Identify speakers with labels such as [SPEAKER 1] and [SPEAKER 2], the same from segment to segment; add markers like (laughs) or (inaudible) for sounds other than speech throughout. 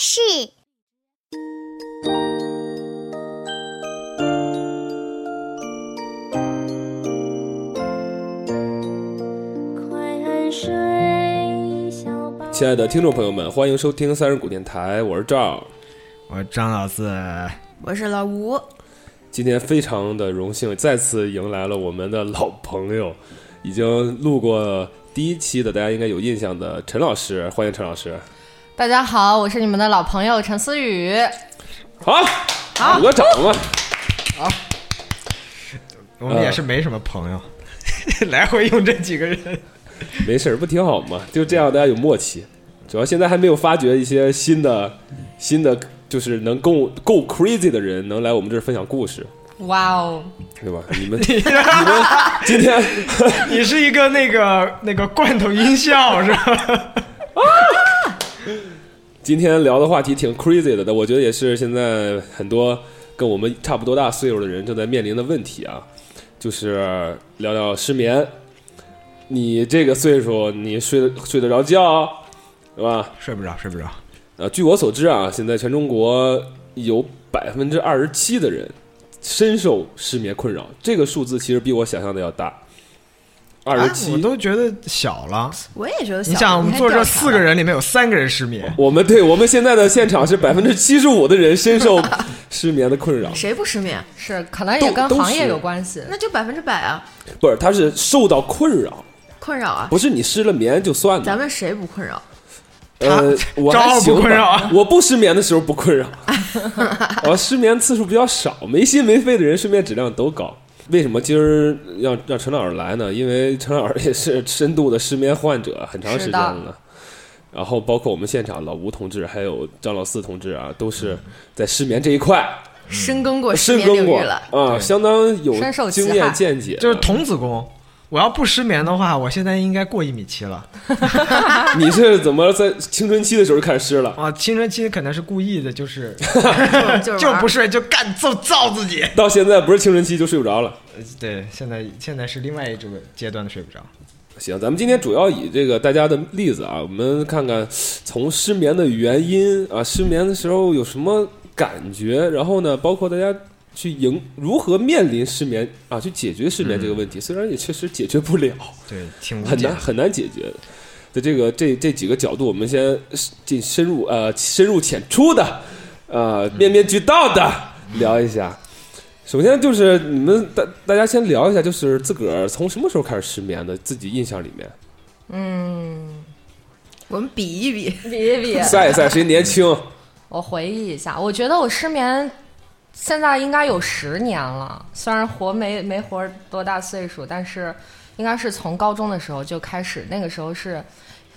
[SPEAKER 1] 事。
[SPEAKER 2] 亲爱的听众朋友们，欢迎收听三人谷电台，我是赵。
[SPEAKER 3] 我是张老四，
[SPEAKER 4] 我是老吴，
[SPEAKER 2] 今天非常的荣幸，再次迎来了我们的老朋友，已经录过第一期的，大家应该有印象的陈老师，欢迎陈老师。
[SPEAKER 5] 大家好，我是你们的老朋友陈思雨。
[SPEAKER 2] 好，
[SPEAKER 5] 好
[SPEAKER 2] 鼓个掌吧。
[SPEAKER 3] 我们也是没什么朋友， (laughs) 来回用这几个人。
[SPEAKER 2] 没事儿，不挺好吗？就这样，大家有默契。主要现在还没有发掘一些新的、新的，就是能够够 crazy 的人，能来我们这儿分享故事，
[SPEAKER 5] 哇哦，
[SPEAKER 2] 对吧？你们你们今天
[SPEAKER 3] 你是一个那个那个罐头音效是吧？
[SPEAKER 2] 今天聊的话题挺 crazy 的，但我觉得也是现在很多跟我们差不多大岁数的人正在面临的问题啊，就是聊聊失眠。你这个岁数，你睡得睡得着觉，对吧？
[SPEAKER 3] 睡不着，睡不着。
[SPEAKER 2] 呃，据我所知啊，现在全中国有百分之二十七的人深受失眠困扰，这个数字其实比我想象的要大。二十
[SPEAKER 3] 啊我
[SPEAKER 2] 七，
[SPEAKER 3] 都觉得小了。
[SPEAKER 4] 我也觉得小。
[SPEAKER 3] 你想，我们
[SPEAKER 4] 还
[SPEAKER 3] 坐这
[SPEAKER 4] 调查
[SPEAKER 3] 四个人里面有三个人失眠，
[SPEAKER 2] 我们对我们现在的现场是百分之七十五的人深受失眠的困扰
[SPEAKER 4] 了，，谁不失眠？
[SPEAKER 5] 是可能也
[SPEAKER 2] 都
[SPEAKER 5] 跟
[SPEAKER 2] 都
[SPEAKER 5] 行业
[SPEAKER 2] 是
[SPEAKER 5] 有关系。
[SPEAKER 4] 那就百分之百啊，
[SPEAKER 2] 不是，他是受到困扰，
[SPEAKER 4] 困扰啊。
[SPEAKER 2] 不是你失了眠就算
[SPEAKER 4] 咱
[SPEAKER 2] 了。
[SPEAKER 4] 们谁不困扰？
[SPEAKER 2] 呃，我
[SPEAKER 3] 张
[SPEAKER 2] 还
[SPEAKER 3] 浩不
[SPEAKER 2] 行吧
[SPEAKER 3] 困扰啊
[SPEAKER 2] 我不失眠的时候不
[SPEAKER 4] (laughs)
[SPEAKER 2] 困扰，我失眠次数比较少，没心没肺的人睡眠质量都高。为什么今儿让让陈老师来呢？因为陈老师也是深度的失眠患者，很长时间
[SPEAKER 5] 是
[SPEAKER 2] 了。然后包括我们现场老吴同志，还有张老四同志啊，都是在失眠这一块
[SPEAKER 4] 深耕过嗯失
[SPEAKER 2] 深
[SPEAKER 4] 眠
[SPEAKER 2] 耕
[SPEAKER 4] 领
[SPEAKER 2] 过
[SPEAKER 4] 域了，
[SPEAKER 2] 啊，
[SPEAKER 3] 对
[SPEAKER 2] 相当有
[SPEAKER 5] 深受其
[SPEAKER 2] 经验
[SPEAKER 5] 害
[SPEAKER 2] 见解的。
[SPEAKER 3] 就是童子功。我要不失眠的话，我现在应该过一米七了
[SPEAKER 2] 你是怎么在青春期的时候就开始失了？
[SPEAKER 3] 啊！青春期肯定是故意的，就是
[SPEAKER 4] 就是
[SPEAKER 3] 就
[SPEAKER 4] 玩儿
[SPEAKER 3] 不睡就干就造自己。
[SPEAKER 2] 到现在不是青春期就睡不着了。
[SPEAKER 3] 呃对，现在现在是另外一种阶段的睡不着。
[SPEAKER 2] 行，咱们今天主要以这个大家的例子啊，我们看看从失眠的原因啊，失眠的时候有什么感觉，然后呢，包括大家去迎如何面临失眠啊，去解决失眠这个问题。虽然也确实解决不了，
[SPEAKER 3] 对，挺无
[SPEAKER 2] 很
[SPEAKER 3] 解
[SPEAKER 2] 难
[SPEAKER 3] 的。
[SPEAKER 2] 很难解决的。在这个这这几个角度，我们先进深入呃深入浅出的呃面面俱到的聊一下。首先就是你们大大家先聊一下，就是自个儿从什么时候开始失眠的，自己印象里面。
[SPEAKER 4] 我们比一比， (laughs)
[SPEAKER 5] 比一比，
[SPEAKER 2] 赛一赛谁年轻？
[SPEAKER 5] 我回忆一下，我觉得我失眠现在应该有十年了，虽然活没没活多大岁数，但是应该是从高中的时候就开始，那个时候是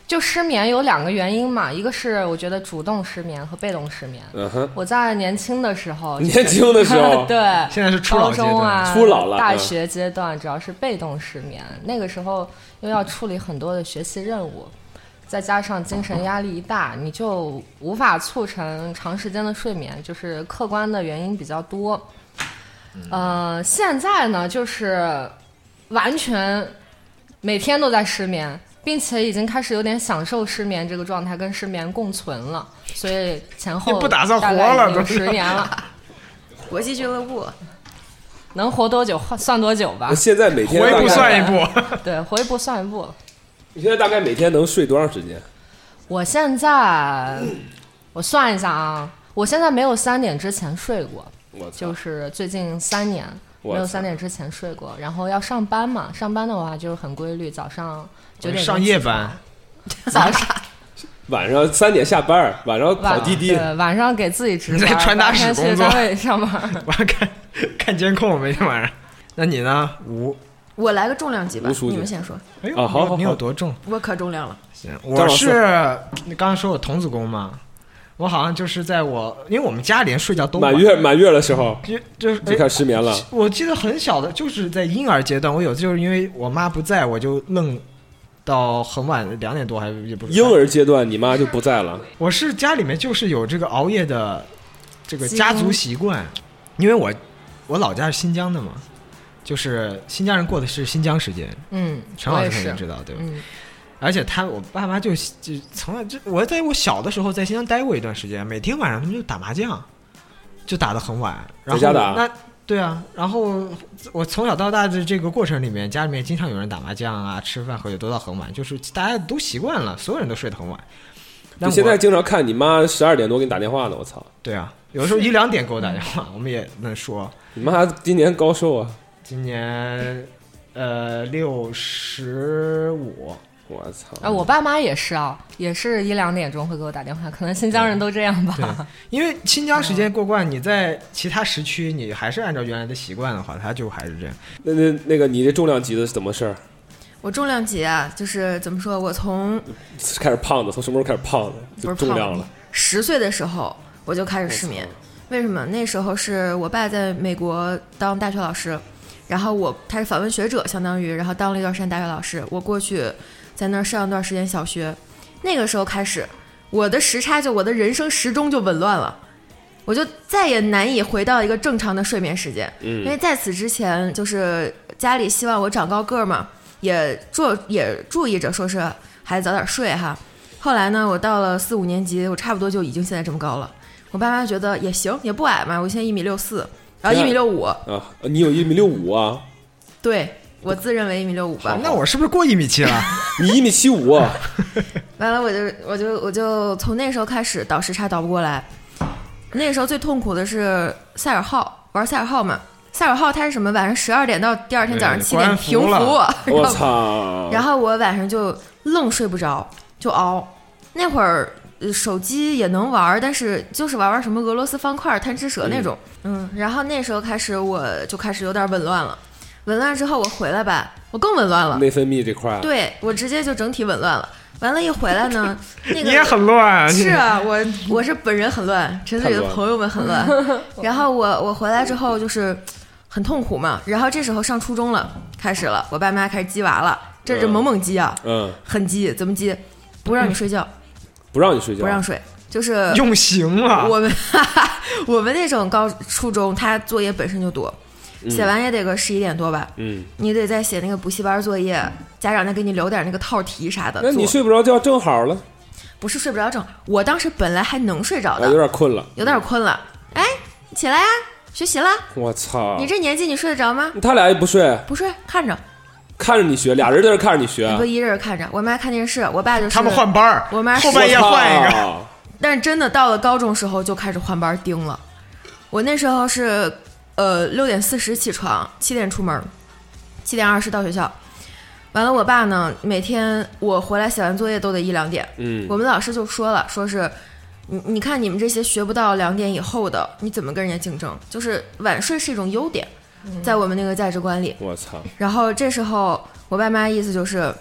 [SPEAKER 5] 就失眠有两个原因嘛，一个是我觉得主动失眠和被动失眠。
[SPEAKER 2] 嗯
[SPEAKER 5] (laughs)
[SPEAKER 2] 哼，
[SPEAKER 5] 我在年轻的时候，就是
[SPEAKER 2] 年轻的时候，(laughs)
[SPEAKER 5] (laughs) 对，
[SPEAKER 3] 现在是初老
[SPEAKER 5] 高
[SPEAKER 3] 阶段
[SPEAKER 5] 中啊，
[SPEAKER 2] 初老了
[SPEAKER 5] 大
[SPEAKER 2] 嗯。
[SPEAKER 5] 学阶段主要是被动失眠，那个时候又要处理很多的学习任务，再加上精神压力一大，你就无法促成长时间的睡眠，就是客观的原因比较多。
[SPEAKER 3] 嗯
[SPEAKER 5] 呃，现在呢，就是完全每天都在失眠，并且已经开始有点享受失眠这个状态，跟失眠共存了，所以前后
[SPEAKER 3] 你不打算
[SPEAKER 5] 大
[SPEAKER 3] 活
[SPEAKER 5] 概已
[SPEAKER 3] 了
[SPEAKER 5] 经
[SPEAKER 3] 都是
[SPEAKER 5] 十年了。
[SPEAKER 4] 国际俱乐部
[SPEAKER 5] 能活多久算多久
[SPEAKER 3] (laughs)
[SPEAKER 5] 吧
[SPEAKER 2] 现在每天
[SPEAKER 3] 活一
[SPEAKER 2] 大
[SPEAKER 3] 步
[SPEAKER 2] 概
[SPEAKER 3] 算一步。
[SPEAKER 5] 对，活一步算一步。
[SPEAKER 2] 你现在大概每天能睡多长时间？
[SPEAKER 5] 我现在我算一下啊，我现在没有三点之前睡过，
[SPEAKER 2] 我操，
[SPEAKER 5] 就是最近三年
[SPEAKER 2] 我
[SPEAKER 5] 没有
[SPEAKER 2] 操
[SPEAKER 5] 三点之前睡过。然后要上班嘛，上班的话就是很规律，早上九点钟
[SPEAKER 3] 上夜
[SPEAKER 5] 起床
[SPEAKER 3] 班，
[SPEAKER 5] 早上
[SPEAKER 3] (laughs)
[SPEAKER 2] 晚上三点下班儿，晚上跑
[SPEAKER 5] 晚
[SPEAKER 2] 滴滴，
[SPEAKER 5] 对晚上给自己值
[SPEAKER 3] 你在
[SPEAKER 5] 班，
[SPEAKER 3] 传达
[SPEAKER 5] 白天
[SPEAKER 3] 室工
[SPEAKER 5] 去
[SPEAKER 3] 作
[SPEAKER 5] 单位上班。
[SPEAKER 3] 我要看看监控，每天晚上。那你呢？五。
[SPEAKER 4] 我来个重量级吧
[SPEAKER 2] 吴，书记
[SPEAKER 4] 你们先说，
[SPEAKER 3] 哎呦，
[SPEAKER 2] 啊好
[SPEAKER 3] 你有
[SPEAKER 2] 好
[SPEAKER 3] 你有
[SPEAKER 2] 好
[SPEAKER 3] 多重？
[SPEAKER 4] 我可重量了。
[SPEAKER 3] 行，
[SPEAKER 2] 张
[SPEAKER 3] 我
[SPEAKER 2] 老
[SPEAKER 3] 是你刚刚说我童子功嘛，我好像就是在我，因为我们家里人睡觉都晚
[SPEAKER 2] 满，月满月的时候
[SPEAKER 3] 就就是
[SPEAKER 2] 就
[SPEAKER 3] 哎
[SPEAKER 2] 开始失眠了。
[SPEAKER 3] 我记得很小的，就是在婴儿阶段，我有次就是因为我妈不在，我就愣到很晚两点多，还也不是
[SPEAKER 2] 婴，儿阶段，你妈就不在
[SPEAKER 4] (laughs)
[SPEAKER 2] 了，
[SPEAKER 3] 我是家里面就是有这个熬夜的这个
[SPEAKER 4] 基
[SPEAKER 3] 家
[SPEAKER 4] 因
[SPEAKER 3] 族习惯，因为我我老家是新疆的嘛，就是新疆人过的是新疆时间，
[SPEAKER 5] 嗯，
[SPEAKER 3] 陈
[SPEAKER 5] 我
[SPEAKER 3] 老师
[SPEAKER 5] 也
[SPEAKER 3] 肯定
[SPEAKER 5] 是。
[SPEAKER 3] 知道对吧？
[SPEAKER 5] 嗯，
[SPEAKER 3] 而且他我爸妈就就从来就我在我小的时候在新疆待过一段时间，每天晚上他们就打麻将，就打得很晚。然后
[SPEAKER 2] 在家打
[SPEAKER 3] 那对啊，然后我从小到大的这个过程里面，家里面经常有人打麻将啊，吃饭喝酒都到很晚，就是大家都习惯了，所有人都睡得很晚。那
[SPEAKER 2] 就现
[SPEAKER 3] 我
[SPEAKER 2] 在经常看你妈十二点多给你打电话呢，我操！
[SPEAKER 3] 对啊，有的时候一两点给我打电话，我们也能说。
[SPEAKER 2] 你妈今年高寿啊？
[SPEAKER 3] 今年呃六十五，
[SPEAKER 2] 我操！
[SPEAKER 5] 啊，我爸妈也是啊，也是一两点钟会给我打电话，可能新疆人都这样吧。
[SPEAKER 3] 对，因为新疆时
[SPEAKER 4] 啊
[SPEAKER 3] 间过惯，你在其他时区你还是按照原来的习惯的话，它就还是这样。
[SPEAKER 2] 那那那个你这重量级的是怎么事儿？ (laughs)
[SPEAKER 4] 我重量级啊，就是怎么说，我从
[SPEAKER 2] 开始胖的，从什么时候开始胖的？
[SPEAKER 4] 不
[SPEAKER 2] 就是重
[SPEAKER 4] 胖
[SPEAKER 2] 量了。
[SPEAKER 4] 十岁的时候我就开始失眠。为什么？那时候是我爸在美国当大学老师，然后我他是访问学者，相当于，然后当了一段时间大学老师。我过去在那儿上一段时间小学，那个时候开始，我的时差就我的人生时钟就紊乱了，我就再也难以回到一个正常的睡眠时间。因为
[SPEAKER 2] 嗯，
[SPEAKER 4] 在此之前，就是家里希望我长高个儿嘛，也注也注意着说是孩子早点睡哈。后来呢，我到了四五年级，我差不多就已经现在这么高了。我爸妈觉得也行，也不矮嘛，我现在一米六四，然后一米六五，
[SPEAKER 2] 啊，你有一米六五啊？ (laughs)
[SPEAKER 4] 对我自认为一米六五吧。
[SPEAKER 3] 那我是不是过一米七
[SPEAKER 4] (laughs)
[SPEAKER 3] 了？
[SPEAKER 2] 你一米七五啊？
[SPEAKER 4] 完了，我就我就我就从那时候开始倒时差倒不过来。那时候最痛苦的是赛尔号，玩赛尔号嘛。赛尔号它是什么？晚上十二点到第二天早上
[SPEAKER 3] 对
[SPEAKER 4] 七点
[SPEAKER 3] 哎关
[SPEAKER 4] 平啊
[SPEAKER 3] 服
[SPEAKER 4] 服，
[SPEAKER 2] 我
[SPEAKER 3] 了
[SPEAKER 4] (laughs) 然后
[SPEAKER 2] 操！
[SPEAKER 3] 哦
[SPEAKER 4] 然后我晚上就愣睡不着，就熬。那会儿呃手机也能玩儿，但是就是玩玩什么俄罗斯方块、贪吃蛇那种。嗯，然后那时候开始我就开始有点紊乱了。紊乱之后我回来吧，我更紊乱了。
[SPEAKER 2] 内分泌这块儿，
[SPEAKER 4] 对我直接就整体紊乱了。完了，一回
[SPEAKER 3] (laughs)
[SPEAKER 4] 来呢，那
[SPEAKER 3] 你也
[SPEAKER 4] 个
[SPEAKER 3] 很乱，
[SPEAKER 4] 是啊，我我是本人很乱，陈思宇的朋友们很
[SPEAKER 3] (laughs)
[SPEAKER 4] 乱。然后我我回来之后就是很痛苦嘛。然后这时候上初中了，开始了，我爸妈开始鸡娃了，这是猛猛鸡啊，
[SPEAKER 2] 嗯，
[SPEAKER 4] 很鸡，怎么鸡？不让你睡觉，
[SPEAKER 2] 不让你睡觉，
[SPEAKER 4] 不让睡，就是
[SPEAKER 3] 用刑
[SPEAKER 2] 啊
[SPEAKER 3] 了。
[SPEAKER 4] 我们 (laughs) 我们那种高初中，他作业本身就多，写完也得个十一点多吧，
[SPEAKER 2] 嗯，
[SPEAKER 4] 你得再写那个补习班作业，家长再给你留点那个套题啥的做。
[SPEAKER 2] 那你睡不着觉正好了，
[SPEAKER 4] 不是睡不着正，我当时本来还能睡着
[SPEAKER 2] 啊
[SPEAKER 4] 的
[SPEAKER 2] 有，点困了，
[SPEAKER 4] 有点困了，哎，起来呀、学习啦！
[SPEAKER 2] 我操！
[SPEAKER 4] 你这年纪你睡得着吗？
[SPEAKER 2] 他俩也不睡，
[SPEAKER 4] 不睡，看着，
[SPEAKER 2] 啊看着你学，俩人在这看着你学，
[SPEAKER 4] 你不一个人看着。我妈看电视，我爸就是
[SPEAKER 3] 他们，换班儿，
[SPEAKER 4] 我妈
[SPEAKER 3] 后半夜
[SPEAKER 2] 我操
[SPEAKER 3] 换一个。
[SPEAKER 4] 但是真的到了高中时候就开始换班盯了。我那时候是呃六点四十起床，七点出门，七点二十到学校。完了，我爸呢，每天我回来写完作业都得一两点。
[SPEAKER 2] 嗯，
[SPEAKER 4] 我们老师就说了，说是你你看你们这些学不到两点以后的，你怎么跟人家竞争？就是晚睡是一种优点，在我们那个价值观里。
[SPEAKER 2] 我操，
[SPEAKER 4] 然后这时候我爸妈意思就是，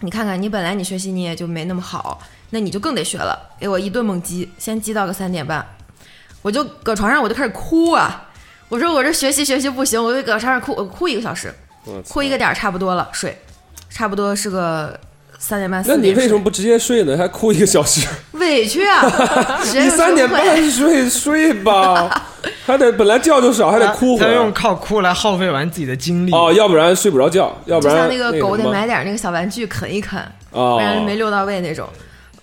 [SPEAKER 4] 你看看你本来你学习你也就没那么好，那你就更得学了。给我一顿猛激，先激到个三点半，我就搁床上我就开始哭啊！我说我这学习学习不行，我就搁床上哭，我哭一个小时，
[SPEAKER 2] 我操
[SPEAKER 4] 哭一个。点儿差不多了，睡，差不多是个三点半四
[SPEAKER 2] 那
[SPEAKER 4] 点。
[SPEAKER 2] 你为什么不直接睡呢？还哭一个小
[SPEAKER 4] (laughs)
[SPEAKER 2] 时？
[SPEAKER 4] 委屈
[SPEAKER 2] (laughs)
[SPEAKER 4] 啊？谁
[SPEAKER 2] 你
[SPEAKER 4] 有这
[SPEAKER 2] 三点
[SPEAKER 4] 会
[SPEAKER 2] 半睡
[SPEAKER 4] (laughs)
[SPEAKER 2] 睡吧，还得本来觉就少，还得哭会
[SPEAKER 3] 他用
[SPEAKER 2] 儿。啊
[SPEAKER 3] 靠哭来耗费完自己的精力。
[SPEAKER 2] 哦，要不然睡不着觉，要不
[SPEAKER 4] 就
[SPEAKER 2] 然
[SPEAKER 4] 像那个
[SPEAKER 2] 个
[SPEAKER 4] 狗
[SPEAKER 2] 什
[SPEAKER 4] 得
[SPEAKER 2] 么
[SPEAKER 4] 买点那个小玩具啃一啃，
[SPEAKER 2] 哦
[SPEAKER 4] 不然没溜到位那种。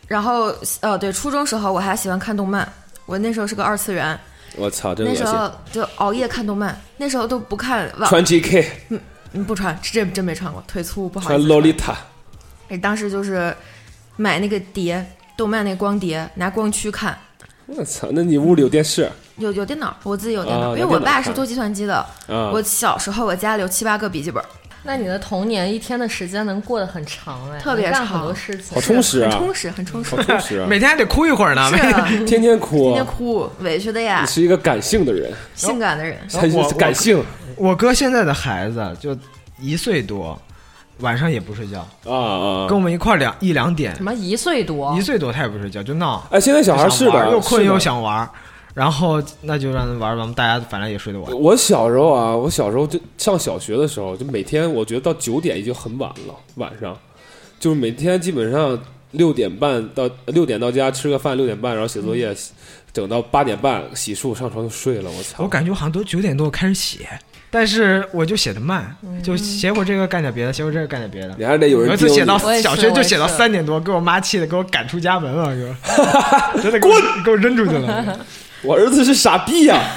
[SPEAKER 4] 然后呃，对，初中时候我还喜欢看动漫，我那时候是个二次元，
[SPEAKER 2] 我操，真恶
[SPEAKER 4] 那时
[SPEAKER 2] 心。
[SPEAKER 4] 候就熬夜看动漫，那时候都不看网，
[SPEAKER 2] 穿 GK，
[SPEAKER 4] 嗯不穿，真真没穿过，腿粗不好
[SPEAKER 2] 穿
[SPEAKER 4] 意思。
[SPEAKER 2] Lolita，
[SPEAKER 4] 哎当时就是买那个碟，动漫那光碟，拿光驱看。
[SPEAKER 2] 我操，那你屋里有电视
[SPEAKER 4] 有有电脑，我自己有电脑，
[SPEAKER 2] 啊
[SPEAKER 4] 因为
[SPEAKER 2] 拿电
[SPEAKER 4] 我
[SPEAKER 2] 脑
[SPEAKER 4] 爸
[SPEAKER 2] 看
[SPEAKER 4] 是做计算机的。
[SPEAKER 2] 啊？
[SPEAKER 4] 我小时候我家里有七八个笔记本，
[SPEAKER 5] 那你的童年一天的时间能过得很长哎，
[SPEAKER 4] 特别
[SPEAKER 5] 能干
[SPEAKER 4] 长
[SPEAKER 5] 很多事情，
[SPEAKER 2] 好充实
[SPEAKER 4] 很
[SPEAKER 2] 啊，
[SPEAKER 4] 充实，很充实。
[SPEAKER 2] 好充实啊，
[SPEAKER 3] (laughs) 每天还得哭一会儿呢。
[SPEAKER 4] 是
[SPEAKER 3] 每
[SPEAKER 4] 啊，
[SPEAKER 2] 天天哭
[SPEAKER 4] 天，天哭，啊委屈的呀
[SPEAKER 2] 你，是一个感性的人，
[SPEAKER 4] 性感的人。
[SPEAKER 2] (laughs)
[SPEAKER 3] 然后我我
[SPEAKER 2] 感性
[SPEAKER 3] 我哥现在的孩子就一岁多，晚上也不睡觉，
[SPEAKER 2] 啊啊
[SPEAKER 3] 跟。我们一块儿两一两点
[SPEAKER 5] 什，么一岁多
[SPEAKER 3] 一，岁多他也不睡觉就闹。
[SPEAKER 2] 哎，现在小孩是
[SPEAKER 3] 想玩
[SPEAKER 2] 的，
[SPEAKER 3] 又困
[SPEAKER 2] 是的
[SPEAKER 3] 又。想玩儿，然后那就让他玩儿吧，我们大家反正也睡得晚。
[SPEAKER 2] 我小时候啊，我小时候就上小学的时候，就每天我觉得到九点已经很晚了，晚上就是每天基本上六点半到六点到家吃个饭，六点半然后写作业，整到八点半洗漱上床就睡了。我操！
[SPEAKER 3] 我感觉我好像都九点多开始写，但是我就写的慢，
[SPEAKER 5] 嗯
[SPEAKER 3] 就写会这个干点别的，写会这个干点别的。
[SPEAKER 2] 你还是得有
[SPEAKER 3] 有
[SPEAKER 2] 人
[SPEAKER 3] 一
[SPEAKER 2] 盯
[SPEAKER 3] 次
[SPEAKER 2] 你
[SPEAKER 3] 写到
[SPEAKER 5] 我也是
[SPEAKER 3] 小学就写到
[SPEAKER 5] 我也是
[SPEAKER 3] 三点多，给我妈气的，给我赶出家门了，给
[SPEAKER 2] (laughs)
[SPEAKER 3] 我，真的给我给我扔出去
[SPEAKER 5] (laughs)
[SPEAKER 3] 了。
[SPEAKER 2] 我儿子是傻逼呀、
[SPEAKER 3] (laughs)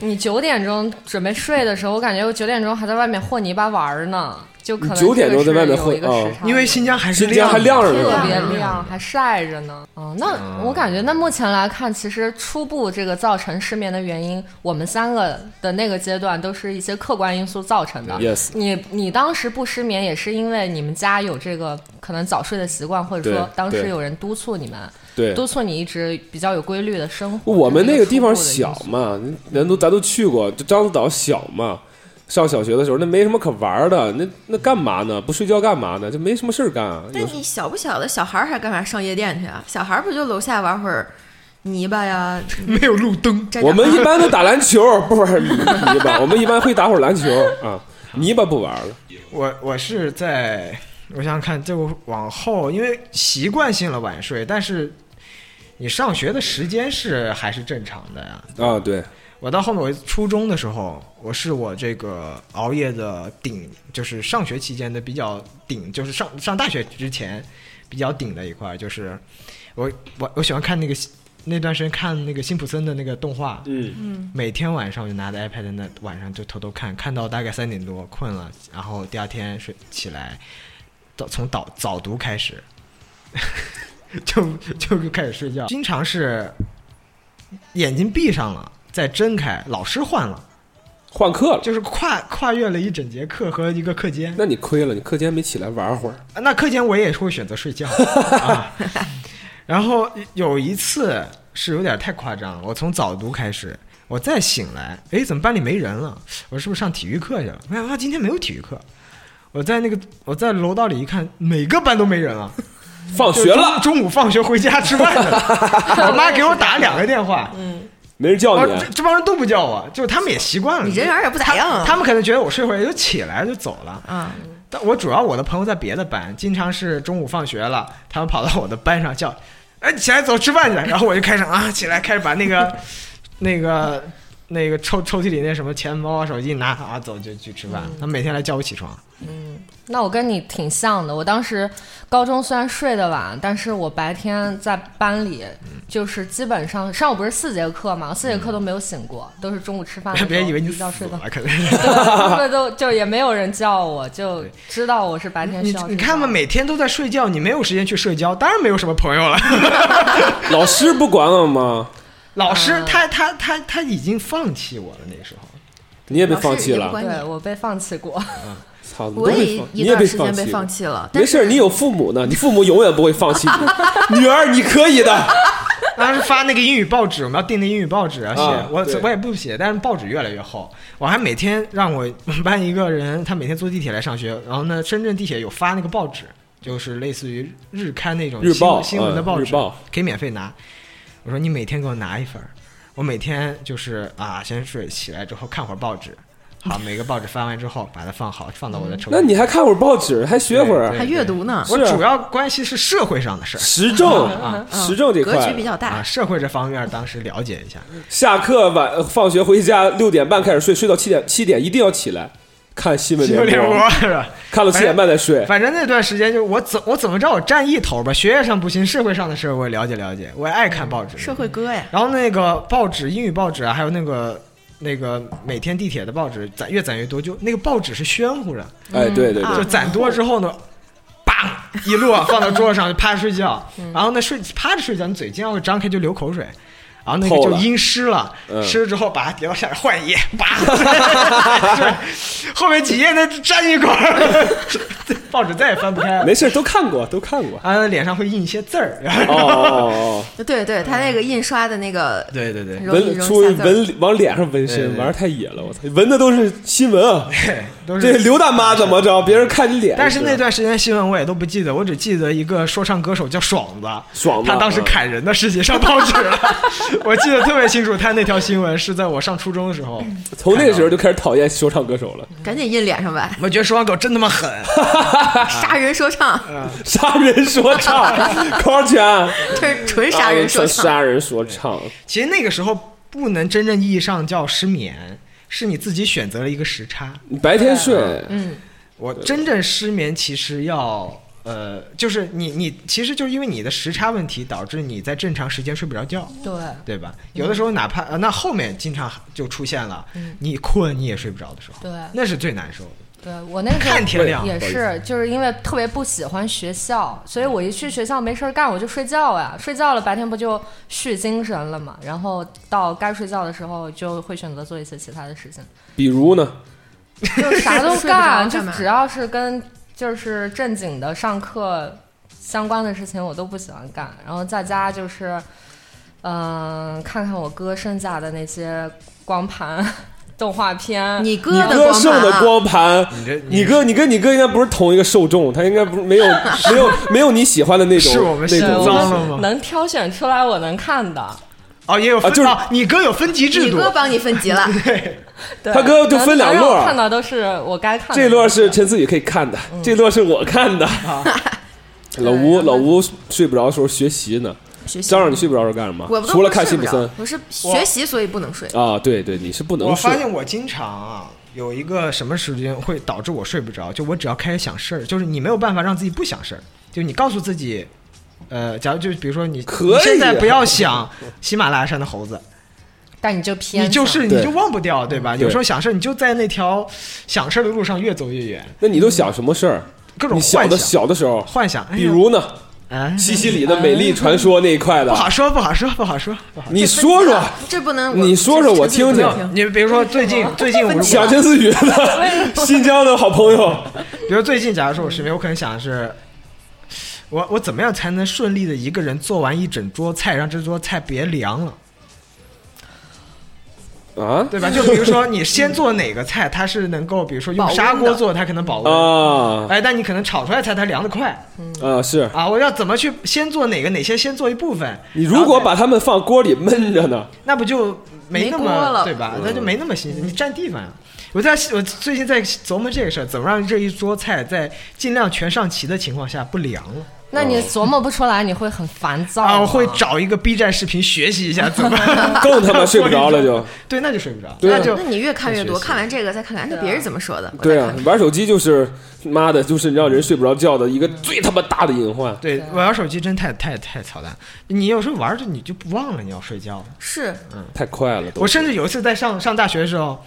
[SPEAKER 5] 你九点钟准备睡的时候，我感觉我九点钟还在外面和泥巴玩儿呢，就可能
[SPEAKER 2] 你9点钟在外面和啊
[SPEAKER 5] 这个是有一个时差
[SPEAKER 3] 因为新疆嗯还是
[SPEAKER 2] 新疆还亮着呢
[SPEAKER 5] 特别亮，还晒着呢。哦，
[SPEAKER 2] 啊
[SPEAKER 5] 那我感觉，那目前来看，其实初步这个造成失眠的原因，我们三个的那个阶段都是一些客观因素造成的。
[SPEAKER 2] Yes
[SPEAKER 5] 你你当时不失眠，也是因为你们家有这个可能早睡的习惯，或者说
[SPEAKER 2] 对
[SPEAKER 5] 当时
[SPEAKER 2] 对
[SPEAKER 5] 有人督促你们，
[SPEAKER 2] 对，
[SPEAKER 5] 督促你一直比较有规律的生活。
[SPEAKER 2] 我们
[SPEAKER 5] 这
[SPEAKER 2] 那
[SPEAKER 5] 是一
[SPEAKER 2] 个
[SPEAKER 5] 初
[SPEAKER 2] 地
[SPEAKER 5] 步
[SPEAKER 2] 方
[SPEAKER 5] 的因素
[SPEAKER 2] 小嘛，人都咱都去过，就獐子岛小嘛。上小学的时候，那没什么可玩儿的，那那干嘛呢？不睡觉干嘛呢？就没什么事儿干啊。
[SPEAKER 4] 但你小不小的小孩儿还干嘛上夜店去啊？小孩儿不就楼下玩会儿泥巴呀？
[SPEAKER 3] 没有路灯，
[SPEAKER 4] 沾点
[SPEAKER 2] 我们
[SPEAKER 4] 花
[SPEAKER 2] 一般都打篮球，不是泥巴，我们一般会打会儿篮球啊，泥巴不玩了。
[SPEAKER 3] 我我是在，我想想看，这个往后，因为习惯性了晚睡，但是你上学的时间是还是正常的呀。
[SPEAKER 2] 啊，对，
[SPEAKER 3] 我到后面，我初中的时候，我是我这个熬夜的顶，就是上学期间的比较顶，就是上上大学之前比较顶的一块儿，就是我我我喜欢看那个那段时间看那个辛普森的那个动画，
[SPEAKER 2] 嗯，
[SPEAKER 3] 每天晚上我就拿着 iPad 那晚上就偷偷看，看到大概三点多困了，然后第二天睡起来，早从早早读开始， (laughs) 就就开始睡觉，经常是眼睛闭上了再睁开，老师换了，
[SPEAKER 2] 换课了，
[SPEAKER 3] 就是跨跨越了一整节课和一个课间。
[SPEAKER 2] 那你亏了，你课间没起来玩会儿。
[SPEAKER 3] 啊那课间我也会选择睡觉啊。然后有一次是有点太夸张了，我从早读开始，我再醒来，诶，怎么班里没人了？我是不是上体育课去了？没想到今天没有体育课。我在那个我在楼道里一看，每个班都没人了，
[SPEAKER 2] 放
[SPEAKER 3] 就
[SPEAKER 2] 哦学了，
[SPEAKER 3] 中，中午放学回家吃饭去了。我妈给我打两个电话，
[SPEAKER 2] 嗯没人叫
[SPEAKER 3] 我
[SPEAKER 2] 你啊
[SPEAKER 3] 这，这帮人都不叫我，就他们也习惯了。
[SPEAKER 4] 你人缘也不咋样啊
[SPEAKER 3] 他们可能觉得我睡会儿也就起来就走了。
[SPEAKER 4] 啊！
[SPEAKER 3] 但我主要我的朋友在别的班，经常是中午放学了，他们跑到我的班上叫：“哎，起来走吃饭去！”然后我就开始啊起来，开始把那个
[SPEAKER 5] (laughs)
[SPEAKER 3] 那个那个抽抽屉里那什么钱包啊、手机拿啊走就去吃饭。
[SPEAKER 5] 嗯
[SPEAKER 3] 他每天来叫我起床，
[SPEAKER 5] 那我跟你挺像的，我当时高中虽然睡得晚，但是我白天在班里就是基本上上午不是四节课嘛，四节课都没有醒过，
[SPEAKER 2] 嗯
[SPEAKER 5] 都是中午吃饭的时
[SPEAKER 3] (laughs)
[SPEAKER 5] 候
[SPEAKER 3] 别以为你
[SPEAKER 5] 一
[SPEAKER 3] 死
[SPEAKER 5] 觉啊睡
[SPEAKER 3] 了
[SPEAKER 5] 到，，
[SPEAKER 3] 可能是
[SPEAKER 5] 对都就也没有人叫我，就知道我是白天
[SPEAKER 3] 你
[SPEAKER 5] 需要
[SPEAKER 3] 你
[SPEAKER 5] 睡
[SPEAKER 3] 看
[SPEAKER 5] 觉
[SPEAKER 3] 嘛，每天都在睡觉，你没有时间去社交，当然没有什么朋友了。 (laughs)
[SPEAKER 2] 老师不管我吗？
[SPEAKER 3] 老师
[SPEAKER 5] 啊
[SPEAKER 3] 他他他他已经放弃我了，那时候
[SPEAKER 2] 你也被放弃
[SPEAKER 4] 老
[SPEAKER 2] 了
[SPEAKER 4] 师也，
[SPEAKER 5] 对我被放弃过， (laughs)
[SPEAKER 2] 操，你都
[SPEAKER 4] 我
[SPEAKER 2] 被
[SPEAKER 4] 也
[SPEAKER 2] 放，你
[SPEAKER 4] 一
[SPEAKER 2] 也
[SPEAKER 4] 段
[SPEAKER 2] 被
[SPEAKER 4] 时间被
[SPEAKER 2] 弃
[SPEAKER 4] 放
[SPEAKER 2] 了。
[SPEAKER 4] 弃了，但
[SPEAKER 2] 没事儿，你有父母呢，你父母永远不会放弃
[SPEAKER 4] (laughs)
[SPEAKER 2] 你。女儿，你可以的。
[SPEAKER 3] 当时发那个英语报纸，我们要订那英语报纸要写，
[SPEAKER 2] 啊
[SPEAKER 3] 我
[SPEAKER 2] 对
[SPEAKER 3] 我也不写，但是报纸越来越厚，我还每天让我我们班一个人，他每天坐地铁来上学，然后呢，深圳地铁有发那个报纸，就是类似于日刊那种
[SPEAKER 2] 日
[SPEAKER 3] 新闻
[SPEAKER 2] 报
[SPEAKER 3] 新闻的
[SPEAKER 2] 嗯
[SPEAKER 3] 报
[SPEAKER 2] 日
[SPEAKER 3] 纸，
[SPEAKER 2] 报
[SPEAKER 3] 可以免费拿。我说你每天给我拿一份儿，我每天就是啊，先睡起来之后看会儿报纸，好，每个报纸翻完之后把它放好，放到我的抽屉。
[SPEAKER 2] 嗯那你还看会儿报纸，还学会
[SPEAKER 3] 对
[SPEAKER 2] 儿
[SPEAKER 4] 还阅读呢，
[SPEAKER 3] 我
[SPEAKER 2] 是啊
[SPEAKER 3] 主要关系是社会上的事儿
[SPEAKER 2] 时政
[SPEAKER 3] 啊，
[SPEAKER 4] 嗯
[SPEAKER 2] 时政这
[SPEAKER 4] 格
[SPEAKER 2] 块
[SPEAKER 4] 局比。较大
[SPEAKER 3] 啊，。社会这方面当时了解一下。
[SPEAKER 2] 下课晚放学回家六点半开始睡，睡到七点七点一定要起来看新闻
[SPEAKER 3] 新闻联
[SPEAKER 2] 联播，
[SPEAKER 3] 播哎是吧？
[SPEAKER 2] 看了七点半再 (laughs) 睡。
[SPEAKER 3] 反正那段时间就我怎我怎么着我占一头吧，学业上不行，社会上的事儿我也了解了解，我也爱看报纸。
[SPEAKER 4] 社会哥呀，
[SPEAKER 3] 然后那个报纸，英语报纸啊，还有那个那个每天地铁的报纸，攒越攒越多，就那个报纸是暄乎着，
[SPEAKER 4] 嗯
[SPEAKER 2] 哎，对对
[SPEAKER 3] 就
[SPEAKER 4] 啊
[SPEAKER 2] 对，
[SPEAKER 3] 攒多之后呢，梆一摞放到桌上就趴着睡觉，然后呢睡趴着睡觉，你嘴经常会张开就流口水。然后那个
[SPEAKER 2] 透
[SPEAKER 3] 就
[SPEAKER 2] 了
[SPEAKER 3] 阴湿了，
[SPEAKER 2] 嗯
[SPEAKER 3] 湿了之后把它叠到下面换一页，叭，
[SPEAKER 2] (laughs)
[SPEAKER 3] 对后面几页再粘一块儿，报纸再也翻不开了。
[SPEAKER 2] 没事儿，都看过，都看
[SPEAKER 4] (laughs)
[SPEAKER 2] 过。
[SPEAKER 3] 啊，脸上会印一些字儿。
[SPEAKER 2] 哦哦哦，
[SPEAKER 4] 对对，他那个印刷的那个
[SPEAKER 3] (laughs) 对对对，
[SPEAKER 4] 容易
[SPEAKER 2] 纹
[SPEAKER 4] 容
[SPEAKER 2] 出
[SPEAKER 4] 易下字儿。
[SPEAKER 2] 纹往脸上纹
[SPEAKER 3] 对对
[SPEAKER 2] 身，
[SPEAKER 3] 对
[SPEAKER 2] 玩儿太野了，我操！纹的都是新闻啊，
[SPEAKER 3] 都
[SPEAKER 2] 这
[SPEAKER 3] 是。
[SPEAKER 2] 刘大妈怎么着？别人看你脸。
[SPEAKER 3] 哎但是那段时间新闻我也都不记得，我只记得一个说唱歌手叫爽子，
[SPEAKER 2] 爽子嗯
[SPEAKER 3] 他当时砍人的事情上报纸
[SPEAKER 2] (laughs)
[SPEAKER 3] 了， (laughs) 我记得特别清楚。他那条新闻是在我上初中的时候，
[SPEAKER 2] 从那个时候就开始讨厌说唱歌手了，
[SPEAKER 4] 赶紧印脸上吧，
[SPEAKER 3] 我觉得说唱狗真他妈狠，
[SPEAKER 2] 啊
[SPEAKER 4] 杀人说唱，
[SPEAKER 2] 杀人说
[SPEAKER 4] (laughs)
[SPEAKER 2] 唱，高全
[SPEAKER 4] 这是纯杀人说唱。
[SPEAKER 2] 杀人说唱，
[SPEAKER 3] 其实那个时候不能真正意义上叫失眠，是你自己选择了一个时差。
[SPEAKER 2] 你白天睡，
[SPEAKER 5] 嗯，
[SPEAKER 3] 我真正失眠其实要呃，就是你你其实就是因为你的时差问题导致你在正常时间睡不着觉，
[SPEAKER 5] 对，
[SPEAKER 3] 对吧？有的时候哪怕、呃、那后面经常就出现了，
[SPEAKER 2] 嗯
[SPEAKER 3] 你困你也睡不着的时候，
[SPEAKER 5] 对
[SPEAKER 3] 那是最难受的。
[SPEAKER 5] 对我那时
[SPEAKER 3] 看
[SPEAKER 5] 候
[SPEAKER 3] 天亮
[SPEAKER 5] 也是，就是因为特别不喜欢学校，所以我一去学校没事儿干我就睡觉呀，睡觉了白天不就蓄精神了嘛，然后到该睡觉的时候就会选择做一些其他的
[SPEAKER 4] (laughs)
[SPEAKER 5] 事情，
[SPEAKER 2] 比如呢？
[SPEAKER 5] 就啥都
[SPEAKER 4] 睡不着
[SPEAKER 5] 干，就
[SPEAKER 4] 干嘛
[SPEAKER 5] 只要是跟就是正经的上课相关的事情我都不喜欢干，然后在家就是嗯、看看我哥剩下的那些光盘 (laughs) 动画片，
[SPEAKER 4] 你哥
[SPEAKER 2] 你
[SPEAKER 4] 的
[SPEAKER 2] 哥
[SPEAKER 4] 光
[SPEAKER 2] 剩的
[SPEAKER 4] 盘啊，
[SPEAKER 2] 光盘
[SPEAKER 3] 你这，
[SPEAKER 2] 你哥你跟你哥应该不是同一个受众，他应该不是没
[SPEAKER 4] (laughs)
[SPEAKER 2] 有没有没有你喜欢的那种，
[SPEAKER 3] 是我们
[SPEAKER 2] 那
[SPEAKER 5] 对
[SPEAKER 3] 心
[SPEAKER 2] 种
[SPEAKER 3] 脏
[SPEAKER 5] 我
[SPEAKER 3] 了
[SPEAKER 5] 们
[SPEAKER 3] 吗
[SPEAKER 5] 能挑选出来我能看的。
[SPEAKER 3] 哦，也有分、
[SPEAKER 2] 啊就是
[SPEAKER 3] 哦你哥有分级制
[SPEAKER 4] 你
[SPEAKER 3] 度，
[SPEAKER 4] 哥帮你分
[SPEAKER 2] (laughs)
[SPEAKER 4] 级了，
[SPEAKER 5] 对
[SPEAKER 2] 他哥就分两摞
[SPEAKER 5] 能让我看到都是我该看的。
[SPEAKER 2] 这摞是陈思雨可以看的，
[SPEAKER 4] 嗯
[SPEAKER 2] 这摞是我看的。老吴
[SPEAKER 5] 然后
[SPEAKER 2] 老吴睡不着的时候学习呢，
[SPEAKER 4] 学习
[SPEAKER 2] 张。嚷你睡不着是干什么
[SPEAKER 4] 我？都
[SPEAKER 2] 除了
[SPEAKER 4] 不是
[SPEAKER 2] 看辛
[SPEAKER 4] 睡
[SPEAKER 2] 普
[SPEAKER 4] 不
[SPEAKER 2] 森
[SPEAKER 4] 着，我是学习所以不能睡。
[SPEAKER 2] 啊，对对，你是不
[SPEAKER 3] 我
[SPEAKER 2] 能
[SPEAKER 3] 发
[SPEAKER 2] 睡。
[SPEAKER 3] 现我经常啊，有一个什么时间会导致我睡不着，就我只要开始想事儿，就是你没有办法让自己不想事儿，就你告诉自己，呃，假如就比如说你
[SPEAKER 2] 可以啊
[SPEAKER 3] 你现在不要想喜马拉雅山的猴
[SPEAKER 4] (laughs)
[SPEAKER 3] 子，
[SPEAKER 5] 但你就偏
[SPEAKER 3] 你
[SPEAKER 5] 向，
[SPEAKER 3] 就是
[SPEAKER 2] 对
[SPEAKER 3] 你就忘不掉，对吧？
[SPEAKER 2] 对
[SPEAKER 3] 有时候想事儿，你就在那条想事儿的路上越走越远，
[SPEAKER 2] 那你都想什么事儿？
[SPEAKER 3] 各种
[SPEAKER 2] 你小
[SPEAKER 3] 幻
[SPEAKER 2] 的
[SPEAKER 3] 想，
[SPEAKER 2] 小的时候，
[SPEAKER 3] 幻想，哎呀
[SPEAKER 2] 比如呢，
[SPEAKER 3] 哎
[SPEAKER 2] 西西里的美丽传说那一块
[SPEAKER 3] 不
[SPEAKER 2] 的，
[SPEAKER 3] 好说，不好说，不好说，不好说。
[SPEAKER 2] 你说说，
[SPEAKER 4] 这不能，
[SPEAKER 2] 你说说我听
[SPEAKER 4] 这
[SPEAKER 2] 听
[SPEAKER 4] 不能
[SPEAKER 3] 你比如说最近最近我如
[SPEAKER 2] 想
[SPEAKER 3] 果，
[SPEAKER 2] 陈思雨的新疆的好
[SPEAKER 3] (laughs)
[SPEAKER 2] 朋友，
[SPEAKER 3] 比如最近假如说我失眠，我可能想的是，我我怎么样才能顺利的一个人做完一整桌菜，让这桌菜别凉了，
[SPEAKER 2] 啊
[SPEAKER 3] 对吧？就比如说你先做哪个菜，它是能够比如说用
[SPEAKER 4] 保温
[SPEAKER 3] 砂锅
[SPEAKER 4] 的
[SPEAKER 3] 做，它可能保温。
[SPEAKER 2] 啊
[SPEAKER 3] 哎，但你可能炒出来菜它凉得快
[SPEAKER 2] 啊！是
[SPEAKER 3] 啊！我要怎么去先做哪个，哪些先做一部分？
[SPEAKER 2] 你
[SPEAKER 3] 然
[SPEAKER 2] 如
[SPEAKER 3] 后
[SPEAKER 2] 果
[SPEAKER 3] 再
[SPEAKER 2] 把它们放锅里焖着 (laughs) 呢，
[SPEAKER 3] 那不就没那
[SPEAKER 4] 没锅
[SPEAKER 3] 么
[SPEAKER 4] 了
[SPEAKER 3] 对吧？那就没那么新鲜，你占地方呀。我在我最近在琢磨这个事儿，怎么让这一桌菜在尽量全上齐的情况下不凉了
[SPEAKER 5] 那你琢磨不出来，你会很烦躁
[SPEAKER 3] 啊？我
[SPEAKER 2] 哦
[SPEAKER 3] 会
[SPEAKER 5] 吗
[SPEAKER 3] 找一个 B 站视频学习一
[SPEAKER 2] (laughs)
[SPEAKER 3] 下怎么
[SPEAKER 2] 更
[SPEAKER 3] (laughs)
[SPEAKER 2] 他妈睡不着了就。
[SPEAKER 3] 对，那就睡不着，
[SPEAKER 2] 对啊
[SPEAKER 3] 那就
[SPEAKER 4] 那你越看越多，
[SPEAKER 3] 学习
[SPEAKER 4] 看完这个再看看，那别人怎么说的？我再
[SPEAKER 2] 对啊
[SPEAKER 4] 看，看
[SPEAKER 2] 玩手机就是妈的，就是让人睡不着觉的一个最他妈大的隐患。
[SPEAKER 3] 对。啊我玩手机真太太太操蛋，你有时候玩着你就不忘了你要睡觉了。
[SPEAKER 4] 是
[SPEAKER 2] (laughs) 太快了，都
[SPEAKER 3] 我甚至有一次在上上大学的时候，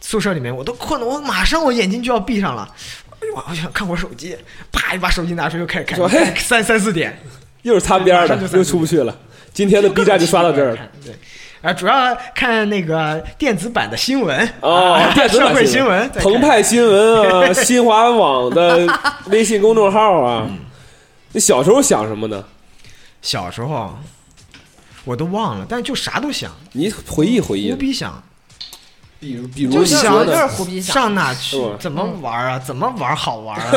[SPEAKER 3] 宿舍里面我都困了，我马上我眼睛就要闭上了。哎呦我我想看会儿手机，啪一把手机拿出来又开始看
[SPEAKER 2] 说嘿，
[SPEAKER 3] 三三四点，
[SPEAKER 2] 又是擦边儿的
[SPEAKER 3] 马上就，三
[SPEAKER 2] 又出不去了。今天的 (laughs) B 站就刷到这
[SPEAKER 3] (laughs)
[SPEAKER 2] 儿了。。
[SPEAKER 3] 对，啊，主要看那个电子版的新闻
[SPEAKER 2] 哦
[SPEAKER 3] 啊，
[SPEAKER 2] 电子
[SPEAKER 3] (laughs) 社
[SPEAKER 2] 版
[SPEAKER 3] 会新闻，再看
[SPEAKER 2] 澎湃新闻啊，
[SPEAKER 3] (laughs)
[SPEAKER 2] 新华网的微信公众号啊。
[SPEAKER 3] 嗯
[SPEAKER 2] 你小时候想什么呢？
[SPEAKER 3] 小时候我都忘了，但就啥都想，
[SPEAKER 2] 你回忆回忆
[SPEAKER 3] 胡，逼想，
[SPEAKER 2] 比如比
[SPEAKER 3] 就
[SPEAKER 2] 如你
[SPEAKER 3] 想
[SPEAKER 2] 说
[SPEAKER 5] 就是
[SPEAKER 2] 的，
[SPEAKER 5] 胡逼想。
[SPEAKER 3] 上哪去
[SPEAKER 2] 是吧，
[SPEAKER 3] 怎么玩啊，怎么玩好玩啊。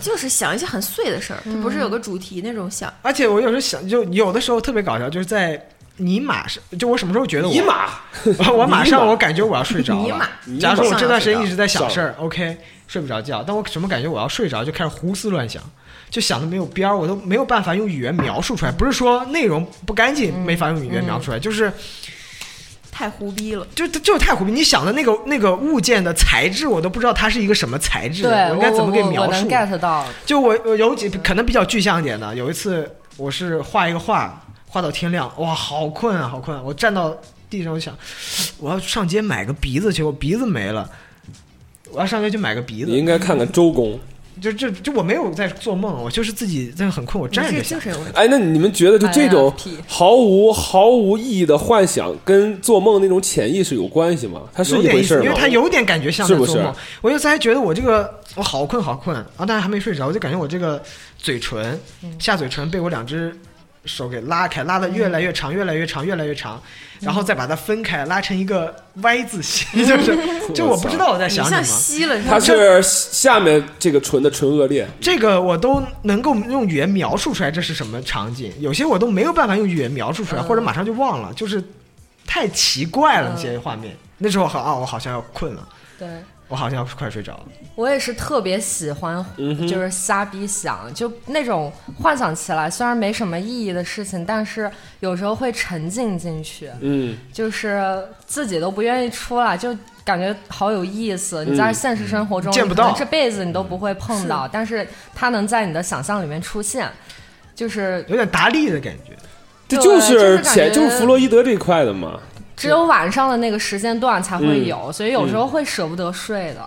[SPEAKER 4] 就是想一些很碎的事儿，它不是有个主题那种想。
[SPEAKER 3] 而且我有时候想，就有的时候特别搞笑，就是在。你马上就我什么时候觉得我
[SPEAKER 2] 尼玛，
[SPEAKER 3] (laughs) 我马
[SPEAKER 2] 尼
[SPEAKER 3] 上
[SPEAKER 2] 玛
[SPEAKER 3] 我感觉我要睡着
[SPEAKER 4] 尼
[SPEAKER 3] 了
[SPEAKER 4] 玛。
[SPEAKER 3] 假如说我这段时间一直在
[SPEAKER 2] 上
[SPEAKER 3] 想
[SPEAKER 2] 了
[SPEAKER 3] 事儿，OK，睡不着觉，但我怎么感觉我要睡着，就开始胡思乱想，就想的没有边儿，我都没有办法用语言描述出来。不是说内容不干净
[SPEAKER 5] 嗯
[SPEAKER 3] 没法用语言描述出来，就是
[SPEAKER 4] 太胡逼
[SPEAKER 2] 嗯
[SPEAKER 4] 了，
[SPEAKER 3] 就就是太胡逼。你想的那个那个物件的材质，我都不知道它是一个什么材质，
[SPEAKER 5] 对，
[SPEAKER 3] 我应该怎么给
[SPEAKER 5] 我我
[SPEAKER 3] 描
[SPEAKER 5] 我能
[SPEAKER 3] 述？
[SPEAKER 5] get 到，
[SPEAKER 3] 就我我有几可能比较具象一点的，有一次我是画一个画，画到天亮，哇，好困啊，好困、啊！我站到地上，我想我要上街买个鼻子去，我鼻子没了，我要上街去买个鼻
[SPEAKER 2] 你应
[SPEAKER 3] 子。
[SPEAKER 2] 该看看周公。
[SPEAKER 3] 就这就我没有在做梦，我就是自己在很困，我
[SPEAKER 5] 你
[SPEAKER 3] 站
[SPEAKER 5] 这
[SPEAKER 3] 着
[SPEAKER 5] 精
[SPEAKER 3] 想。
[SPEAKER 5] 神有问题。
[SPEAKER 2] 哎，那你们觉得就这种
[SPEAKER 5] INFP
[SPEAKER 2] 毫无毫无意义的幻想，跟做梦那种潜意识有关系吗？它是
[SPEAKER 3] 有
[SPEAKER 2] 一
[SPEAKER 3] 点
[SPEAKER 2] 回
[SPEAKER 3] 意
[SPEAKER 2] 事
[SPEAKER 3] 思，
[SPEAKER 2] 儿
[SPEAKER 3] 因为
[SPEAKER 2] 吗？
[SPEAKER 3] 它有点感觉像
[SPEAKER 2] 是
[SPEAKER 3] 在
[SPEAKER 2] 不
[SPEAKER 3] 做
[SPEAKER 2] 是
[SPEAKER 3] 梦。我有一次还觉得我这个我好困好困啊，但是还没睡着，我就感觉我这个嘴唇下嘴唇被我两只手给拉开，拉的越来越长，越来越长，越来越长，然后再把它分开，拉成一个 (laughs) Y 字形，就是就我不知道
[SPEAKER 2] 哎
[SPEAKER 3] 我在
[SPEAKER 4] 你
[SPEAKER 3] 想什
[SPEAKER 4] 像
[SPEAKER 3] 么。
[SPEAKER 4] 吸了是吧
[SPEAKER 2] 他？是下面这个唇的唇腭裂，
[SPEAKER 3] 这个我都能够用语言描述出来这是什么场景，有些我都没有办法用语言描述出来，
[SPEAKER 5] 嗯
[SPEAKER 3] 或者马上就忘了，就是太奇怪了那些画面。那时候好啊，我好像要困了，
[SPEAKER 5] 对
[SPEAKER 3] 我好像要快睡着了。
[SPEAKER 5] 我也是特别喜欢，
[SPEAKER 3] 嗯
[SPEAKER 5] 就是瞎逼想，就那种幻想起来，虽然没什么意义的事情，但是有时候会沉浸进去，
[SPEAKER 2] 嗯，
[SPEAKER 5] 就是自己都不愿意出来，就感觉好有意思。你在现实生活中
[SPEAKER 3] 见
[SPEAKER 5] 你
[SPEAKER 3] 不
[SPEAKER 5] 可能
[SPEAKER 3] 到
[SPEAKER 5] 这辈子你都不会碰到，但是它能在你的想象里面出现，就是
[SPEAKER 3] 有点达利的感觉。
[SPEAKER 2] 这
[SPEAKER 5] 对
[SPEAKER 2] 就
[SPEAKER 5] 就是
[SPEAKER 2] 是
[SPEAKER 5] 感
[SPEAKER 2] 潜，
[SPEAKER 5] 觉
[SPEAKER 2] 就是弗洛伊德这一块的嘛。
[SPEAKER 5] 只有晚上的那个时间段才会有，所以有时候会舍不得睡的。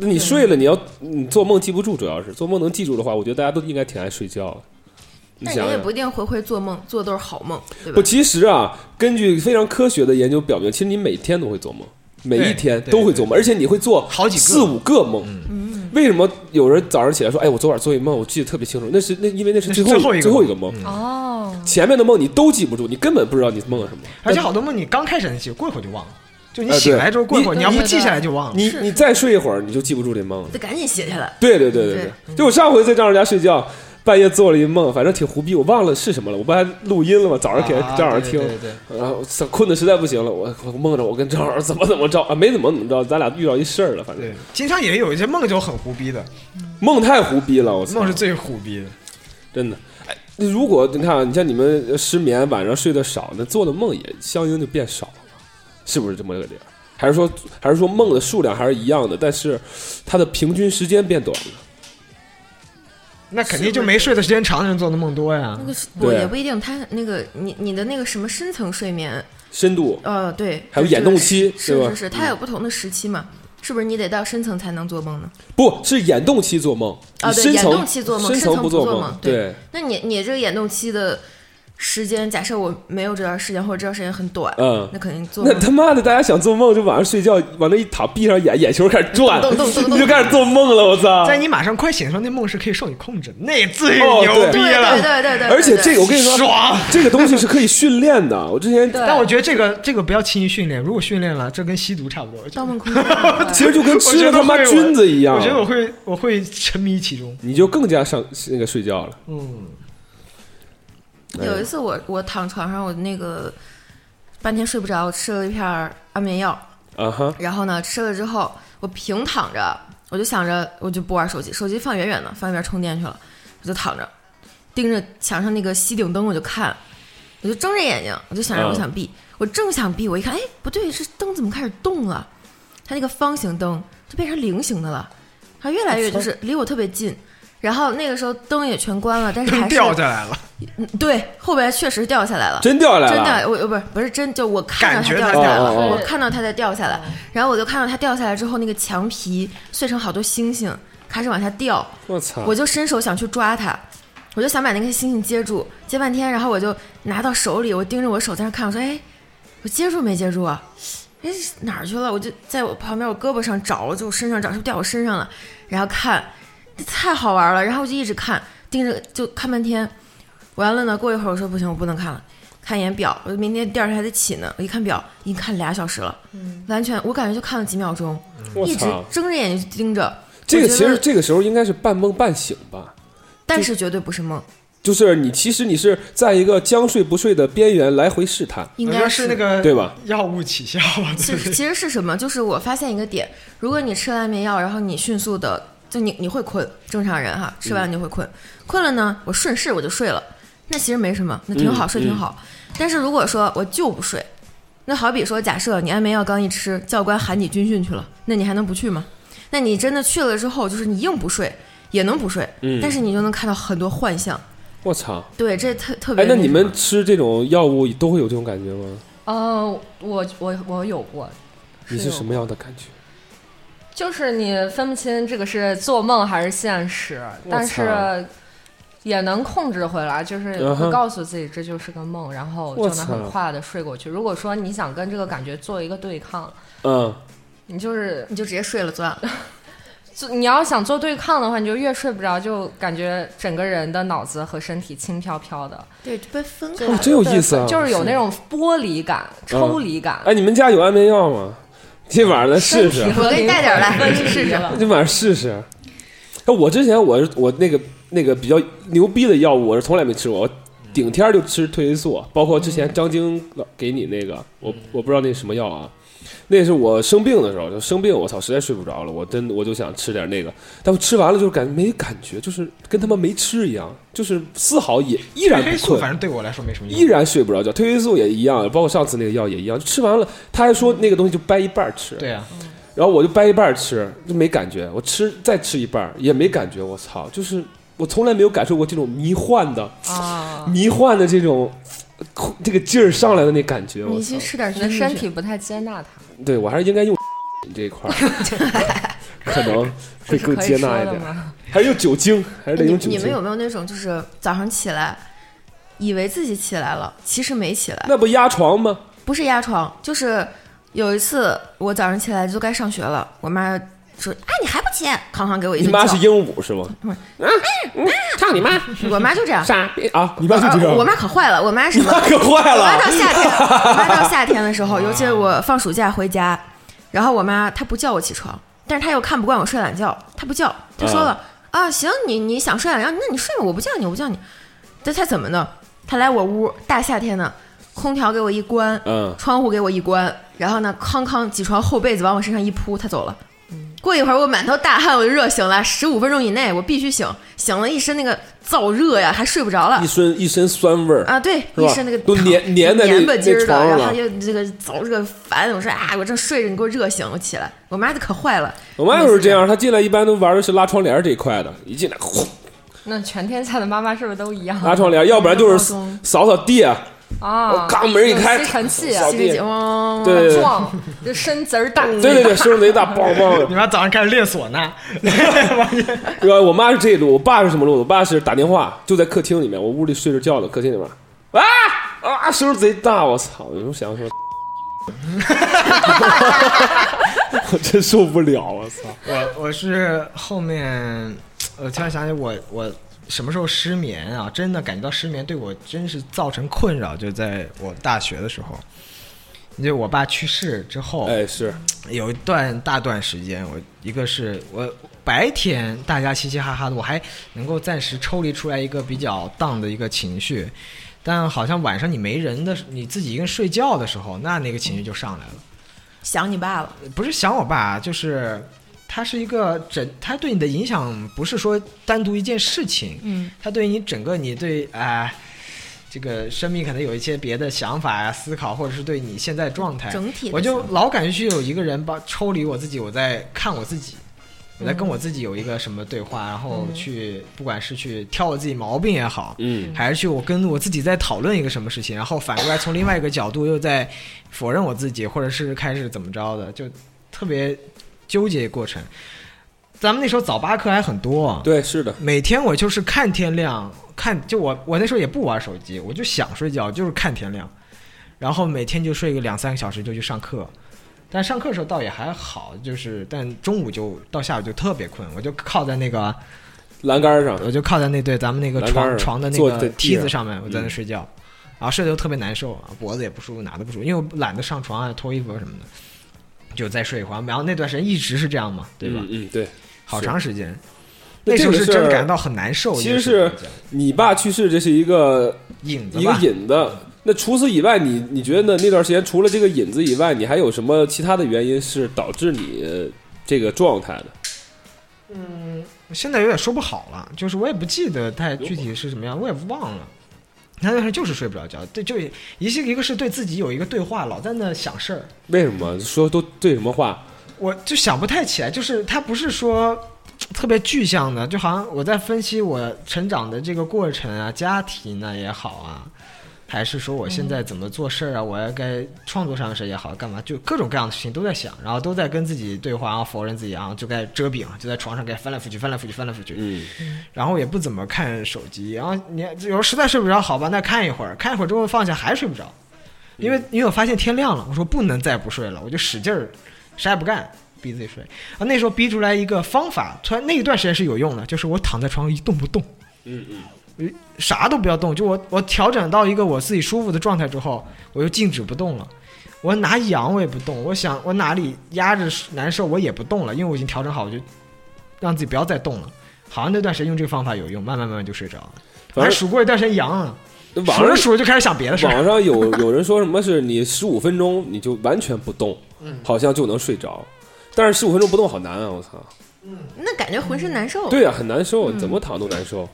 [SPEAKER 2] 那你睡了，你要你做梦记不住，主要是做梦能记住的话，我觉得大家都应该挺爱睡觉的。你
[SPEAKER 4] 但
[SPEAKER 2] 想
[SPEAKER 4] 人也
[SPEAKER 2] 想
[SPEAKER 4] 不一定回回做梦，做的都是好梦，对
[SPEAKER 2] 不，
[SPEAKER 4] 吧？
[SPEAKER 2] 其实啊，根据非常科学的研究表明，其实你每天都会做梦，每一天
[SPEAKER 3] 对
[SPEAKER 2] 都会做梦，而且你会做
[SPEAKER 3] 好几个嗯
[SPEAKER 2] 四五个梦。为什么有人早上起来说：“哎，我昨晚做一梦，我记得特别清楚。”那是那因为那是
[SPEAKER 3] 那是
[SPEAKER 2] 最后
[SPEAKER 3] 最后一个
[SPEAKER 2] 最后一个
[SPEAKER 3] 梦嗯
[SPEAKER 2] 梦，
[SPEAKER 5] 哦，
[SPEAKER 2] 前面的梦你都记不住，你根本不知道你梦了什么。
[SPEAKER 3] 而且好多梦你刚开始你记，过一会儿就忘了，就你
[SPEAKER 2] 哎对
[SPEAKER 3] 醒来之后过一会儿，
[SPEAKER 5] 你
[SPEAKER 3] 你要不记下来就忘了。
[SPEAKER 2] 你你再睡一会儿，你就记不住这梦了。
[SPEAKER 4] 得赶紧写下来。
[SPEAKER 2] 对对对对
[SPEAKER 4] 对
[SPEAKER 2] 对，就我上回在丈人家睡觉，半夜做了一梦，反正挺胡逼，我忘了是什么了，我不还录音了吗？早上给
[SPEAKER 3] 啊
[SPEAKER 2] 丈人
[SPEAKER 3] 对
[SPEAKER 2] 听，
[SPEAKER 3] 对对
[SPEAKER 2] 然后困的实在不行了，我我梦着我跟丈人怎么怎么着啊，没怎么怎么着，咱俩遇到一事儿了，反
[SPEAKER 3] 对
[SPEAKER 2] 正
[SPEAKER 3] 对，经常也有一些梦就很胡逼的，
[SPEAKER 2] 梦太胡逼了，我操
[SPEAKER 3] 梦，是最胡逼的。
[SPEAKER 2] 真的。哎，如果你看啊，你像你们失眠，晚上睡得少，那做的梦也相应就变少了，是不是这么个理儿？还是说还是说梦的数量还是一样的，但是它的平均时间变短了？
[SPEAKER 3] 那肯定就没睡的时间长的人做的梦多呀
[SPEAKER 4] 那。个是
[SPEAKER 2] 对啊
[SPEAKER 4] 我也不一定，他那个你你的那个什么深层睡眠，
[SPEAKER 2] 深度
[SPEAKER 4] 呃，对，
[SPEAKER 2] 还有眼动期
[SPEAKER 4] 是
[SPEAKER 2] 对吧
[SPEAKER 4] 是是，它有不同的时期嘛，是不是你得到深层才能做梦呢？
[SPEAKER 2] 不是眼动期做梦
[SPEAKER 4] 啊
[SPEAKER 2] 你
[SPEAKER 4] 对
[SPEAKER 2] 深层
[SPEAKER 4] 眼动期做梦
[SPEAKER 2] 深层不
[SPEAKER 4] 深层不做
[SPEAKER 2] 梦
[SPEAKER 4] 梦，
[SPEAKER 2] 对。
[SPEAKER 4] 对那你你这个眼动期的时间，假设我没有这段时间，或者这段时间很短，
[SPEAKER 2] 嗯
[SPEAKER 4] 那肯定做
[SPEAKER 2] 那
[SPEAKER 4] 梦。
[SPEAKER 2] 他妈的，大家想做梦就晚上睡觉，往那一躺，闭上眼，眼球开始转
[SPEAKER 4] 动动动，动
[SPEAKER 2] 你就开始做梦了，我操！
[SPEAKER 3] 在你马上快醒的时候，那梦是可以受你控制的，那最
[SPEAKER 2] 哦
[SPEAKER 3] 牛逼
[SPEAKER 4] 对
[SPEAKER 3] 了，
[SPEAKER 4] 对对对对，
[SPEAKER 2] 而且这个我
[SPEAKER 4] 个
[SPEAKER 2] 跟你说，
[SPEAKER 3] 爽。
[SPEAKER 2] 这个东西是可以训练的。我之前
[SPEAKER 5] 对，
[SPEAKER 3] 但我觉得这个这个不要轻易训练，如果训练了，这跟吸毒差不多。我觉
[SPEAKER 4] 盗
[SPEAKER 3] 得
[SPEAKER 2] (laughs)
[SPEAKER 4] 梦空间啊
[SPEAKER 2] 其实就跟吃了他妈
[SPEAKER 3] 我觉得会
[SPEAKER 2] 菌子一样，
[SPEAKER 3] 我觉得我会我会沉迷其中。
[SPEAKER 2] 你就更加上那个睡觉了。
[SPEAKER 3] 嗯，
[SPEAKER 4] 有一次我我躺床上，我那个半天睡不着，我吃了一片儿安眠药，
[SPEAKER 2] 啊哈，
[SPEAKER 4] 然后呢吃了之后，我平躺着，我就想着我就不玩手机，手机放远远的，放一边充电去了，我就躺着，盯着墙上那个吸顶灯，我就看，我就睁着眼睛，我就想着
[SPEAKER 2] 嗯
[SPEAKER 4] 我想闭，我正想闭，我一看，哎，不对，这灯怎么开始动了？它那个方形灯就变成菱形的了，它越来越就是离我特别近。然后那个时候灯也全关了，但是还是
[SPEAKER 3] 掉下来了，
[SPEAKER 4] 嗯对，后边确实掉下来了。
[SPEAKER 2] 真掉下来了，
[SPEAKER 4] 真的，我呃我不是不是真，就我看到
[SPEAKER 3] 感
[SPEAKER 4] 它
[SPEAKER 3] 觉
[SPEAKER 4] 掉
[SPEAKER 3] 它
[SPEAKER 4] 下来
[SPEAKER 2] 掉
[SPEAKER 4] 了，
[SPEAKER 2] 了
[SPEAKER 4] 我
[SPEAKER 5] 哦
[SPEAKER 4] 看到它在掉下来，然后我就看到它掉下来之后，那个墙皮碎成好多星星，开始往下掉，
[SPEAKER 2] 我
[SPEAKER 3] 嗯
[SPEAKER 2] 操！
[SPEAKER 4] 我就伸手想去抓它，我就想把那个星星接住，接半天，然后我就拿到手里，我盯着我手在那看，我说，哎，我接住没接住啊？哎，哪儿去了？我就在我旁边我胳膊上找，我就我身上找，是不是掉我身上了？然后看，这太好玩了，然后我就一直看，盯着就看半天，完了呢，过一会儿我说不行，我不能看了。看一眼表，我明天第二天还得起呢。我一看表，已经看俩小时了，完全我感觉就看了几秒钟，
[SPEAKER 2] 我
[SPEAKER 4] 一直
[SPEAKER 2] 操！
[SPEAKER 4] 睁着眼睛盯着。
[SPEAKER 2] 这个
[SPEAKER 4] 我觉
[SPEAKER 2] 其
[SPEAKER 4] 得
[SPEAKER 2] 实这个时候应该是半梦半醒吧，
[SPEAKER 4] 但是绝对不是梦，
[SPEAKER 2] 就是你其实你是在一个将睡不睡的边缘来回试探，
[SPEAKER 4] 应
[SPEAKER 3] 我觉
[SPEAKER 4] 该
[SPEAKER 3] 得是那
[SPEAKER 5] 嗯
[SPEAKER 3] 个
[SPEAKER 2] 对吧？
[SPEAKER 3] 药物起效，啊
[SPEAKER 2] (laughs)
[SPEAKER 4] 其实其实是什么？就是我发现一个点，如果你吃了安眠药，然后你迅速的就你你会困，正常人
[SPEAKER 2] 嗯
[SPEAKER 4] 哈，吃完你就会困，困了呢，我顺势我就睡了，那其实没什么，那挺好，
[SPEAKER 2] 嗯
[SPEAKER 4] 睡挺好。但是如果说我就不睡，那好比说，假设你安眠药刚一吃，教官喊你军训去了，那你还能不去吗？那你真的去了之后，就是你硬不睡也能不睡，
[SPEAKER 2] 嗯
[SPEAKER 4] 但是你就能看到很多幻象。
[SPEAKER 2] 我操！
[SPEAKER 4] 对，这特特别
[SPEAKER 2] 哎，
[SPEAKER 4] 什么。
[SPEAKER 2] 那你们吃这种药物都会有这种感觉吗？
[SPEAKER 5] 呃，我我我有过，
[SPEAKER 2] 你是
[SPEAKER 5] 有
[SPEAKER 2] 什么样的感觉？
[SPEAKER 5] 就是你分不清这个是做梦还是现实，
[SPEAKER 2] 我
[SPEAKER 5] 但
[SPEAKER 2] 操
[SPEAKER 5] 是也能控制回来，就是
[SPEAKER 2] 嗯哼
[SPEAKER 5] 会告诉自己这就是个梦，然后
[SPEAKER 2] 我
[SPEAKER 5] 就能很
[SPEAKER 2] 操
[SPEAKER 5] 快的睡过去。如果说你想跟这个感觉做一个对抗，啊
[SPEAKER 2] 嗯，
[SPEAKER 5] 你就是
[SPEAKER 4] 你就直接睡了，算了。
[SPEAKER 5] 做你要想做对抗的话，你就越睡不着，就感觉整个人的脑子和身体轻飘飘的，
[SPEAKER 4] 对，被分开
[SPEAKER 5] 对
[SPEAKER 4] 了。
[SPEAKER 2] 真有意思啊！
[SPEAKER 5] 就是有那种剥离感、抽离感。
[SPEAKER 2] 哎，你们家有安眠药吗？今晚上来试试
[SPEAKER 5] 身体，
[SPEAKER 4] 我给你带点儿 (laughs) 来
[SPEAKER 5] 和灵魂
[SPEAKER 4] 试试
[SPEAKER 5] 分离了
[SPEAKER 2] 今晚上试试。哎，我之前我我那个那个比较牛逼的药物，我是从来没吃过，我顶天儿就吃褪黑素，包括之前张晶老给你那个，我我不知道那什么药啊，那是我生病的时候，就生病，我操，实在睡不着了，我真我就想吃点那个，但我吃完了就是感觉没感觉，就是跟他妈没吃一样，就是丝毫也依然
[SPEAKER 3] 黑
[SPEAKER 2] 不
[SPEAKER 3] 素
[SPEAKER 2] 困，
[SPEAKER 3] 反正对我来说没什么用，
[SPEAKER 2] 依然睡不着觉，褪黑素也一样，包括上次那个药也一样，吃完了他还说那个东西就掰一半儿吃，
[SPEAKER 3] 对啊，
[SPEAKER 2] 然后我就掰一半儿吃，就没感觉。我吃再吃一半儿也没感觉。我操，就是我从来没有感受过这种迷幻的、
[SPEAKER 5] (laughs) 啊，
[SPEAKER 2] 迷幻的这种呃这个劲儿上来的那感觉。我
[SPEAKER 4] 你
[SPEAKER 2] 操
[SPEAKER 4] 去，吃点
[SPEAKER 5] 你
[SPEAKER 4] 菌
[SPEAKER 5] 的
[SPEAKER 4] 子去
[SPEAKER 5] 身体不太接纳它，
[SPEAKER 2] 对我还是应
[SPEAKER 4] (laughs)
[SPEAKER 2] 该用这一块儿，可能
[SPEAKER 5] 这
[SPEAKER 2] 会
[SPEAKER 5] 是
[SPEAKER 2] 更
[SPEAKER 5] 可
[SPEAKER 2] 接
[SPEAKER 5] 以说
[SPEAKER 4] (laughs)
[SPEAKER 2] 纳一
[SPEAKER 5] 的
[SPEAKER 2] 点。
[SPEAKER 5] 吗？
[SPEAKER 2] 还是用酒精，还是得
[SPEAKER 4] 你
[SPEAKER 2] 用酒
[SPEAKER 4] 你们
[SPEAKER 2] 精
[SPEAKER 4] 有。没有那种就是早上起来，以为自己起来了，其实没起来，
[SPEAKER 2] 那不压床吗？
[SPEAKER 4] 不是压床，就是有一次我早上起来就该上学了，我妈说：“哎，你还不起？”康康给我一
[SPEAKER 2] 你
[SPEAKER 4] 顿
[SPEAKER 2] 妈是
[SPEAKER 4] 叫。
[SPEAKER 2] 鹦鹉是吗？啊，操你妈！
[SPEAKER 4] 我妈就
[SPEAKER 2] (laughs)
[SPEAKER 4] 这样，
[SPEAKER 2] 傻逼啊！你妈
[SPEAKER 4] 我
[SPEAKER 2] 就这样，
[SPEAKER 4] 呃我妈可坏了，我妈什么？
[SPEAKER 2] 那可坏
[SPEAKER 4] 我妈到
[SPEAKER 2] 了。
[SPEAKER 4] 夏天，我妈到夏天的时候，尤其是我放暑假回家，然后我妈她不叫我起床，但是她又看不惯我睡懒觉，她不叫，她说了啊行，你你想睡懒觉，那你睡吧，我不叫你，我不叫你。这她怎么呢？她来我屋，大夏天的，空调给我一关，
[SPEAKER 2] 嗯，
[SPEAKER 4] 窗户给我一关，然后呢，康康几床厚被子往我身上一铺，她走了。过一会儿我满头大汗，我就热醒了，十五分钟以内我必须醒，醒了一身那个燥热呀，还睡不着了
[SPEAKER 2] 一。身一身酸味儿
[SPEAKER 4] 啊，对，
[SPEAKER 2] 是吧
[SPEAKER 4] 一身那个
[SPEAKER 2] 都
[SPEAKER 4] 疼
[SPEAKER 2] 粘粘在那
[SPEAKER 4] 粘巴筋儿
[SPEAKER 2] 那床
[SPEAKER 4] 的，
[SPEAKER 2] 上
[SPEAKER 4] 然
[SPEAKER 2] 了
[SPEAKER 4] 后他就这个早这个烦，我说啊，我正睡着，你给我热醒，我起来，我妈就可坏了，
[SPEAKER 2] 我妈就是这样，她进来一般都玩的是拉窗帘这一块的，一进来呼
[SPEAKER 5] 那全天下的妈妈是不是都一样
[SPEAKER 2] 拉啊窗帘，要不然就是扫扫地，
[SPEAKER 5] 啊？
[SPEAKER 2] 我嘎门一
[SPEAKER 5] 有
[SPEAKER 2] 开
[SPEAKER 5] 吸尘器
[SPEAKER 2] 扫
[SPEAKER 4] 这
[SPEAKER 2] 地
[SPEAKER 4] 个，嗡，
[SPEAKER 2] 对对对
[SPEAKER 5] 撞，就身子儿大。
[SPEAKER 2] 对对对，声贼大，梆梆的。
[SPEAKER 3] 你妈早上开始练唢呐，
[SPEAKER 2] 然后我妈是这一路，我爸是什么路？我爸是打电话，就在客厅里面，我屋里睡着觉的，客厅里面，啊啊，声贼大，我操！有时候想说， (laughs) 我真受不了，我操！
[SPEAKER 3] (laughs) 我我是后面，我突然想起我我什么时候失眠啊？真的感觉到失眠对我真是造成困扰，就在我大学的时候，就我爸去世之后，
[SPEAKER 2] 哎，是
[SPEAKER 3] 有一段大段时间，我一个是我白天大家嘻嘻哈哈的，我还能够暂时抽离出来一个比较荡的一个情绪，但好像晚上你没人的时，你自己一个人睡觉的时候，那那个情绪就上来了。
[SPEAKER 4] 想你爸了，
[SPEAKER 3] 不是想我爸，就是他是一个整，他对你的影响不是说单独一件事情，
[SPEAKER 4] 嗯，
[SPEAKER 3] 他对你整个你对啊、这个生命可能有一些别的想法呀、思考，或者是对你现在状态，
[SPEAKER 4] 整体的
[SPEAKER 3] 哎我就老感觉是有一个人把抽离我自己，我在看我自己。
[SPEAKER 4] 嗯
[SPEAKER 3] 我在跟我自己有一个什么对话，然后去不管是去挑我自己毛病也好，
[SPEAKER 2] 嗯
[SPEAKER 3] 还是去我跟我自己在讨论一个什么事情，然后反过来从另外一个角度又在否认我自己，或者是开始怎么着的，就特别纠结过程。咱们那时候早八课还很多啊，
[SPEAKER 2] 对，是的，
[SPEAKER 3] 每天我就是看天亮，看就我我那时候也不玩手机，我就想睡觉，就是看天亮，然后每天就睡个两三个小时就去上课。但上课的时候倒也还好，就是但中午就到下午就特别困，我就靠在那个
[SPEAKER 2] 栏杆上，
[SPEAKER 3] 我就靠在那对咱们那个
[SPEAKER 2] 栏杆
[SPEAKER 3] 床
[SPEAKER 2] 儿
[SPEAKER 3] 床的那
[SPEAKER 2] 坐在
[SPEAKER 3] 个
[SPEAKER 2] 地
[SPEAKER 3] 梯子
[SPEAKER 2] 上嗯
[SPEAKER 3] 上面，我在那睡觉，然后睡得又特别难受，啊脖子也不舒服，哪都不舒服，因为我懒得上床啊、脱衣服什么的，就再睡一会儿。然后那段时间一直是这样嘛，对吧？
[SPEAKER 2] 嗯嗯，对。
[SPEAKER 3] 好
[SPEAKER 2] 是
[SPEAKER 3] 长时间，
[SPEAKER 2] 那
[SPEAKER 3] 那
[SPEAKER 2] 这
[SPEAKER 3] 时
[SPEAKER 2] 个
[SPEAKER 3] 候
[SPEAKER 2] 事儿
[SPEAKER 3] 是真感到很难受，
[SPEAKER 2] 其
[SPEAKER 3] 一个
[SPEAKER 2] 实
[SPEAKER 3] 睡
[SPEAKER 2] 是
[SPEAKER 3] 不着觉
[SPEAKER 2] 你爸去世，这是一个
[SPEAKER 3] 影子
[SPEAKER 2] 一个
[SPEAKER 3] 吧。
[SPEAKER 2] 引子。那除此以外，你你觉得呢？那段时间除了这个引子以外，你还有什么其他的原因是导致你呃这个状态的？
[SPEAKER 3] 现在有点说不好了，就是我也不记得太具体是什么样，我也忘了。那段时间就是睡不着觉，对，就一是一个是对自己有一个对话，老在那想事儿，
[SPEAKER 2] 为什么说都对什么话？
[SPEAKER 3] 我就想不太起来，就是它不是说嘖特别具象的，就好像我在分析我成长的这个过程啊，家庭呢也好啊，还是说我现在怎么做事儿啊，我要该创作上的事也好，干嘛就各种各样的事情都在想，然后都在跟自己对话，然后否认自己，然后就该遮饼，就在床上该翻来覆去，翻来覆去，翻来覆去，
[SPEAKER 2] 嗯，
[SPEAKER 3] 然后也不怎么看手机，然后你有时候实在睡不着，好吧，那看一会儿，看一会儿之后放下还睡不着，因为因为我发现天亮了，我说不能再不睡了，我就使劲儿，啥也不干，逼自己睡啊。那时候逼出来一个方法，突然那一段时间是有用的，就是我躺在床上一动不动，
[SPEAKER 2] 嗯嗯，
[SPEAKER 3] 啥都不要动，就我我调整到一个我自己舒服的状态之后，我就静止不动了。我拿痒我也不动，我想我哪里压着难受我也不动了，因为我已经调整好，我就让自己不要再动了。好像那段时间用这个方法有用，慢慢慢慢就睡着了。
[SPEAKER 2] 反
[SPEAKER 3] 还
[SPEAKER 2] 正
[SPEAKER 3] 数过一段时间痒啊，
[SPEAKER 2] 网
[SPEAKER 3] 数着
[SPEAKER 2] 上
[SPEAKER 3] 数着就开始想别的事儿。
[SPEAKER 2] 网上有有人说什么是你十五分钟你就完全不动，好像就能睡着，但是十五分钟不动好难啊！我操，
[SPEAKER 4] 那感觉浑身难
[SPEAKER 5] 哦
[SPEAKER 4] 受。
[SPEAKER 2] 对呀、啊很难受，怎么躺都难受。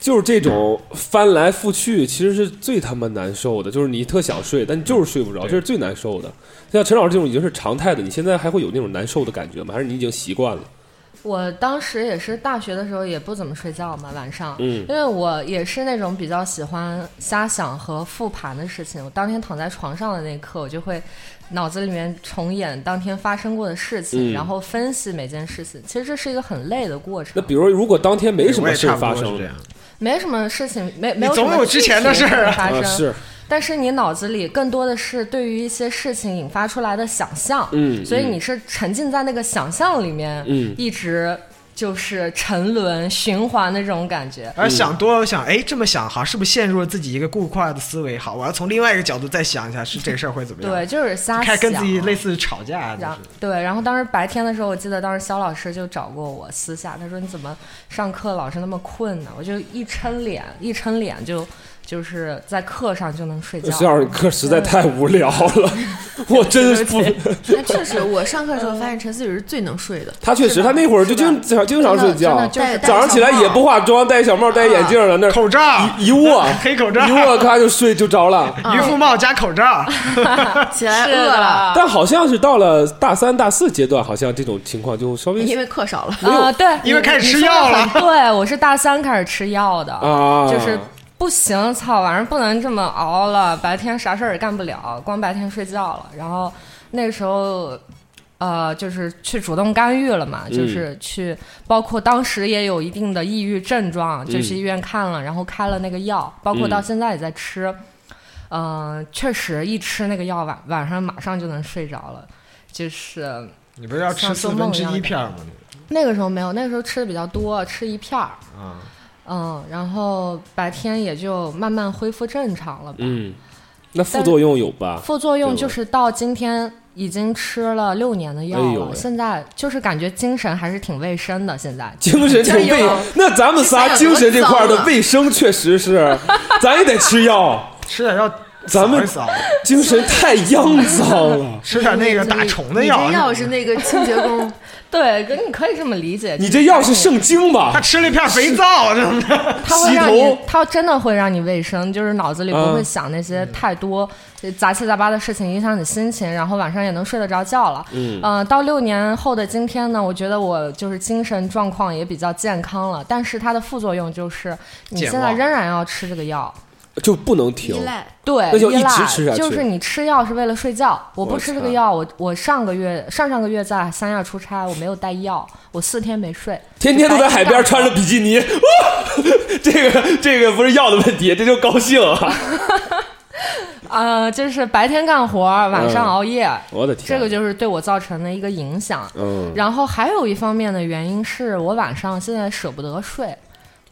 [SPEAKER 2] 就是这种翻来覆去，其实是最他妈难受的。就是你特想睡，但你就是睡不着，这是最难受的。像陈老师这种已经是常态的，你现在还会有那种难受的感觉吗？还是你已经习惯了？
[SPEAKER 5] 我当时也是大学的时候也不怎么睡觉嘛，晚上，
[SPEAKER 2] 嗯
[SPEAKER 5] 因为我也是那种比较喜欢瞎想和复盘的事情。我当天躺在床上的那一刻，我就会脑子里面重演当天发生过的事
[SPEAKER 2] 嗯
[SPEAKER 5] 情，然后分析每件事情。其实这是一个很累的过程。
[SPEAKER 2] 那比如如果当天没什
[SPEAKER 3] 我
[SPEAKER 2] 么
[SPEAKER 3] 也
[SPEAKER 2] 事
[SPEAKER 3] 差
[SPEAKER 2] 儿
[SPEAKER 3] 不
[SPEAKER 2] 发
[SPEAKER 3] 多是
[SPEAKER 2] 生
[SPEAKER 3] 这样，
[SPEAKER 5] 没什么事情，没没有
[SPEAKER 3] 你总
[SPEAKER 5] 什么
[SPEAKER 3] 有之
[SPEAKER 5] 具
[SPEAKER 3] 前
[SPEAKER 5] 体
[SPEAKER 3] 的事儿啊
[SPEAKER 5] 发生、
[SPEAKER 2] 啊，是
[SPEAKER 5] 但是你脑子里更多的是对于一些事情引发出来的想象，
[SPEAKER 2] 嗯
[SPEAKER 5] 所以你是沉浸在那个想象里面，
[SPEAKER 2] 嗯
[SPEAKER 5] 一直就是沉沦循环的这种感觉。
[SPEAKER 3] 而想多了想，哎，这么想好，是不是陷入了自己一个固化的思维？好，我要从另外一个角度再想一下，是这个事儿会怎么样？
[SPEAKER 5] 对，就是瞎
[SPEAKER 3] 啊开
[SPEAKER 5] 想。
[SPEAKER 3] 始跟自己类似吵架啊，就
[SPEAKER 5] 然后
[SPEAKER 3] 是。
[SPEAKER 5] 对，然后当时白天的时候，我记得当时肖老师就找过我私下，他说你怎么上课老是那么困呢？我就一抻脸，一抻脸就就是在课上就能睡觉。
[SPEAKER 2] 石老师，你课实在太无聊了，
[SPEAKER 3] (laughs)
[SPEAKER 2] 我真是不。
[SPEAKER 4] 那确实，我上课的时候发现陈思雨是最能睡的。
[SPEAKER 2] 他确
[SPEAKER 3] (laughs)
[SPEAKER 2] 实，他那会儿就经经常经常睡
[SPEAKER 5] 真的
[SPEAKER 2] 觉，
[SPEAKER 5] 就是
[SPEAKER 2] 哦早上起来也不化妆，戴小帽，戴眼镜了，那
[SPEAKER 3] 口罩，
[SPEAKER 2] 一一卧，
[SPEAKER 3] 啊 (laughs) 黑口罩
[SPEAKER 2] 一卧咔就睡就着了。
[SPEAKER 3] 渔夫帽加口罩，
[SPEAKER 4] 起来
[SPEAKER 5] 是
[SPEAKER 4] 饿
[SPEAKER 5] 的
[SPEAKER 4] 了，
[SPEAKER 2] 但好像是到了大三、大四阶段，好像这种情况就稍微
[SPEAKER 4] 因为课少了。
[SPEAKER 5] 啊、对，
[SPEAKER 3] 哎因为
[SPEAKER 5] 你
[SPEAKER 3] 开始
[SPEAKER 5] 你
[SPEAKER 3] 吃
[SPEAKER 5] 说
[SPEAKER 3] 药
[SPEAKER 5] 得
[SPEAKER 3] 了
[SPEAKER 5] 很对，我是大三开始吃药的，
[SPEAKER 2] 啊，
[SPEAKER 5] 就是不行，操，晚上不能这么熬了，白天啥事儿也干不了，光白天睡觉了。然后那时候，呃，就是去主动干预了嘛，就是去，包括当时也有一定的抑郁症状，就去医院看了，然后开了那个药，包括到现在也在吃。嗯、确实一吃那个药晚晚上马上就能睡着了，就是。
[SPEAKER 3] (laughs) 你不是要吃
[SPEAKER 5] 像
[SPEAKER 3] 四
[SPEAKER 5] 做
[SPEAKER 3] 分
[SPEAKER 5] 梦一
[SPEAKER 3] 之
[SPEAKER 5] 样
[SPEAKER 3] 一
[SPEAKER 5] 的
[SPEAKER 3] 片儿吗？
[SPEAKER 5] 那个时候没有，那个时候吃的比较多，吃一片儿，
[SPEAKER 3] 啊，
[SPEAKER 5] 嗯，然后白天也就慢慢恢复正常了吧。
[SPEAKER 2] 嗯，那副作用有吧？
[SPEAKER 5] 副作用
[SPEAKER 2] 对
[SPEAKER 5] 就是到今天已经吃了六年的药
[SPEAKER 2] 哎呦
[SPEAKER 5] 了，
[SPEAKER 2] 喂
[SPEAKER 5] 现在就是感觉精神还是挺卫生的。现在
[SPEAKER 2] 精神挺
[SPEAKER 4] 哎
[SPEAKER 2] 卫
[SPEAKER 4] 呦，
[SPEAKER 2] 那咱们仨精神这块儿的卫生确实是，咱也得吃药，
[SPEAKER 3] 吃点药，
[SPEAKER 2] 咱们
[SPEAKER 3] 扫一
[SPEAKER 2] 精神太肮脏了
[SPEAKER 3] 扫，。吃点那个打虫的
[SPEAKER 4] 你
[SPEAKER 3] 药
[SPEAKER 4] 这。药是那个清洁工，
[SPEAKER 3] (laughs)
[SPEAKER 5] 对，你可以这么理解。
[SPEAKER 2] 你这药是圣经
[SPEAKER 3] 他
[SPEAKER 2] 吧？
[SPEAKER 3] 吃了一片肥皂，真的。
[SPEAKER 5] 它会
[SPEAKER 2] 洗
[SPEAKER 5] 让
[SPEAKER 2] 头
[SPEAKER 5] 你，它真的会让你卫生，就是脑子里不会
[SPEAKER 2] 嗯
[SPEAKER 5] 想那些太多呃杂七杂八的事情，影响你心情，然后晚上也能睡得着觉了。嗯，呃，到六年后的今天呢，我觉得我就是精神状况也比较健康了，但是它的副作用就是你
[SPEAKER 3] 健
[SPEAKER 5] 现在
[SPEAKER 3] 忘
[SPEAKER 5] 仍然要吃这个药。
[SPEAKER 2] 就不能停
[SPEAKER 4] 依。赖。
[SPEAKER 5] 对，
[SPEAKER 2] 那就
[SPEAKER 5] 依
[SPEAKER 2] 一直
[SPEAKER 5] 赖
[SPEAKER 2] 吃下去
[SPEAKER 5] 就是你吃药是为了睡觉，我不
[SPEAKER 2] 我
[SPEAKER 5] 吃这
[SPEAKER 2] 操
[SPEAKER 5] 个药，我我上个月上上个月在三亚出差，我没有带药，我四天没睡，
[SPEAKER 2] 天天都在海边穿着
[SPEAKER 5] 就白
[SPEAKER 2] 比基尼，哇！ (laughs) 这个这个不是药的问题，这就高兴啊！
[SPEAKER 5] 天干活，呃，就是白天干活，晚上
[SPEAKER 2] 嗯啊
[SPEAKER 5] 熬夜，
[SPEAKER 2] 我的天，
[SPEAKER 5] 这个就是对我造成的一个影响。
[SPEAKER 2] 嗯，
[SPEAKER 5] 然后还有一方面的原因是我晚上现在舍不得睡，呃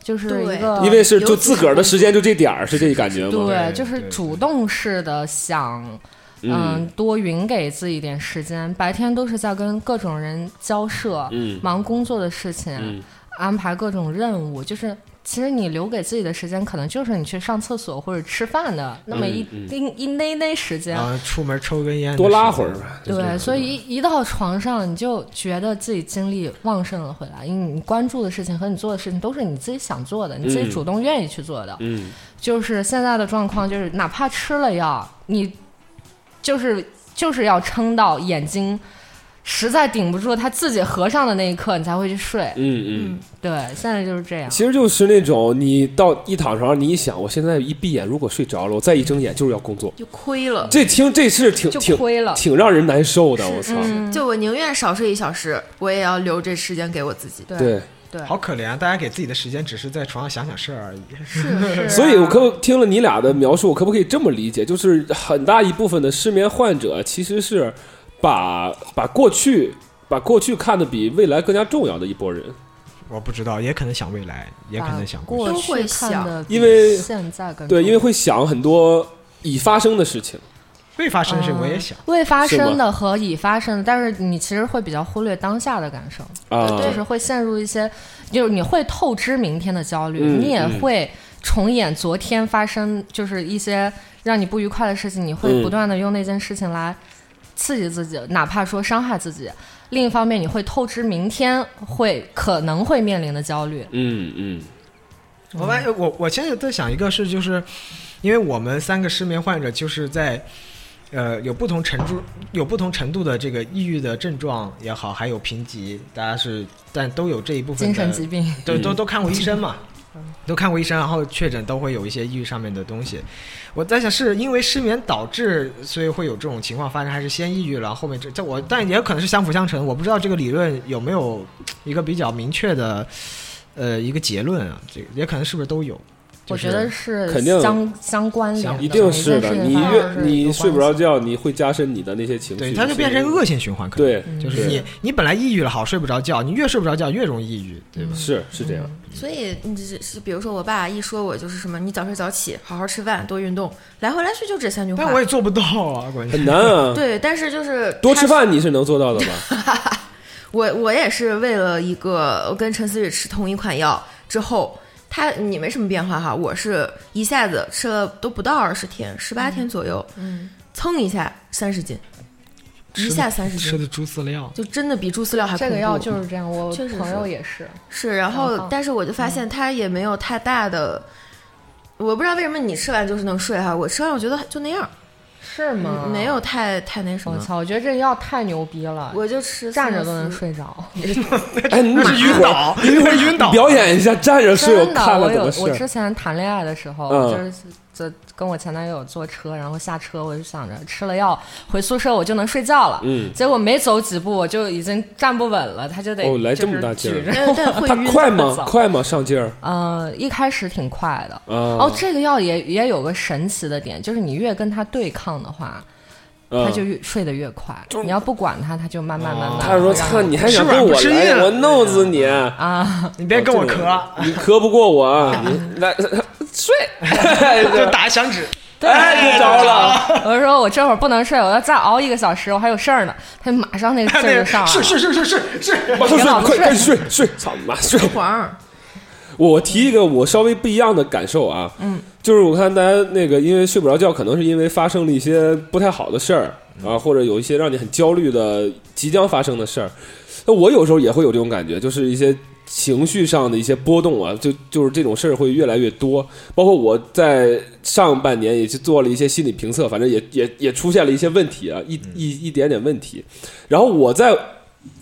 [SPEAKER 5] 就是
[SPEAKER 4] 对
[SPEAKER 5] 一个
[SPEAKER 2] 因为是就自个儿的时间就这点儿，是这感觉吗？
[SPEAKER 5] 对，
[SPEAKER 3] 对
[SPEAKER 5] 就是
[SPEAKER 3] 对
[SPEAKER 5] 主动式的想，嗯，多匀给自己一点时间。白天都是在跟各种人交涉，
[SPEAKER 2] 嗯
[SPEAKER 5] 忙工作的事情，
[SPEAKER 2] 嗯
[SPEAKER 5] 安排各种任务，就是。其实你留给自己的时间，可能就是你去上厕所或者吃饭的那么一
[SPEAKER 2] 嗯嗯
[SPEAKER 5] 丁、一那那时间。
[SPEAKER 3] 啊，出门抽根烟，
[SPEAKER 2] 多拉会儿。吧。
[SPEAKER 5] 对，所以一一到床上，你就觉得自己精力旺盛了回来，因为你关注的事情和你做的事情都是你自己想做的，你自己
[SPEAKER 2] 嗯
[SPEAKER 5] 主动愿意去做的。
[SPEAKER 2] 嗯，
[SPEAKER 5] 就是现在的状况，就是哪怕吃了药，你就是就是要撑到眼睛实在顶不住，它自己合上的那一刻，你才会去睡。
[SPEAKER 2] 嗯嗯，
[SPEAKER 5] 对，现在就是这样。
[SPEAKER 2] 其实就是那种你到一躺床，你一想，我现在一闭眼，如果睡着了，我再一睁眼就是要工作，
[SPEAKER 4] 就亏了。
[SPEAKER 2] 这听这是挺
[SPEAKER 5] 就
[SPEAKER 2] 挺
[SPEAKER 5] 亏了
[SPEAKER 2] 挺让人难受的。我
[SPEAKER 4] 是嗯
[SPEAKER 2] 操，
[SPEAKER 4] 是，就我宁愿少睡一小时，我也要留这时间给我自己。
[SPEAKER 5] 对
[SPEAKER 2] 对，
[SPEAKER 5] 对，
[SPEAKER 3] 好可怜啊！大家给自己的时间只是在床上想想事儿而已。
[SPEAKER 5] 是是啊
[SPEAKER 2] 所以我可听了你俩的描述，我可不可以这么理解？就是很大一部分的失眠患者其实是把把过去把过去看得比未来更加重要的一拨人，
[SPEAKER 3] 我不知道，也可能想未来，也可能想
[SPEAKER 5] 把
[SPEAKER 3] 过去。
[SPEAKER 5] 过
[SPEAKER 4] 都会
[SPEAKER 5] 去看的，
[SPEAKER 2] 因为
[SPEAKER 5] 现在更
[SPEAKER 2] 对，
[SPEAKER 5] 重
[SPEAKER 2] 因为会想很多已发生的事情。
[SPEAKER 3] 未发生的事
[SPEAKER 5] 嗯
[SPEAKER 3] 我也想，
[SPEAKER 5] 未发
[SPEAKER 2] 是
[SPEAKER 5] 生的和已发生的，但是你其实会比较忽略当下的感受，
[SPEAKER 2] 啊，
[SPEAKER 5] 就是会陷入一些，就是你会透支明天的焦虑，
[SPEAKER 2] 嗯
[SPEAKER 5] 你也
[SPEAKER 2] 嗯
[SPEAKER 5] 会重演昨天发生，就是一些让你不愉快的事情，你会
[SPEAKER 2] 嗯
[SPEAKER 5] 不断的用那件事情来刺激自己，哪怕说伤害自己。另一方面，你会透支明天会可能会面临的焦虑，
[SPEAKER 2] 嗯嗯
[SPEAKER 3] 我发
[SPEAKER 5] 嗯
[SPEAKER 3] 现我我现在在想一个事，就是因为我们三个失眠患者就是在。呃，有不同程度，有不同程度的这个抑郁的症状也好，还有贫瘠，大家是，但都有这一部分
[SPEAKER 5] 精
[SPEAKER 3] 的
[SPEAKER 5] 神疾病。
[SPEAKER 3] 都都
[SPEAKER 2] 嗯
[SPEAKER 3] 都看过医生嘛， (laughs) 都看过医生，然后确诊都会有一些抑郁上面的东西。我在想，是因为失眠导致，所以会有这种情况发生，还是先抑郁了，后面这这我，但也有可能是相辅相成。我不知道这个理论有没有一个比较明确的，呃，一个结论啊，这个也可能是不是都有。就
[SPEAKER 5] 我
[SPEAKER 3] 是、
[SPEAKER 5] 觉得是
[SPEAKER 2] 肯定
[SPEAKER 5] 相相关联的，
[SPEAKER 2] 一定
[SPEAKER 5] 每件
[SPEAKER 2] 是的。
[SPEAKER 5] 事
[SPEAKER 2] 你
[SPEAKER 5] 情
[SPEAKER 2] 越
[SPEAKER 5] 发生
[SPEAKER 2] 你睡不着
[SPEAKER 5] 是有关系
[SPEAKER 2] 觉，你会加深你的那些情绪，
[SPEAKER 3] 对，它就变成一个恶性循环，可能
[SPEAKER 2] 对，
[SPEAKER 5] 嗯
[SPEAKER 3] 就是你你本来抑郁了，好睡不着觉，你越睡不着觉越容易抑郁，对吧？
[SPEAKER 2] 是是这
[SPEAKER 5] 嗯
[SPEAKER 2] 样，
[SPEAKER 4] 所以你只是是，比如说我爸一说我就是什么，你早睡早起，好好吃饭，多运动，来回来去就这三句话
[SPEAKER 3] 但。我也做不到啊，关键
[SPEAKER 2] 很难啊。
[SPEAKER 4] 对，但是就是
[SPEAKER 2] 多吃
[SPEAKER 4] 他
[SPEAKER 2] 饭你是能做到
[SPEAKER 5] (laughs)
[SPEAKER 2] 的吧？
[SPEAKER 4] 我我也是为了一个我跟陈思雨吃同一款药之后，他你没什么变化哈，我是一下子吃了都不到二十天，十八天左右，
[SPEAKER 5] 嗯，
[SPEAKER 4] 蹭一下三十斤，一下三十
[SPEAKER 3] 吃
[SPEAKER 4] 斤，
[SPEAKER 3] 的猪饲料，
[SPEAKER 4] 就真的比猪饲料还恐
[SPEAKER 5] 这
[SPEAKER 4] 怖。
[SPEAKER 5] 个药就是这样，我
[SPEAKER 4] 确实
[SPEAKER 5] 朋
[SPEAKER 4] 是
[SPEAKER 5] 友也是，
[SPEAKER 4] 是，然
[SPEAKER 5] 很
[SPEAKER 4] 后
[SPEAKER 5] 棒
[SPEAKER 4] 但是我就
[SPEAKER 5] 嗯
[SPEAKER 4] 发现它也没有太大的，我不知道为什么你吃完就是能睡哈，我吃完我觉得就那样，
[SPEAKER 5] 是吗？
[SPEAKER 4] 没有太太那什
[SPEAKER 5] 嗯我
[SPEAKER 4] 么，
[SPEAKER 5] 操！我觉得这药太牛逼了，
[SPEAKER 4] 我就吃
[SPEAKER 5] 站着
[SPEAKER 4] 三
[SPEAKER 5] 都能
[SPEAKER 4] 四
[SPEAKER 5] 睡着。
[SPEAKER 2] (laughs) 哎，你
[SPEAKER 3] 那是晕倒，
[SPEAKER 2] 你一会儿
[SPEAKER 3] 晕倒
[SPEAKER 2] 你表演一下站着睡，
[SPEAKER 5] 真的，
[SPEAKER 2] 看了
[SPEAKER 5] 我
[SPEAKER 2] 怎
[SPEAKER 5] 有
[SPEAKER 2] 么
[SPEAKER 5] 我
[SPEAKER 2] 睡
[SPEAKER 5] 之前谈恋爱的时候，
[SPEAKER 2] 嗯
[SPEAKER 5] 就是就跟我前男友坐车，然后下车我就想着吃了药回宿舍我就能睡觉了。
[SPEAKER 2] 嗯
[SPEAKER 5] 结果没走几步我就已经站不稳了，他就得
[SPEAKER 2] 哦来这
[SPEAKER 5] 就
[SPEAKER 2] 么
[SPEAKER 5] 是
[SPEAKER 2] 大劲儿
[SPEAKER 5] 举着
[SPEAKER 4] 但但
[SPEAKER 2] (laughs)
[SPEAKER 4] 会
[SPEAKER 2] 他
[SPEAKER 4] 晕
[SPEAKER 2] 快
[SPEAKER 5] 得
[SPEAKER 2] 吗？
[SPEAKER 5] 早
[SPEAKER 2] 快吗？上劲儿
[SPEAKER 5] 呃，一开始挺快的。
[SPEAKER 2] 啊
[SPEAKER 5] 哦，！这个药也也有个神奇的点，就是你越跟它对抗的话，
[SPEAKER 2] 嗯
[SPEAKER 5] 它就越睡得越快。
[SPEAKER 2] 就是
[SPEAKER 5] 你要不管它，它就慢慢慢慢。
[SPEAKER 2] 他说：“
[SPEAKER 5] 然后
[SPEAKER 2] 操，你还想跟我
[SPEAKER 3] 吃软不吃硬
[SPEAKER 2] 来？我弄死你！
[SPEAKER 5] 啊，
[SPEAKER 3] 你别
[SPEAKER 2] 哦
[SPEAKER 3] 跟我咳啊，
[SPEAKER 2] 你咳不过我啊，
[SPEAKER 5] 嗯
[SPEAKER 2] 你来 (laughs) 睡，
[SPEAKER 3] (laughs) 就打响指。
[SPEAKER 2] 哎，着了，
[SPEAKER 5] 我就说我这会儿不能睡，我要再熬一个小时，我还有事儿呢。他就马上那个劲儿就上来
[SPEAKER 3] 是
[SPEAKER 5] 了。
[SPEAKER 3] 是是是是是，
[SPEAKER 2] 马上睡，
[SPEAKER 5] 老
[SPEAKER 2] 快
[SPEAKER 5] 睡
[SPEAKER 2] 快睡睡，操你妈睡！
[SPEAKER 4] 黄，
[SPEAKER 2] 我提一个我稍微不一样的感受啊，嗯，就是我看大家那个因为睡不着觉，可能是因为发生了一些不太好的事儿啊，或者有一些让你很焦虑的即将发生的事儿。那我有时候也会有这种感觉，就是一些情绪上的一些波动啊，就就是这种事儿会越来越多。包括我在上半年也去做了一些心理评测，反正也也也出现了一些问题啊，一一一点点问题。然后我在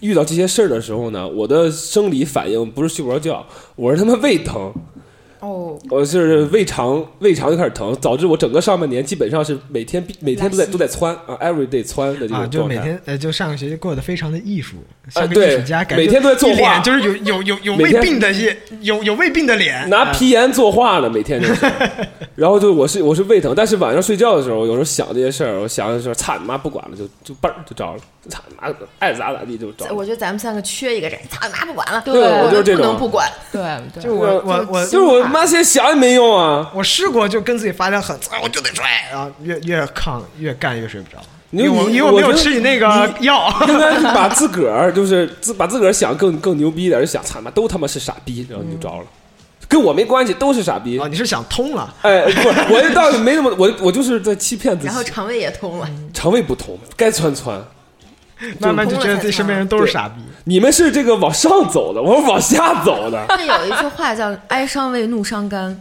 [SPEAKER 2] 遇到这些事儿的时候呢，我的生理反应不是睡不着觉，我是他妈胃疼， (laughs)
[SPEAKER 4] 哦，
[SPEAKER 2] 我是胃肠胃肠就开始疼，导致我整个上半年基本上是每天必每天都在
[SPEAKER 5] 拉稀
[SPEAKER 2] 都在窜啊，every day 窜的这
[SPEAKER 3] 啊，
[SPEAKER 2] 种
[SPEAKER 3] 就
[SPEAKER 2] 状
[SPEAKER 3] 每
[SPEAKER 2] 态。
[SPEAKER 3] 天呃，就上个学期过得非常的艺术，
[SPEAKER 2] 啊
[SPEAKER 3] 像个
[SPEAKER 2] 对
[SPEAKER 3] 艺术家，感觉
[SPEAKER 2] 每天都在作
[SPEAKER 3] 一脸
[SPEAKER 2] 画
[SPEAKER 3] 就是有有有有
[SPEAKER 2] 每
[SPEAKER 3] 胃
[SPEAKER 2] 天
[SPEAKER 3] 病的一有有胃病的脸，
[SPEAKER 2] 拿
[SPEAKER 3] 啊
[SPEAKER 2] 皮炎作画呢，每天就是，
[SPEAKER 3] (laughs)
[SPEAKER 2] 然后就我是我是胃疼，但是晚上睡觉的时候，有时候想这些事儿，我想的时候，操你妈不管了，就就嘣儿就着了，操你妈爱咋咋地就着了，
[SPEAKER 4] 我觉得咱们三个缺一个人，操你妈不管了，
[SPEAKER 5] 对我
[SPEAKER 2] 就是这
[SPEAKER 4] 不
[SPEAKER 2] 种
[SPEAKER 4] 能不管，
[SPEAKER 5] 对对，
[SPEAKER 3] 就我我我
[SPEAKER 2] 就是我妈现在想也没用啊，
[SPEAKER 3] 我试过就跟自己发条狠，啊我就得睡，然后越越抗越干越睡不着，
[SPEAKER 2] 你
[SPEAKER 3] 因为
[SPEAKER 2] 你
[SPEAKER 3] 我因为
[SPEAKER 2] 我
[SPEAKER 3] 没
[SPEAKER 2] 觉
[SPEAKER 3] 有
[SPEAKER 2] 得
[SPEAKER 3] 吃你那个药，
[SPEAKER 2] (laughs) 应该是把自个儿就是自把自个儿想更更牛逼一点，就想操你妈都他妈是傻逼，然后你就着了，跟我没关系，都是傻逼
[SPEAKER 3] 嗯哦，，你是想通了，
[SPEAKER 2] 哎，不是，我这倒是没那么，我我就是在欺骗自
[SPEAKER 4] 然后
[SPEAKER 2] 己，
[SPEAKER 4] 肠胃也通了，
[SPEAKER 5] 嗯
[SPEAKER 2] 肠胃不通，该窜窜。
[SPEAKER 3] 慢慢就觉得自己身边人都是
[SPEAKER 2] 对
[SPEAKER 3] 傻逼，
[SPEAKER 2] 你们是这个往上走的，我是往下走的。
[SPEAKER 4] 那有一句话叫“哀伤为怒伤肝”，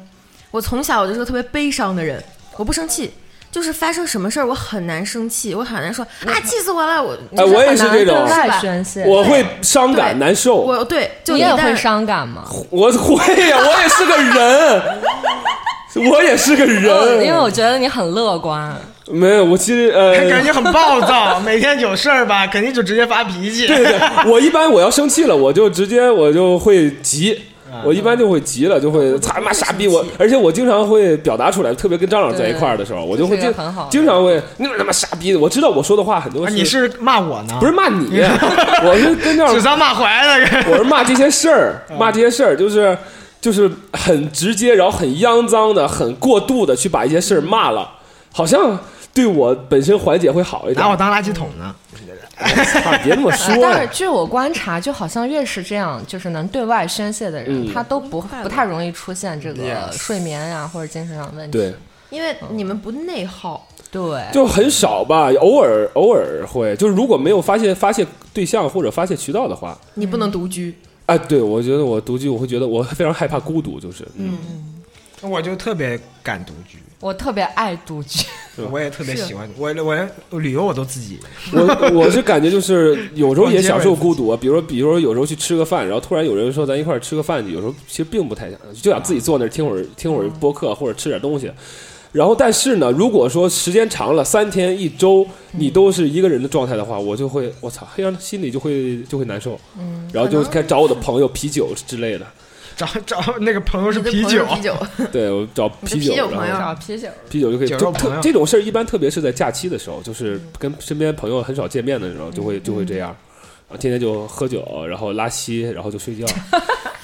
[SPEAKER 4] 我从小我就是个特别悲伤的人，我不生气，就是发生什么事儿我很难生气，我很难说啊气死我了，我
[SPEAKER 2] 哎，我也是这
[SPEAKER 5] 对
[SPEAKER 2] 种，
[SPEAKER 5] 外宣泄，
[SPEAKER 2] 我会伤感
[SPEAKER 4] 对
[SPEAKER 2] 难受，我
[SPEAKER 4] 我对，就
[SPEAKER 5] 哦你
[SPEAKER 4] 一
[SPEAKER 5] 也
[SPEAKER 4] 旦
[SPEAKER 5] 会伤感吗？
[SPEAKER 2] 我会呀、我也是个人，我也是个
[SPEAKER 5] 哦因为
[SPEAKER 2] 人。
[SPEAKER 5] 我觉得你很乐观，
[SPEAKER 2] 没有，我其实
[SPEAKER 3] 感
[SPEAKER 2] 呃，
[SPEAKER 3] 觉很暴躁，每天有事儿吧， (laughs) 肯定就直接发脾气，
[SPEAKER 2] (laughs)
[SPEAKER 3] 啊
[SPEAKER 2] 对对，我一般我要生气了，我就直接我就会急，我一般就会急了，就会操他妈傻逼我，而且我经常会表达出来，特别跟张老师在一块儿的时候，我就会
[SPEAKER 5] 这
[SPEAKER 2] 经
[SPEAKER 5] 是一个很好的
[SPEAKER 2] 经常会你他妈傻逼，我知道我说的话很多
[SPEAKER 3] 啊
[SPEAKER 2] 是
[SPEAKER 3] 你是骂我呢？
[SPEAKER 2] 不是骂你，我是跟张老
[SPEAKER 3] 指
[SPEAKER 2] 师，
[SPEAKER 3] 桑骂槐的，
[SPEAKER 2] 我是骂这些事儿，骂这些事儿就是。就是很直接，然后很肮脏的、很过度的去把一些事儿骂了，好像对我本身缓解会好一点
[SPEAKER 3] 拿。我当垃圾桶呢。
[SPEAKER 2] 操别那么说
[SPEAKER 5] 啊但
[SPEAKER 2] 呀
[SPEAKER 5] 是！据我观察，就好像越是这样，就是能对外宣泄的人，
[SPEAKER 2] 嗯
[SPEAKER 5] 他都不不太容易出现这个
[SPEAKER 3] Yes
[SPEAKER 5] 睡眠呀、或者精神上的问
[SPEAKER 2] (laughs)
[SPEAKER 5] 题。
[SPEAKER 2] 对，
[SPEAKER 4] 因为你们不内耗，
[SPEAKER 5] 对，
[SPEAKER 2] 就很少吧，偶尔偶尔会，就是如果没有发泄发泄对象或者发泄渠道的话，
[SPEAKER 4] 你不能独
[SPEAKER 5] 嗯
[SPEAKER 4] 居。
[SPEAKER 2] 啊，对我觉得我独居，我会觉得我非常害怕孤独，就是，嗯，
[SPEAKER 3] 我就特别敢独居，
[SPEAKER 5] 我特别爱独 (laughs) 居，
[SPEAKER 3] 我也特别喜欢，我我连旅游我都自己。
[SPEAKER 2] 我我是感觉 (laughs) 就是有时候也享受孤独啊，比如说比如说有时候去吃个饭，然后突然有人说咱一块儿吃个饭去，有时候其实并不太想，就想自己坐那儿听会儿听会儿播客或者吃点东西。然后，但是呢，如果说时间长了，三天一周，你都是一个人的状态的话，我就会，我操，黑羊心里就会就会难受，嗯，然后就开始找我的朋友啤酒之 (laughs) 类的，
[SPEAKER 3] 找 (laughs) 找那个朋友是
[SPEAKER 4] 你的
[SPEAKER 3] 啤
[SPEAKER 4] 朋友
[SPEAKER 3] 酒
[SPEAKER 4] 是，啤酒，
[SPEAKER 2] 对我找
[SPEAKER 4] 你的
[SPEAKER 2] 啤酒，
[SPEAKER 4] 啤酒
[SPEAKER 2] 然后
[SPEAKER 4] 朋友
[SPEAKER 5] 找啤酒。
[SPEAKER 2] 啤酒就可以。
[SPEAKER 3] 酒
[SPEAKER 2] 就
[SPEAKER 3] 肉朋
[SPEAKER 2] 特
[SPEAKER 3] 友嗯
[SPEAKER 2] 这种事儿，一般特别是在假期的时候，就是跟身边朋友很少见面的时候，就会就会这样，然后天天就喝酒，然后拉稀，然后就
[SPEAKER 3] (laughs)
[SPEAKER 2] 睡觉，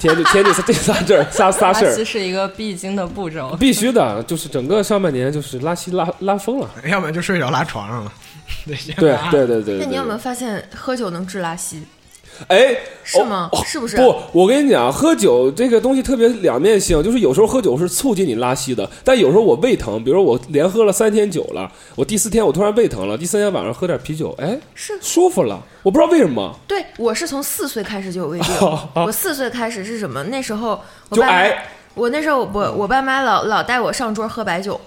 [SPEAKER 2] 天天就天天就这仨事儿，仨仨事
[SPEAKER 5] 垃圾
[SPEAKER 2] 儿，
[SPEAKER 5] 是一个必经的
[SPEAKER 2] (laughs)
[SPEAKER 5] 步骤。
[SPEAKER 2] 必须的，就是整个上半年就是拉稀拉拉疯
[SPEAKER 3] (laughs)
[SPEAKER 2] 了。
[SPEAKER 3] 要不然就睡着拉床上了。 (laughs) 对
[SPEAKER 2] 对对对 (laughs) 对。
[SPEAKER 4] 那你有没有
[SPEAKER 2] 对
[SPEAKER 4] 发现喝酒能治拉稀？
[SPEAKER 2] 哎？
[SPEAKER 4] 是吗
[SPEAKER 2] 哦哦
[SPEAKER 4] 是不是
[SPEAKER 2] 不，我跟你讲，喝酒这个东西特别两面性，就是有时候喝酒是促进你拉稀的，但有时候我胃疼，比如说我连喝了三天酒了，我第四天我突然胃疼了，第三天晚上喝点啤酒，哎，
[SPEAKER 4] 是
[SPEAKER 2] 舒服了，我不知道为什么。。
[SPEAKER 4] 对，我是从四岁开始就有胃病我四岁开始是什么？那时候我
[SPEAKER 2] 哦就哎
[SPEAKER 4] 爸妈
[SPEAKER 2] 挨，
[SPEAKER 4] 我那时候我我爸妈老老带我上桌喝白酒，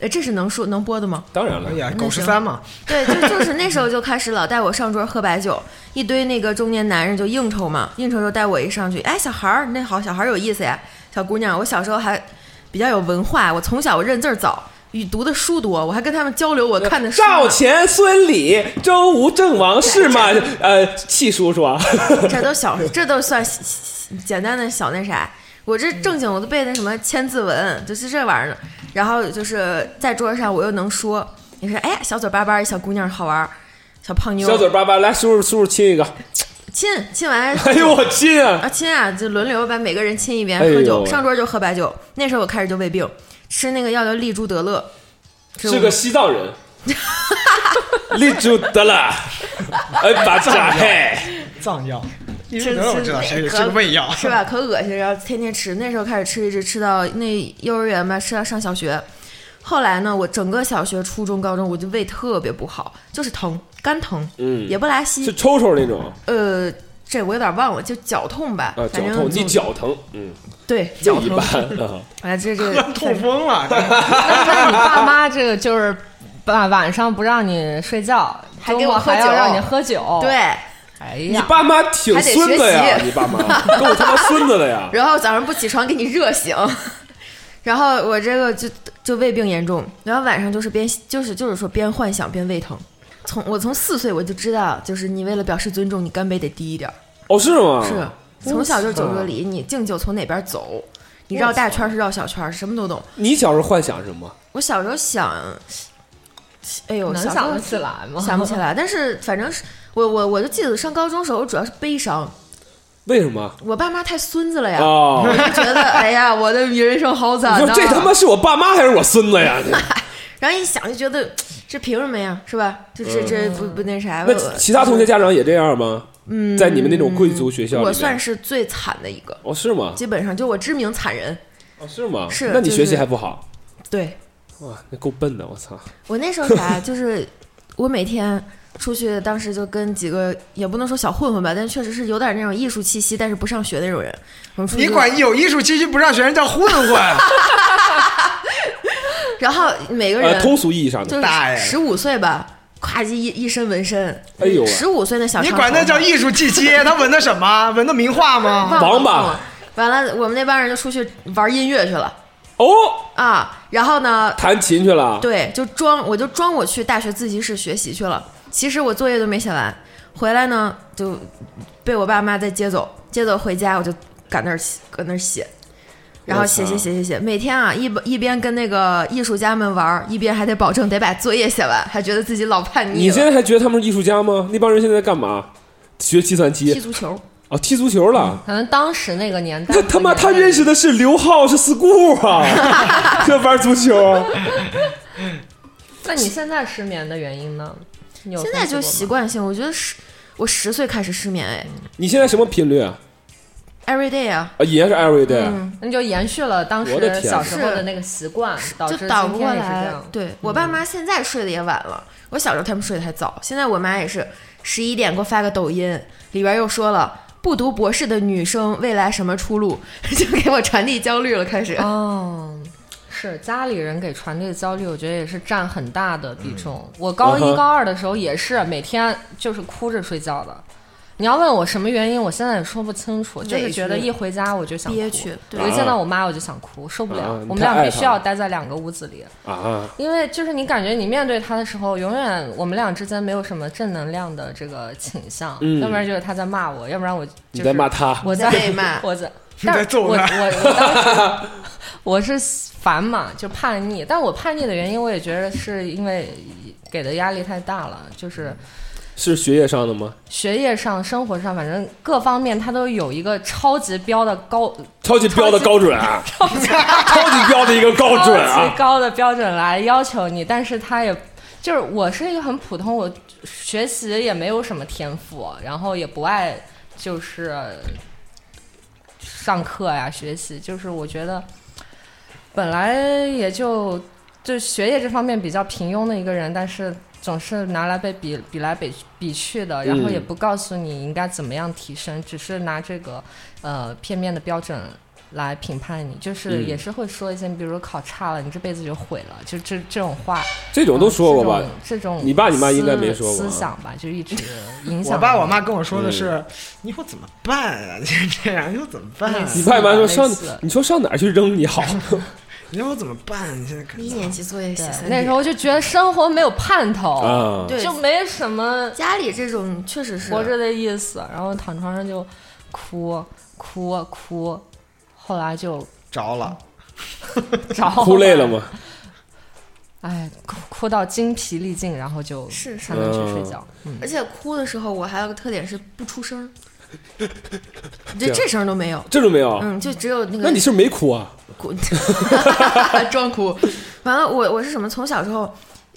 [SPEAKER 4] 哎，这是能说能播的吗？
[SPEAKER 2] 当然了
[SPEAKER 3] 哎，呀，狗十三嘛，
[SPEAKER 4] (laughs) 对，就就是那时候就开始老带我上桌喝白酒，一堆那个中年男人就应酬嘛，应酬就带我一上去，哎，小孩儿那好，小孩儿有意思呀，小姑娘，我小时候还比较有文化，我从小我认字儿早，与读的书多，我还跟他们交流我看的书呢。
[SPEAKER 2] 赵钱孙李周吴郑王是
[SPEAKER 4] (laughs)
[SPEAKER 2] 吗？呃，气叔是吧？
[SPEAKER 4] 这都小，
[SPEAKER 2] (laughs)
[SPEAKER 4] 这都算小小简单的小那啥。
[SPEAKER 2] 嗯
[SPEAKER 4] 我这正经我都背那什么《千字文》，就是这玩意儿。然后就是在桌上我又能说，你说哎呀，小嘴巴巴，小姑娘好玩儿，小胖妞，
[SPEAKER 2] 小嘴巴巴，来叔叔叔叔亲一
[SPEAKER 4] (laughs)
[SPEAKER 2] 个，
[SPEAKER 4] 亲亲完，
[SPEAKER 2] 哎呦我亲啊！
[SPEAKER 4] 啊亲啊，就轮流把每个人亲一遍，
[SPEAKER 2] 哎呦
[SPEAKER 4] 喝酒
[SPEAKER 2] 喂
[SPEAKER 4] 上桌就喝白酒。那时候我开始就胃病，吃那个药叫利珠德乐，这
[SPEAKER 2] 是个西藏人，
[SPEAKER 4] (laughs)
[SPEAKER 2] 立住得了，哎巴扎嘿，
[SPEAKER 4] 哎
[SPEAKER 3] 藏药。你
[SPEAKER 4] 吃
[SPEAKER 3] 能我知道
[SPEAKER 4] 吃
[SPEAKER 3] 谁是
[SPEAKER 4] 那
[SPEAKER 3] 个
[SPEAKER 4] 可
[SPEAKER 3] 胃药？ (laughs)
[SPEAKER 4] 是吧？可恶心，然后天天吃。那时候开始吃，一直吃到那幼儿园吧，吃到上小学。后来呢，我整个小学、初中、高中，我就胃特别不好，就是疼，干疼，
[SPEAKER 2] 嗯
[SPEAKER 4] 也不拉
[SPEAKER 2] 是
[SPEAKER 4] 稀。
[SPEAKER 2] 抽抽那种啊
[SPEAKER 4] 呃，这我有点忘了，就绞痛吧，
[SPEAKER 2] 啊，脚
[SPEAKER 4] 反正
[SPEAKER 2] 痛，
[SPEAKER 4] 就
[SPEAKER 2] 你脚疼，嗯，
[SPEAKER 4] 对
[SPEAKER 2] 就
[SPEAKER 4] 绞
[SPEAKER 2] 一
[SPEAKER 4] 痛
[SPEAKER 2] 般，啊，
[SPEAKER 4] 哎，这这
[SPEAKER 3] (laughs) 痛风了，
[SPEAKER 5] 但是你爸妈这个就是晚晚上不让你睡觉，
[SPEAKER 4] 还
[SPEAKER 5] 周
[SPEAKER 4] 给
[SPEAKER 5] 末
[SPEAKER 4] 我喝
[SPEAKER 5] 还要
[SPEAKER 4] 酒
[SPEAKER 5] 让你喝酒。，
[SPEAKER 4] 对。
[SPEAKER 5] 哎
[SPEAKER 2] 你
[SPEAKER 5] 呀，
[SPEAKER 2] 爸妈挺孙子呀
[SPEAKER 4] 还得学，习，
[SPEAKER 2] 你爸妈跟我他妈孙子了呀
[SPEAKER 4] (laughs) 然后早上不起床给你热醒， (laughs) 然后我这个就就胃病严重，然后晚上就是边就是就是说边幻想边胃疼。从我从四岁我就知道，就是你为了表示尊重，你干杯得低一点儿。
[SPEAKER 2] 哦是吗？
[SPEAKER 4] 是，从小就是酒桌里，你敬酒从哪边走，你绕大圈儿是绕小圈儿，什么都懂。
[SPEAKER 2] 你小时候幻想什么？
[SPEAKER 4] 我小时候想，哎呦，
[SPEAKER 5] 能
[SPEAKER 4] 小时候
[SPEAKER 5] 想得起来吗？
[SPEAKER 4] 想不起来，但是反正是我我我就记得上高中时候主要是悲伤，
[SPEAKER 2] 为什么？
[SPEAKER 4] 我爸妈太孙子了哎呀，
[SPEAKER 2] 哦，
[SPEAKER 4] 我就觉得哎呀，我的人生好惨
[SPEAKER 2] 你
[SPEAKER 4] 呐。
[SPEAKER 2] 说这他妈是我爸妈还是我孙子
[SPEAKER 4] (laughs)
[SPEAKER 2] 呀？
[SPEAKER 4] 然后一想就觉得这凭什么呀，是吧？就这这不不那啥。
[SPEAKER 2] 嗯那
[SPEAKER 4] 我
[SPEAKER 2] 其他同学家长也这样吗？嗯，在你们那种贵族学校里面，
[SPEAKER 4] 我算是最惨的一个，
[SPEAKER 2] 哦是吗？
[SPEAKER 4] 基本上就我知名惨人。
[SPEAKER 2] 哦是吗？
[SPEAKER 4] 是
[SPEAKER 2] 那你
[SPEAKER 4] 就是
[SPEAKER 2] 学习还不好
[SPEAKER 4] 对
[SPEAKER 2] 哇？那够笨的，我操！
[SPEAKER 4] 我那时候
[SPEAKER 2] (laughs)
[SPEAKER 4] 啥，就是我每天出去，当时就跟几个也不能说小混混吧，但确实是有点那种艺术气息，但是不上学的那种人。我们出
[SPEAKER 3] (laughs)
[SPEAKER 4] 去
[SPEAKER 3] 你
[SPEAKER 4] 就
[SPEAKER 3] 管有艺术气息不让学生叫混 (laughs) 混？
[SPEAKER 4] 然后每个
[SPEAKER 2] 呃，
[SPEAKER 4] 人
[SPEAKER 2] 通俗意义上的，
[SPEAKER 4] 就
[SPEAKER 3] 大爷
[SPEAKER 4] 是十五岁吧，咵叽一一身纹身。
[SPEAKER 2] 哎呦喂
[SPEAKER 4] 十五岁那小
[SPEAKER 3] 你
[SPEAKER 4] 长
[SPEAKER 3] 管那
[SPEAKER 4] 头
[SPEAKER 3] 叫
[SPEAKER 4] 发
[SPEAKER 3] 艺术气 (laughs) 息？他闻的什么？闻的名画吗？
[SPEAKER 4] 忘了
[SPEAKER 2] 王八
[SPEAKER 4] 忘了完了，我们那帮人就出去玩音乐去了
[SPEAKER 2] 哦，
[SPEAKER 4] 啊。然后呢，
[SPEAKER 2] 弹琴去了，
[SPEAKER 4] 对，就装，我就装我去大学自习室学习去了。其实我作业都没写完，回来呢就被我爸妈再接走，接走回家我就搁那儿写搁那儿写，然后写写写写写，每天啊一一边跟那个艺术家们玩儿，一边还得保证得把作业写完，还觉得自己老叛逆
[SPEAKER 2] 你
[SPEAKER 4] 了。
[SPEAKER 2] 现在还觉得他们是艺术家吗？那帮人现在干嘛？学计算机
[SPEAKER 4] 踢足球，嗯
[SPEAKER 2] 啊，踢足球了。
[SPEAKER 5] 可能当时那个年代
[SPEAKER 2] 他
[SPEAKER 5] 和
[SPEAKER 2] 他妈，
[SPEAKER 5] 年代
[SPEAKER 2] 他认识的是刘浩，是 school
[SPEAKER 4] (laughs)
[SPEAKER 2] 啊，这玩足球。啊
[SPEAKER 5] 那你现在失眠的原因呢？你有
[SPEAKER 4] 现在就
[SPEAKER 5] 分析
[SPEAKER 4] 习
[SPEAKER 5] 过吗
[SPEAKER 4] 惯性，我觉得十我十岁开始失眠
[SPEAKER 2] 你现在什么频率啊？
[SPEAKER 4] 哎，every day 啊，
[SPEAKER 2] 啊，也是 every day。
[SPEAKER 4] 嗯
[SPEAKER 5] 那你就延续了当
[SPEAKER 2] 我的天
[SPEAKER 5] 时小时候的那个习惯，导
[SPEAKER 4] 就
[SPEAKER 5] 致
[SPEAKER 4] 倒不
[SPEAKER 5] 今
[SPEAKER 4] 过
[SPEAKER 5] 天也是这
[SPEAKER 4] 来
[SPEAKER 5] 样。。嗯
[SPEAKER 4] 对我爸妈现在睡得也晚了，我小时候他们睡得还早，现在我妈也是十一点给我发个抖音，里边又说了不读博士的女生未来什么出路， (laughs) 就给我传递焦虑了，开始。
[SPEAKER 5] 哦，是家里人给传递的焦虑，我觉得也是占很大的比重。我高
[SPEAKER 2] 嗯哼
[SPEAKER 5] 一高二的时候也是每天就是哭着睡觉的。你要问我什么原因，我现在也说不清楚，就
[SPEAKER 4] 委
[SPEAKER 5] 是
[SPEAKER 4] 屈
[SPEAKER 5] 觉得一回家我就想哭
[SPEAKER 4] 憋屈对
[SPEAKER 5] 我一见到我妈我就想哭，受不了。
[SPEAKER 2] 啊啊你
[SPEAKER 5] 我们
[SPEAKER 2] 太
[SPEAKER 5] 俩
[SPEAKER 2] 爱
[SPEAKER 5] 必
[SPEAKER 2] 她
[SPEAKER 5] 须要
[SPEAKER 2] 了
[SPEAKER 5] 待在两个屋子里，
[SPEAKER 2] 啊，
[SPEAKER 5] 因为就是你感觉你面对他的时候，永远我们俩之间没有什么正能量的这个倾向，
[SPEAKER 2] 嗯
[SPEAKER 5] 要不然就是他在骂我，要不然我就是
[SPEAKER 2] 你在骂他，
[SPEAKER 5] 我
[SPEAKER 4] 在
[SPEAKER 5] 啊在
[SPEAKER 4] 被
[SPEAKER 5] (laughs)
[SPEAKER 4] 骂
[SPEAKER 5] 我在，
[SPEAKER 3] 你
[SPEAKER 5] 但
[SPEAKER 3] 在揍
[SPEAKER 5] 我我
[SPEAKER 3] 他
[SPEAKER 5] 我当时 (laughs) 我是烦嘛，就叛逆，但我叛逆的原因，我也觉得是因为给的压力太大了，就是
[SPEAKER 2] 是学业上的吗？
[SPEAKER 5] 学业上、生活上，反正各方面他都有一个超级标的高
[SPEAKER 3] 哦
[SPEAKER 2] 超级标的高准啊，超级标的一个高准
[SPEAKER 5] 超级
[SPEAKER 2] 啊，
[SPEAKER 5] 高的标准来要求你，但是他也就是我是一个很普通，我学习也没有什么天赋，然后也不爱就是上课呀、学习，就是我觉得本来也就就学业这方面比较平庸的一个人，但是。总是拿来被比比来比比去的，然后也
[SPEAKER 2] 嗯
[SPEAKER 5] 不告诉你应该怎么样提升，只是拿这个呃片面的标准来评判你，就是
[SPEAKER 2] 嗯
[SPEAKER 5] 也是会说一些，比如说考差了，你这辈子就毁了，就这这种话，
[SPEAKER 2] 这种都说过吧？
[SPEAKER 5] 这种
[SPEAKER 2] 你爸你妈应该没说过啊
[SPEAKER 5] 思思想吧，就一直影响
[SPEAKER 3] 我爸我妈跟我说的是，你以后怎么办啊？ (laughs) 就是这样，你以后怎么办、啊？
[SPEAKER 2] 你爸妈说上
[SPEAKER 5] 类似，
[SPEAKER 2] 你说上哪儿去扔你好？
[SPEAKER 3] 你以后怎么办？你现在看
[SPEAKER 4] 一年级作业写三
[SPEAKER 5] 那时候就觉得生活没有盼头，
[SPEAKER 2] 啊，
[SPEAKER 4] 哦对
[SPEAKER 5] 就没什么
[SPEAKER 4] 家里这种确实是
[SPEAKER 5] 活着的意思，然后躺床上就哭哭哭，后来就
[SPEAKER 3] 着了，
[SPEAKER 5] 找
[SPEAKER 2] 哭累了？吗？
[SPEAKER 5] 哎，哭哭到精疲力尽，然后就是
[SPEAKER 4] 是
[SPEAKER 5] 才能去睡
[SPEAKER 2] 呃
[SPEAKER 5] 觉。嗯，
[SPEAKER 4] 而且哭的时候，我还有个特点是不出声儿，
[SPEAKER 2] 这
[SPEAKER 4] 这
[SPEAKER 2] 样
[SPEAKER 4] 这声儿都没有。
[SPEAKER 2] 这种没有？啊
[SPEAKER 4] 嗯，就只有那个
[SPEAKER 2] 那你是不是没哭啊？
[SPEAKER 4] 滚， (laughs) 装哭。完了，我我是什么？从小时候，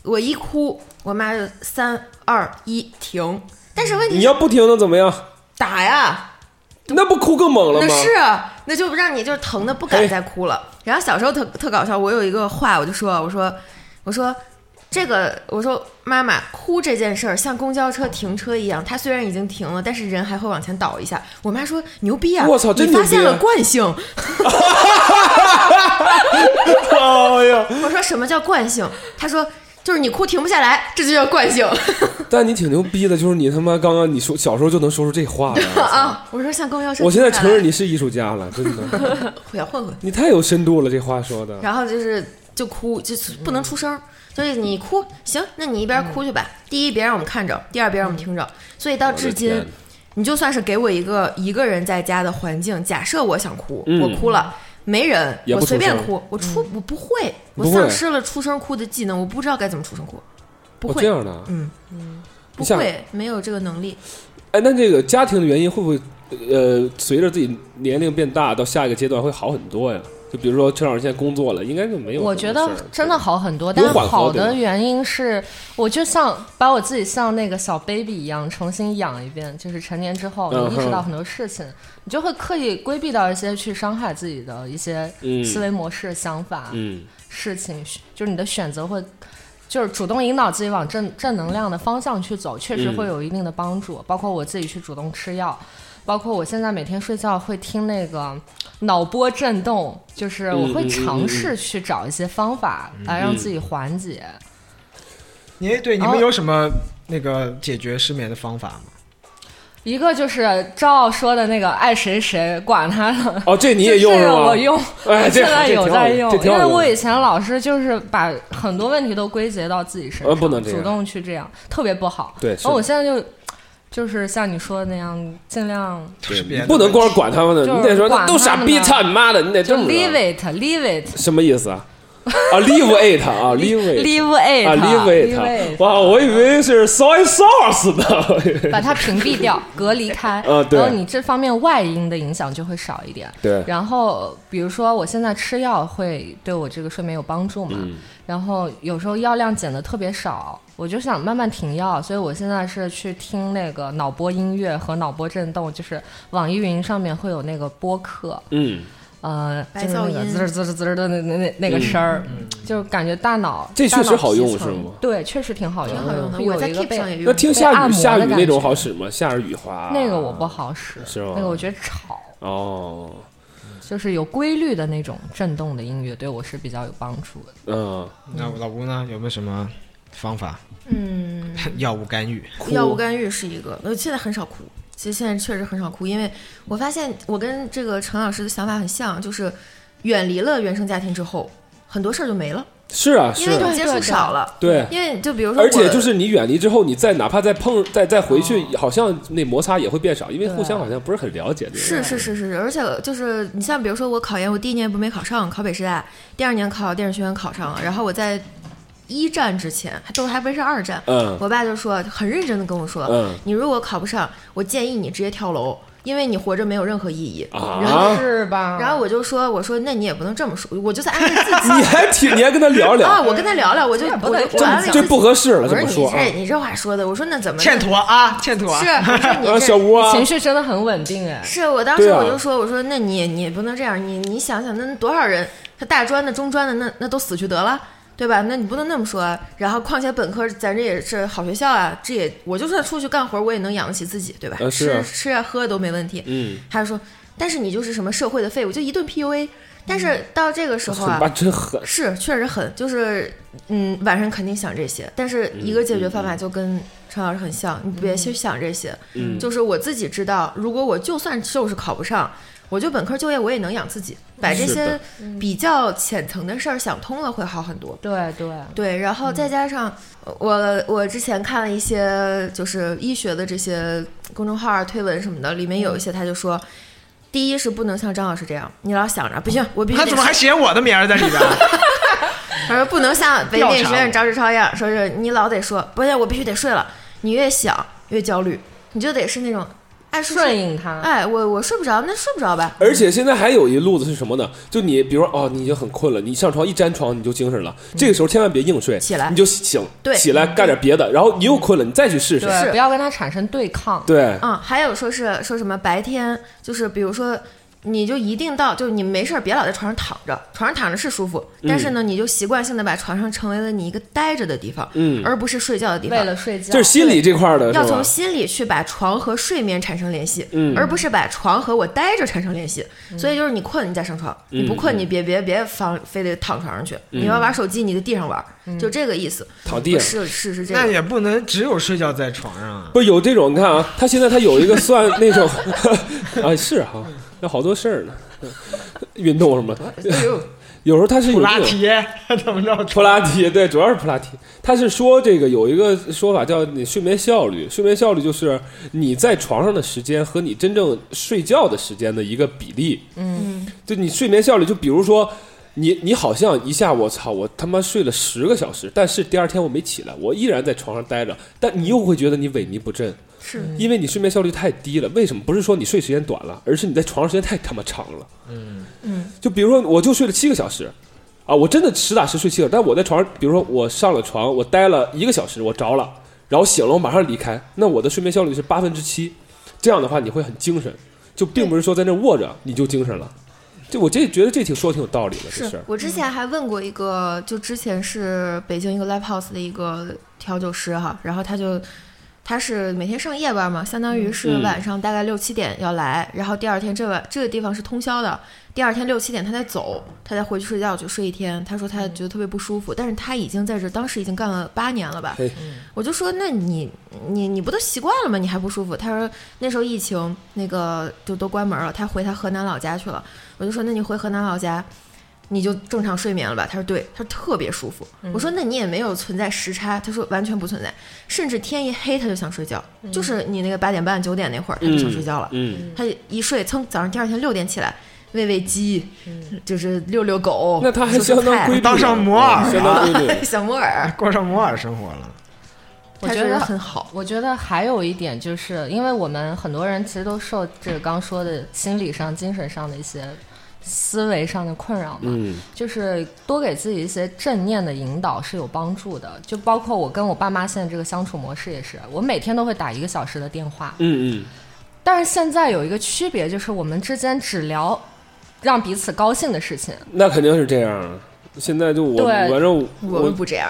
[SPEAKER 4] 我一哭，我妈就三二一停。但是问题
[SPEAKER 2] 你
[SPEAKER 4] 是
[SPEAKER 2] 要不停能怎么样？
[SPEAKER 4] 打呀，
[SPEAKER 2] 那不哭更猛了
[SPEAKER 4] 那
[SPEAKER 2] 吗？
[SPEAKER 4] 是啊那就让你就是疼的不敢再哭了。然后小时候特特搞笑，我有一个话我就说，我说我说这个我说妈妈哭这件事儿像公交车停车一样，它虽然已经停了，但是人还会往前倒一下。我妈说牛逼啊，
[SPEAKER 2] 我操真
[SPEAKER 4] 你
[SPEAKER 2] 牛
[SPEAKER 4] 发
[SPEAKER 2] 逼
[SPEAKER 4] 现了
[SPEAKER 2] 啊
[SPEAKER 4] 惯性。
[SPEAKER 2] (laughs) 哎呀，
[SPEAKER 4] 我说什么叫惯性？她说就是你哭停不下来，这就叫惯
[SPEAKER 2] (laughs)
[SPEAKER 4] 性。
[SPEAKER 2] 但你挺牛逼的，就是你他妈刚刚你说小时候就能说出这话来。
[SPEAKER 4] 啊！我说像公交车，
[SPEAKER 2] 我现在承认你是艺术家了，真的，
[SPEAKER 4] 混混混，
[SPEAKER 2] 你太有深度了，这话说的。
[SPEAKER 4] 啊然后就是就哭，就是不能出声儿。就是你哭行，那你一边哭去吧。第一，别让我们看着；第二，别让我们听着。所以到至
[SPEAKER 2] 嗯我的
[SPEAKER 4] 今
[SPEAKER 2] 天，
[SPEAKER 4] 你就算是给我一个一个人在家的环境，假设我想哭，
[SPEAKER 2] 嗯
[SPEAKER 4] 我哭了。没人，
[SPEAKER 2] 也
[SPEAKER 4] 我
[SPEAKER 2] 不
[SPEAKER 4] 随
[SPEAKER 2] 出
[SPEAKER 4] 便
[SPEAKER 2] 声嗯
[SPEAKER 4] 哭，我出我不会，
[SPEAKER 2] 不
[SPEAKER 4] 我
[SPEAKER 2] 会
[SPEAKER 4] 丧失了出声哭的技能，我不知道该怎么出声哭， (laughs) 不
[SPEAKER 2] 哦，
[SPEAKER 4] 会
[SPEAKER 2] 这，样的啊。
[SPEAKER 4] 嗯不
[SPEAKER 2] 你想
[SPEAKER 4] 会，没有这个能力。
[SPEAKER 2] 哎，那这个家庭的原因会不会呃，随着自己年龄变大，到下一个阶段会好很多呀？就比如说陈老师现在工作了，应该就没有什么事儿。
[SPEAKER 5] 我觉得真的好很多，
[SPEAKER 2] 有
[SPEAKER 5] 但是
[SPEAKER 2] 缓和
[SPEAKER 5] 好
[SPEAKER 2] 对吧
[SPEAKER 5] 的原因是，我就像把我自己像那个小 baby 一样重新养一遍，就是成年之后，
[SPEAKER 2] 嗯哼
[SPEAKER 5] 你意识到很多事情，你就会刻意规避掉一些去伤害自己的一些
[SPEAKER 2] 嗯
[SPEAKER 5] 思维模式、想法、啊
[SPEAKER 2] 嗯，
[SPEAKER 5] 事情，就是你的选择会。就是主动引导自己往正正能量的方向去走，确实
[SPEAKER 2] 嗯
[SPEAKER 5] 会有一定的帮助。包括我自己去主动吃药，包括我现在每天睡觉会听那个脑波震动，就是我
[SPEAKER 2] 嗯嗯
[SPEAKER 5] 会
[SPEAKER 2] 嗯
[SPEAKER 5] 尝试去找一些方法来让自己缓解。
[SPEAKER 3] 你对你们
[SPEAKER 5] 哦
[SPEAKER 3] 有什么那个解决失眠的方法吗？
[SPEAKER 5] 一个就是赵傲说的那个爱谁谁，管他呢。
[SPEAKER 2] 哦，这你也用
[SPEAKER 5] 这
[SPEAKER 2] 是
[SPEAKER 5] 个
[SPEAKER 2] 吗？
[SPEAKER 5] 我用，
[SPEAKER 2] 哎，这
[SPEAKER 5] 现在
[SPEAKER 2] 这
[SPEAKER 5] 有
[SPEAKER 2] 挺好
[SPEAKER 5] 在
[SPEAKER 2] 用
[SPEAKER 5] 用，
[SPEAKER 2] 这挺
[SPEAKER 5] 因
[SPEAKER 2] 好
[SPEAKER 5] 为我
[SPEAKER 2] 用
[SPEAKER 5] 以前老是就是把很多问题都归结到自己身
[SPEAKER 2] 呃
[SPEAKER 5] 上，
[SPEAKER 2] 不能这样
[SPEAKER 5] 主动去这样，特别不好。
[SPEAKER 2] 对
[SPEAKER 5] 然
[SPEAKER 2] 是
[SPEAKER 5] 后我现在就就是像你说的那样，尽量
[SPEAKER 3] 就是别
[SPEAKER 2] 你
[SPEAKER 3] 人
[SPEAKER 2] 不
[SPEAKER 3] 的
[SPEAKER 2] 能光管他们的，
[SPEAKER 5] 就是
[SPEAKER 2] 你得说
[SPEAKER 5] 管他
[SPEAKER 2] 都傻逼，
[SPEAKER 5] 们的
[SPEAKER 2] 操你妈的，你得
[SPEAKER 5] 就
[SPEAKER 2] 这么着
[SPEAKER 5] leave it，leave
[SPEAKER 2] 什么意思啊？啊
[SPEAKER 5] (laughs)
[SPEAKER 2] ，leave it 啊，leave it
[SPEAKER 5] it，leave it，
[SPEAKER 2] 啊，leave it！
[SPEAKER 5] leave it，
[SPEAKER 2] 哇，我以为是 soy sauce 呢。
[SPEAKER 5] (laughs) 把它屏蔽掉，隔离
[SPEAKER 2] (laughs)
[SPEAKER 5] 开，
[SPEAKER 2] 啊对
[SPEAKER 5] 然后你这方面外因的影响就会少一点。
[SPEAKER 2] 对
[SPEAKER 5] 然后比如说我现在吃药会对我这个睡眠有帮助嘛，
[SPEAKER 2] 嗯
[SPEAKER 5] 然后有时候药量减的特别少，我就想慢慢停药，所以我现在是去听那个脑波音乐和脑波震动，就是网易云上面会有那个播客，
[SPEAKER 2] 嗯，
[SPEAKER 5] 呃，
[SPEAKER 4] 白
[SPEAKER 5] 就是那
[SPEAKER 4] 噪
[SPEAKER 5] 个
[SPEAKER 4] 音
[SPEAKER 5] 滋儿滋儿滋儿的那那那那个声儿，就是感觉大脑
[SPEAKER 2] 这
[SPEAKER 5] 大
[SPEAKER 2] 确实
[SPEAKER 5] 脑
[SPEAKER 2] 好
[SPEAKER 5] 皮
[SPEAKER 2] 用
[SPEAKER 5] 层
[SPEAKER 2] 是吗
[SPEAKER 5] 对，确实挺好用
[SPEAKER 4] 挺好用的。
[SPEAKER 5] 有
[SPEAKER 4] 我在
[SPEAKER 5] 一个
[SPEAKER 4] Keep
[SPEAKER 5] 被
[SPEAKER 4] 上也
[SPEAKER 2] 嗯那
[SPEAKER 4] 用，
[SPEAKER 2] 听下
[SPEAKER 5] 按
[SPEAKER 2] 雨
[SPEAKER 5] 摩的
[SPEAKER 2] 下雨那种
[SPEAKER 5] 感觉
[SPEAKER 2] 好使吗？下着雨哗。
[SPEAKER 5] 那个我不好使，
[SPEAKER 2] 啊是吗
[SPEAKER 5] 那个我觉得吵，
[SPEAKER 2] 哦，
[SPEAKER 5] 就是有规律的那种震动的音乐，对我是比较有帮助的。
[SPEAKER 2] 嗯，
[SPEAKER 3] 那老吴呢？有没有什么方法？
[SPEAKER 4] 嗯，
[SPEAKER 3] 药物干预？
[SPEAKER 2] 哭
[SPEAKER 4] 药物干预是一个，我呃现在很少哭。其实现在确实很少哭，因为我发现我跟这个陈老师的想法很像，就是远离了原生家庭之后，很多事儿就没了，
[SPEAKER 2] 是啊，
[SPEAKER 4] 因
[SPEAKER 2] 是
[SPEAKER 4] 为你
[SPEAKER 2] 啊，
[SPEAKER 4] 接触少了。
[SPEAKER 2] 对。
[SPEAKER 4] 因为就比如说我，哦
[SPEAKER 2] 而且就是你远离之后，你再哪怕再碰再再回去，好像那摩擦也会变少，因为
[SPEAKER 5] 对
[SPEAKER 2] 互相好像不是很了解。
[SPEAKER 4] 是是是是是，而且就是你像比如说我考研，我第一年不没考上，考北师大，第二年考电影学院考上了，然后我在一战之前还都还不是二战，
[SPEAKER 2] 嗯
[SPEAKER 4] 我爸就说很认真的跟我说，
[SPEAKER 2] 嗯
[SPEAKER 4] 你如果考不上，我建议你直接跳楼，因为你活着没有任何意义。然后
[SPEAKER 2] 啊，
[SPEAKER 5] 是吧
[SPEAKER 4] 然后我就说，我说那你也不能这么说，我就在安慰自
[SPEAKER 2] (laughs)
[SPEAKER 4] 己
[SPEAKER 2] 你还挺你还跟他聊
[SPEAKER 4] (laughs) 啊，
[SPEAKER 2] 聊，
[SPEAKER 4] 我跟他聊聊，我就
[SPEAKER 5] 这也不
[SPEAKER 4] 我
[SPEAKER 5] 能
[SPEAKER 4] 就
[SPEAKER 5] 这
[SPEAKER 4] 我
[SPEAKER 5] 么
[SPEAKER 4] 安慰
[SPEAKER 2] 这
[SPEAKER 4] 自己
[SPEAKER 2] 不合适了，
[SPEAKER 4] 我
[SPEAKER 2] 这么
[SPEAKER 4] 说你
[SPEAKER 2] 说啊
[SPEAKER 4] 这你这话说的，我说那怎么
[SPEAKER 3] 欠妥啊，欠妥。
[SPEAKER 4] 是，我说
[SPEAKER 2] (laughs)
[SPEAKER 4] 你
[SPEAKER 2] 啊，
[SPEAKER 4] 这
[SPEAKER 2] 小吴啊，
[SPEAKER 5] 情绪真的很稳定哎，
[SPEAKER 4] 是我当时
[SPEAKER 2] 对啊
[SPEAKER 4] 我就说，我说那你你不能这样，你你想想，那多少人，他大专的、中专的，那那都死去得了，对吧？那你不能那么说啊。然后，况且本科咱这也是好学校啊，这也我就算出去干活，我也能养得起自己，对吧？
[SPEAKER 2] 啊是啊
[SPEAKER 4] 吃吃啊喝都没问题。
[SPEAKER 2] 嗯，
[SPEAKER 4] 他说，但是你就是什么社会的废物，就一顿 PUA。但是到这个时候
[SPEAKER 2] 很
[SPEAKER 4] 啊，
[SPEAKER 2] 吧，真狠，
[SPEAKER 4] 是确实很，就是嗯，晚上肯定想这些，但
[SPEAKER 3] 嗯
[SPEAKER 4] 是一个解决方法就跟陈老师很像，你别去想这些。
[SPEAKER 2] 嗯
[SPEAKER 4] 就是我自己知道，如果我就算就是考不上，我就本科就业，我也能养自己，把这
[SPEAKER 2] 是
[SPEAKER 4] 些
[SPEAKER 2] 的
[SPEAKER 4] 比较浅层的事儿想通了会好很多。
[SPEAKER 5] 对对，
[SPEAKER 4] 对，然后
[SPEAKER 3] 嗯
[SPEAKER 4] 再加上我我之前看了一些就是医学的这些公众号啊、推文什么的，里
[SPEAKER 3] 嗯
[SPEAKER 4] 面有一些他就说，第一是不能像张老师这样，你老想着不行，我必
[SPEAKER 3] (laughs)
[SPEAKER 4] 须
[SPEAKER 3] 他
[SPEAKER 4] 得
[SPEAKER 3] 怎么还写我的名儿在里边？
[SPEAKER 4] 他说不能像北电影学院张志超一样，说是你老得说，不行，我必须得睡了。你越想越焦虑，你就得是那种爱睡
[SPEAKER 5] 顺应它，
[SPEAKER 4] 哎，我我睡不着，那睡不着吧。
[SPEAKER 2] 而且现在还有一路子是什么呢？就你比如说哦，你已经很困了，你上床一沾床你就精神了，这个时候千万别硬睡，
[SPEAKER 4] 嗯起来
[SPEAKER 2] 你就醒，
[SPEAKER 4] 对
[SPEAKER 2] 起来干点别的，然后你又困了，你再去试试，
[SPEAKER 5] 对，
[SPEAKER 4] 是
[SPEAKER 5] 不要跟它产生对抗。
[SPEAKER 2] 对，
[SPEAKER 4] 嗯，还有说是说什么白天，就是比如说，你就一定到，就是你没事儿别老在床上躺着，床上躺着是舒服，
[SPEAKER 2] 嗯
[SPEAKER 4] 但是呢，你就习惯性的把床上成为了你一个待着的地方，
[SPEAKER 2] 嗯
[SPEAKER 4] 而不是睡觉的地
[SPEAKER 5] 为
[SPEAKER 4] 方。
[SPEAKER 5] 了睡觉，
[SPEAKER 2] 这是心理这块儿的，
[SPEAKER 4] 要
[SPEAKER 2] 是吧
[SPEAKER 4] 从？心里去把床和睡眠产生联系，
[SPEAKER 2] 嗯
[SPEAKER 4] 而不是把床和我待着产生联系。所以就是你困你再上床，你不
[SPEAKER 2] 嗯
[SPEAKER 4] 困你别别别放，非得躺床上去。你要玩手机你就地上玩，就这个意思。
[SPEAKER 2] 躺嗯地上
[SPEAKER 4] 是是是这
[SPEAKER 3] 那
[SPEAKER 4] 个。
[SPEAKER 3] 也不能只有睡觉在床上啊。
[SPEAKER 2] 不是有这种，你看啊，他现在他有一个算那种， (laughs) 啊是哈、有好多事儿呢， (laughs) 运动什么，
[SPEAKER 4] (laughs) 哎呦，
[SPEAKER 2] 有时候他是有
[SPEAKER 3] 普
[SPEAKER 2] 这
[SPEAKER 3] 拉
[SPEAKER 2] 种
[SPEAKER 3] 提 (laughs) 怎
[SPEAKER 2] (laughs)
[SPEAKER 3] 么着？
[SPEAKER 2] 普拉提，对，主要是普拉提。他是说这个有一个说法叫你睡眠效率，睡眠效率就是你在床上的时间和你真正睡觉的时间的一个比例。
[SPEAKER 5] 嗯，
[SPEAKER 2] 就你睡眠效率，就比如说你你好像一下我操我他妈睡了十个小时，但是第二天我没起来，我依然在床上待着，但你又会觉得你萎靡不振，
[SPEAKER 4] 是
[SPEAKER 2] 因为你睡眠效率太低了。为什么？不是说你睡时间短了，而是你在床上时间太他妈长了。嗯
[SPEAKER 4] 嗯，
[SPEAKER 2] 就比如说，我就睡了七个小时，啊，我真的实打实睡七个，但我在床上，比如说我上了床，我待了一个小时，我着了，然后醒了，我马上离开，那我的睡眠效率是八分之七，这样的话你会很精神，就并不是说在那卧着你就精神了。这我这觉得这挺说挺有道理的，这事
[SPEAKER 4] 是
[SPEAKER 2] 儿。
[SPEAKER 4] 我之前还问过一个，就之前是北京一个 live house 的一个调酒师哈，然后他就他是每天上夜班嘛，相当于是
[SPEAKER 2] 嗯
[SPEAKER 4] 晚上大概六七点要来，然后第二天这晚这个地方是通宵的，第二天六七点他再走，他再回去睡觉去睡一天。他说他觉得特别不舒服，但是他已经在这当时已经干了八年了吧
[SPEAKER 2] 嘿，
[SPEAKER 4] 我就说那你你你不都习惯了吗？你还不舒服？他说那时候疫情那个就都关门了，他回他河南老家去了。我就说那你回河南老家，你就正常睡眠了吧？他说对，他说特别舒服。
[SPEAKER 2] 嗯
[SPEAKER 4] 我说那你也没有存在时差，他说完全不存在，甚至天一黑他就想睡觉，就是你那个八点半九点那会儿他就想睡觉了，
[SPEAKER 2] 嗯，
[SPEAKER 4] 他一睡，噌，早上第二天六点起来喂喂鸡，就是遛遛狗，
[SPEAKER 2] 嗯那他还
[SPEAKER 4] 做做
[SPEAKER 2] 相当
[SPEAKER 4] 菜。
[SPEAKER 2] 规律了，
[SPEAKER 3] 当上摩尔
[SPEAKER 2] 嗯相当规律了
[SPEAKER 4] 小木耳，
[SPEAKER 3] 过上摩尔生活了。
[SPEAKER 5] 我
[SPEAKER 4] 他
[SPEAKER 5] 觉
[SPEAKER 4] 说
[SPEAKER 5] 得
[SPEAKER 4] 很好。
[SPEAKER 5] 我觉得还有一点就是，因为我们很多人其实都受这个刚说的心理上、精神上的一些思维上的困扰嘛，
[SPEAKER 2] 嗯，
[SPEAKER 5] 就是多给自己一些正念的引导是有帮助的。就包括我跟我爸妈现在这个相处模式也是，我每天都会打一个小时的电话，
[SPEAKER 2] 嗯嗯，
[SPEAKER 5] 但是现在有一个区别，就是我们之间只聊让彼此高兴的事情。
[SPEAKER 2] 那肯定是这样啊。现在就我，
[SPEAKER 5] 对
[SPEAKER 2] 反正
[SPEAKER 4] 我们不这样，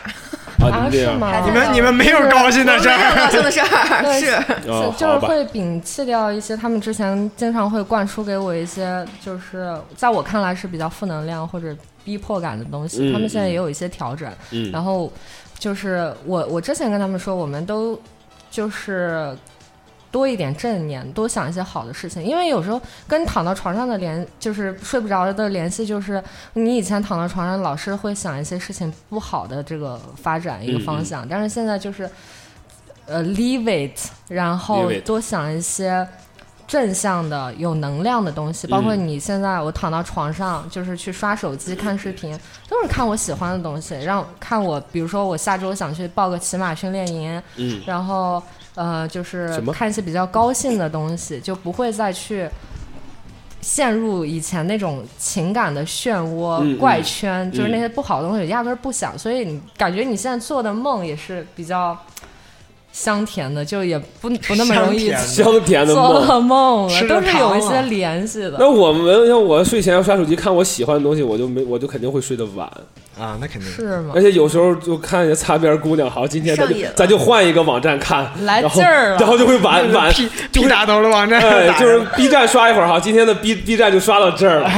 [SPEAKER 2] 啊，你们这
[SPEAKER 5] 是
[SPEAKER 2] 样
[SPEAKER 5] 吗？
[SPEAKER 3] 你们你们没有高 (laughs) 兴的事
[SPEAKER 4] (laughs) 没有
[SPEAKER 3] 儿，
[SPEAKER 4] 高兴的事儿
[SPEAKER 5] 对
[SPEAKER 4] 是。
[SPEAKER 5] (laughs)
[SPEAKER 2] 哦
[SPEAKER 5] 就
[SPEAKER 2] 好
[SPEAKER 5] 是
[SPEAKER 2] 吧
[SPEAKER 5] 会摒弃掉一些他们之前经常会灌输给我一些，就是在我看来是比较负能量或者逼迫感的东西。
[SPEAKER 2] 嗯
[SPEAKER 5] 他们现在也有一些调整，
[SPEAKER 2] 嗯
[SPEAKER 5] 然后就是我我之前跟他们说，我们都就是多一点正念，多想一些好的事情，因为有时候跟躺到床上的联，就是睡不着的联系，就是你以前躺到床上老是会想一些事情不好的这个发展一个方向，但是现在就是呃 leave it，然后
[SPEAKER 2] 嗯 Leave it
[SPEAKER 5] 多想一些。正向的、有能量的东西，包括
[SPEAKER 2] 嗯
[SPEAKER 5] 你现在我躺到床上，就是去刷手机、看视频，都是看我喜欢的东西，让看我，比如说我下周想去报个骑马训练营，
[SPEAKER 2] 嗯
[SPEAKER 5] 然后呃，就是
[SPEAKER 2] 什么
[SPEAKER 5] 看一些比较高兴的东西，就不会再去陷入以前那种情感的漩涡、
[SPEAKER 2] 嗯嗯
[SPEAKER 5] 怪圈，就是那些不好的东西压根儿不想，所以你感觉你现在做的梦也是比较香甜的，就也不不那么容易
[SPEAKER 3] 香甜
[SPEAKER 2] 香甜的
[SPEAKER 5] 做
[SPEAKER 2] 梦。
[SPEAKER 5] 噩梦
[SPEAKER 3] 吃着
[SPEAKER 5] 了，都是有一
[SPEAKER 3] 糖
[SPEAKER 5] 些
[SPEAKER 3] 了
[SPEAKER 5] 联系的。
[SPEAKER 2] 那我们像我睡前要刷手机看我喜欢的东西，我就没我就肯定会睡得晚，
[SPEAKER 5] 嗯
[SPEAKER 3] 啊，那肯定。
[SPEAKER 5] 是吗
[SPEAKER 2] 而？且有时候就看见擦边姑娘，好，今天咱
[SPEAKER 4] 上瘾
[SPEAKER 2] 就
[SPEAKER 4] 了
[SPEAKER 2] 咱就换一个网站看，
[SPEAKER 5] 来
[SPEAKER 2] 然后
[SPEAKER 5] 劲儿了
[SPEAKER 2] 然后就会晚啊晚
[SPEAKER 3] 屁屁打头的网站，
[SPEAKER 2] 哎，
[SPEAKER 3] 打
[SPEAKER 2] 就是
[SPEAKER 3] 人
[SPEAKER 2] B 站刷一会儿哈，今天的 B B 站就刷到这儿
[SPEAKER 5] (laughs)
[SPEAKER 2] 了，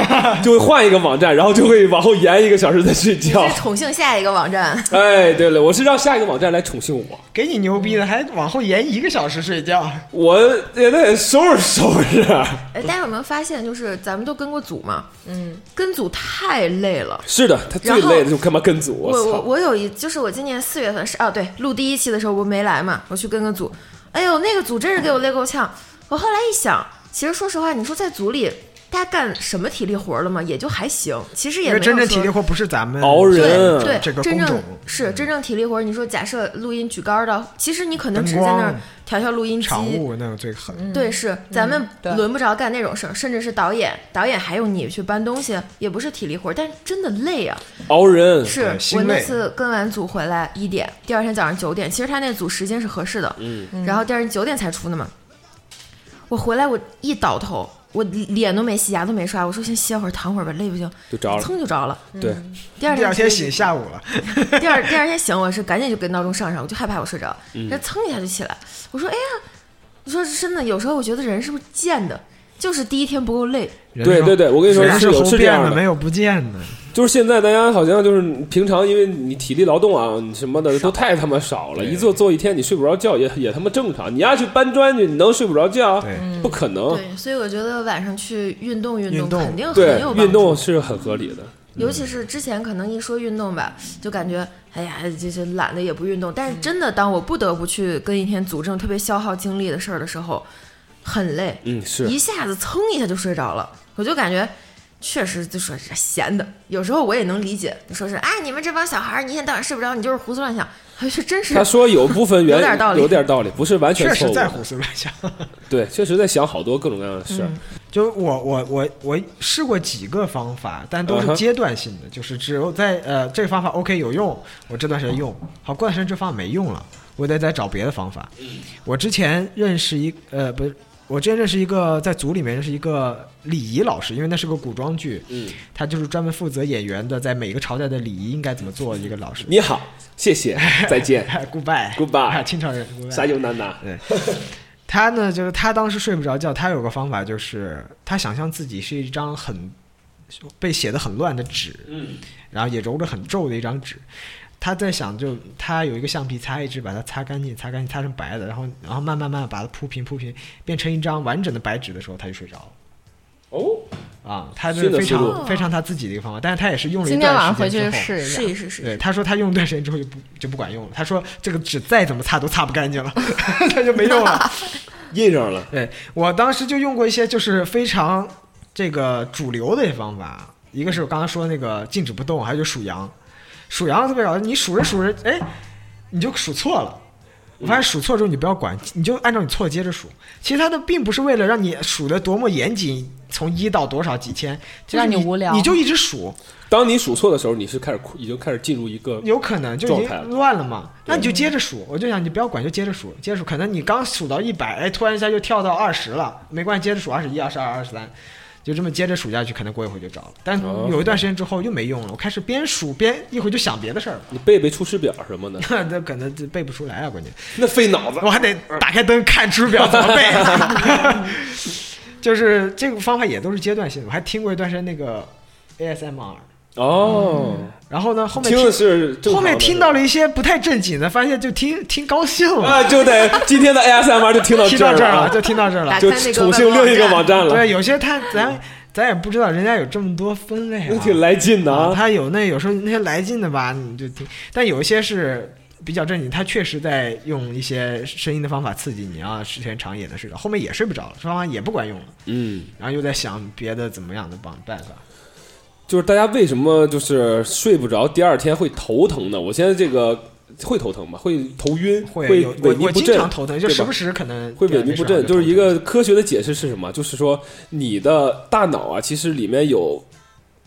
[SPEAKER 2] 就会换一个网站，然后就会往后延一个小时再睡觉
[SPEAKER 4] 是。宠幸下一个网站，
[SPEAKER 2] 哎，对了，我是让下一个网站来宠幸我，
[SPEAKER 3] 给你牛逼的，还往后延一个小时睡觉。
[SPEAKER 2] 我也得收拾收拾。
[SPEAKER 4] (laughs) 哎，大家有没有发现，就是咱们都跟过组嘛？嗯，跟组太累了。
[SPEAKER 2] 是的，他最
[SPEAKER 4] 然后
[SPEAKER 2] 累的就干嘛跟组，
[SPEAKER 4] 我我
[SPEAKER 2] 操！
[SPEAKER 4] 我有一，就是我今年四月份是哦，对，录第一期的时候我没来嘛，我去跟个组，哎呦，那个组真是给我累够呛。我后来一想，其实说实话，你说在组里大家干什么体力活了吗？也就还行，其实也
[SPEAKER 3] 因
[SPEAKER 4] 没
[SPEAKER 3] 为
[SPEAKER 4] 有
[SPEAKER 3] 真正
[SPEAKER 4] 说
[SPEAKER 3] 体力活不是咱们
[SPEAKER 2] 熬人
[SPEAKER 4] 对
[SPEAKER 2] 对
[SPEAKER 4] 对，
[SPEAKER 3] 这个
[SPEAKER 4] 真
[SPEAKER 3] 工
[SPEAKER 4] 正
[SPEAKER 3] 种嗯
[SPEAKER 4] 是真正体力活儿。你说假设录音举杆的，其实你可能只
[SPEAKER 3] 灯
[SPEAKER 4] 是在那儿
[SPEAKER 3] 光
[SPEAKER 4] 调调录音机，嗯
[SPEAKER 3] 场务那种最狠。
[SPEAKER 4] 对，是咱们
[SPEAKER 5] 对
[SPEAKER 4] 轮不着干那种事儿，甚至是导演，导演还用你去搬东西，也不是体力活儿，但是真的累啊。
[SPEAKER 2] 熬人，
[SPEAKER 4] 是
[SPEAKER 3] 对心
[SPEAKER 4] 我那
[SPEAKER 3] 累
[SPEAKER 4] 次跟完组回来一点，第二天早上九点，其实他那组时间是合适的，
[SPEAKER 2] 嗯，
[SPEAKER 4] 然后第二天九点才出的嘛。我回来我一倒头，我脸都没洗，牙都没刷，我说先歇会儿，躺会儿吧，累不行，
[SPEAKER 2] 就着了。
[SPEAKER 4] 噌就着了。
[SPEAKER 2] 对，
[SPEAKER 4] 第二
[SPEAKER 3] 第
[SPEAKER 4] 天
[SPEAKER 3] 二
[SPEAKER 4] 起
[SPEAKER 3] 天醒下午了，
[SPEAKER 2] 嗯
[SPEAKER 4] 第二第二天醒，我是赶紧就给闹钟上上，我就害怕我睡着，
[SPEAKER 2] 嗯
[SPEAKER 4] 那噌一下就起来。我说：“哎呀，你说真的，有时候我觉得人是不是贱的？就是第一天不够累，
[SPEAKER 3] 人
[SPEAKER 2] 对
[SPEAKER 3] 是
[SPEAKER 2] 对对，我跟你说
[SPEAKER 3] 人
[SPEAKER 2] 是
[SPEAKER 3] 是
[SPEAKER 2] 有
[SPEAKER 3] 猴
[SPEAKER 2] 是这
[SPEAKER 3] 变
[SPEAKER 2] 样
[SPEAKER 3] 的，
[SPEAKER 2] 的
[SPEAKER 3] 没，有不见的。
[SPEAKER 2] 就是现在大家好像就是平常，因为你体力劳动啊，你什么的都太他妈少了，
[SPEAKER 3] 对
[SPEAKER 2] 一坐坐一天，你睡不着觉也也他妈正常。你要去搬砖去，你能睡不着觉？
[SPEAKER 3] 对，
[SPEAKER 2] 不可能。
[SPEAKER 4] 对，所以我觉得晚上去运动运
[SPEAKER 3] 运动
[SPEAKER 4] 肯定很
[SPEAKER 2] 哦对
[SPEAKER 4] 有，帮
[SPEAKER 2] 运
[SPEAKER 4] 助。
[SPEAKER 2] 动是很合理的。
[SPEAKER 4] 尤其是之前可能一说运动吧，就感觉哎呀，这这懒得也不运动。但是真的，当我不得不去跟一天组这种特别消耗精力的事儿的时候，很累，
[SPEAKER 2] 嗯，是
[SPEAKER 4] 一下子噌一下就睡着了，我就感觉。确实就说是闲的，有时候我也能理解。你说是啊，你们这帮小孩儿，你一天到晚睡不着，你就是胡思乱想，还是真是
[SPEAKER 2] 他说有部分原
[SPEAKER 4] 有点道理
[SPEAKER 2] 有点道理，不是完全
[SPEAKER 3] 确
[SPEAKER 2] 错
[SPEAKER 3] 实
[SPEAKER 2] 误
[SPEAKER 3] 在
[SPEAKER 2] 的。
[SPEAKER 3] 胡思乱想。
[SPEAKER 2] 对，确实在想好多各种各样的事儿。
[SPEAKER 3] 就我我我我试过几个方法，但都
[SPEAKER 2] 嗯哼
[SPEAKER 3] 是阶段性的就是只有在呃这个方法 OK 有用，我这段时间用，好过段时间这方法没用了，我得再找别的方法。
[SPEAKER 2] 嗯
[SPEAKER 3] 我之前认识一呃不是，我之前认识一个在组里面认识一个礼仪老师，因为那是个古装剧，
[SPEAKER 2] 嗯，
[SPEAKER 3] 他就是专门负责演员的在每个朝代的礼仪应该怎么做一个老师。 (laughs)
[SPEAKER 2] 你好，谢谢，再见
[SPEAKER 3] Goodbye， (laughs)
[SPEAKER 5] (laughs)
[SPEAKER 2] ，Goodbye，
[SPEAKER 3] 清朝人 Goodbye。
[SPEAKER 2] 啥油楠楠。
[SPEAKER 3] 他呢，就是他当时睡不着觉，他有个方法，就是他想象自己是一张很被写的很乱的纸，
[SPEAKER 2] 嗯，
[SPEAKER 3] 然后也揉着很皱的一张纸。他在想就，他有一个橡皮擦，一直把它擦干净，擦干净，擦成白的，然后然后慢慢慢慢把它铺平铺平，变成一张完整的白纸的时候，他就睡着了
[SPEAKER 2] 哦，
[SPEAKER 3] 啊、啊，他
[SPEAKER 2] 新
[SPEAKER 3] 是
[SPEAKER 2] 的
[SPEAKER 3] 非
[SPEAKER 2] 思
[SPEAKER 4] 路
[SPEAKER 3] 常非常他自己的一个方法，但是他也是用了一
[SPEAKER 5] 今天晚
[SPEAKER 3] 段
[SPEAKER 5] 上
[SPEAKER 3] 时
[SPEAKER 5] 回去
[SPEAKER 3] 间之后。
[SPEAKER 5] 试一下
[SPEAKER 4] 试。一试试一
[SPEAKER 3] 对，
[SPEAKER 4] 试。
[SPEAKER 3] 他说他用一段时间之后就不就不管用了。他说这个纸再怎么擦都擦不干净了， (laughs) 他就没用了。
[SPEAKER 2] 印上了，
[SPEAKER 3] 对我当时就用过一些就是非常这个主流的方法，一个是我刚刚说那个静止不动，还有就数羊，数羊特别搞笑，你数着数着，哎，你就数错了。我发现数错之后你不要管，你就按照你错接着数。其实它的并不是为了让你数的多么严谨，从一到多少几千，就
[SPEAKER 5] 让
[SPEAKER 3] 是
[SPEAKER 5] 你无聊
[SPEAKER 3] 你就一直数，
[SPEAKER 2] 当你数错的时候，你是开始哭已经开始进入一个
[SPEAKER 3] 有可能就已
[SPEAKER 2] 状态了
[SPEAKER 3] 经乱了嘛。那你就接着数，我就想你不要管，就接着数，接着数。可能你刚数到一百，哎，突然一下就跳到二十了，没关系，接着数二十一、二十二、二十三，就这么接着数下去，可能过一会儿就着了。但
[SPEAKER 2] 哦
[SPEAKER 3] 有一段时间之后又没用了，我开始边数边一会儿就想别的事儿了。 (laughs)
[SPEAKER 2] 你背背出师表什么的，
[SPEAKER 3] 那可能就背不出来啊，关键
[SPEAKER 2] 那费脑子。
[SPEAKER 3] 我还得打开灯看出表怎么背。 (laughs) 就是这个方法也都是阶段性的，我还听过一段时间那个 ASMR，
[SPEAKER 2] 哦，
[SPEAKER 3] 然后呢后面
[SPEAKER 2] 听的是正常的
[SPEAKER 3] 后面听到了一些不太正经的，发现就听听高兴了，
[SPEAKER 2] 啊，就得今天的 ASMR 就听哎到
[SPEAKER 3] 听到
[SPEAKER 2] 这
[SPEAKER 3] 这
[SPEAKER 2] 儿
[SPEAKER 3] 儿了，
[SPEAKER 2] 了，
[SPEAKER 3] 就听到
[SPEAKER 2] (laughs)
[SPEAKER 3] 这儿了
[SPEAKER 4] 打。
[SPEAKER 2] 就
[SPEAKER 4] 开那个
[SPEAKER 2] 宠幸另一个网站了，
[SPEAKER 3] 对，有些他咱咱也不知道人家有这么多分类
[SPEAKER 2] 那 (laughs)
[SPEAKER 3] 啊
[SPEAKER 2] 挺来劲的
[SPEAKER 3] 啊，
[SPEAKER 2] 啊。
[SPEAKER 3] 他有那有时候那些来劲的吧，你就听，但有一些是。比较正经，他确实在用一些声音的方法刺激你啊，时间长也能睡着，后面也睡不着了，双方也不管用了，
[SPEAKER 2] 嗯，
[SPEAKER 3] 然后又在想别的怎么样的办办法。
[SPEAKER 2] 就是大家为什么就是睡不着，第二天会头疼呢？我现在这个会头疼吧，会头晕，
[SPEAKER 3] 会
[SPEAKER 2] 会
[SPEAKER 3] 有
[SPEAKER 2] 萎
[SPEAKER 3] 我
[SPEAKER 2] 靡
[SPEAKER 3] 我
[SPEAKER 2] 不
[SPEAKER 3] 经
[SPEAKER 2] 振，
[SPEAKER 3] 常头疼，就
[SPEAKER 2] 对
[SPEAKER 3] 时
[SPEAKER 2] 吧
[SPEAKER 3] 不时可能
[SPEAKER 2] 会
[SPEAKER 3] 第二
[SPEAKER 2] 萎靡
[SPEAKER 3] 天
[SPEAKER 2] 不
[SPEAKER 3] 上来
[SPEAKER 2] 振，
[SPEAKER 3] 就
[SPEAKER 2] 就是
[SPEAKER 3] 头
[SPEAKER 2] 一
[SPEAKER 3] 疼
[SPEAKER 2] 个科学的解释是什么？就是说你的大脑啊，其实里面有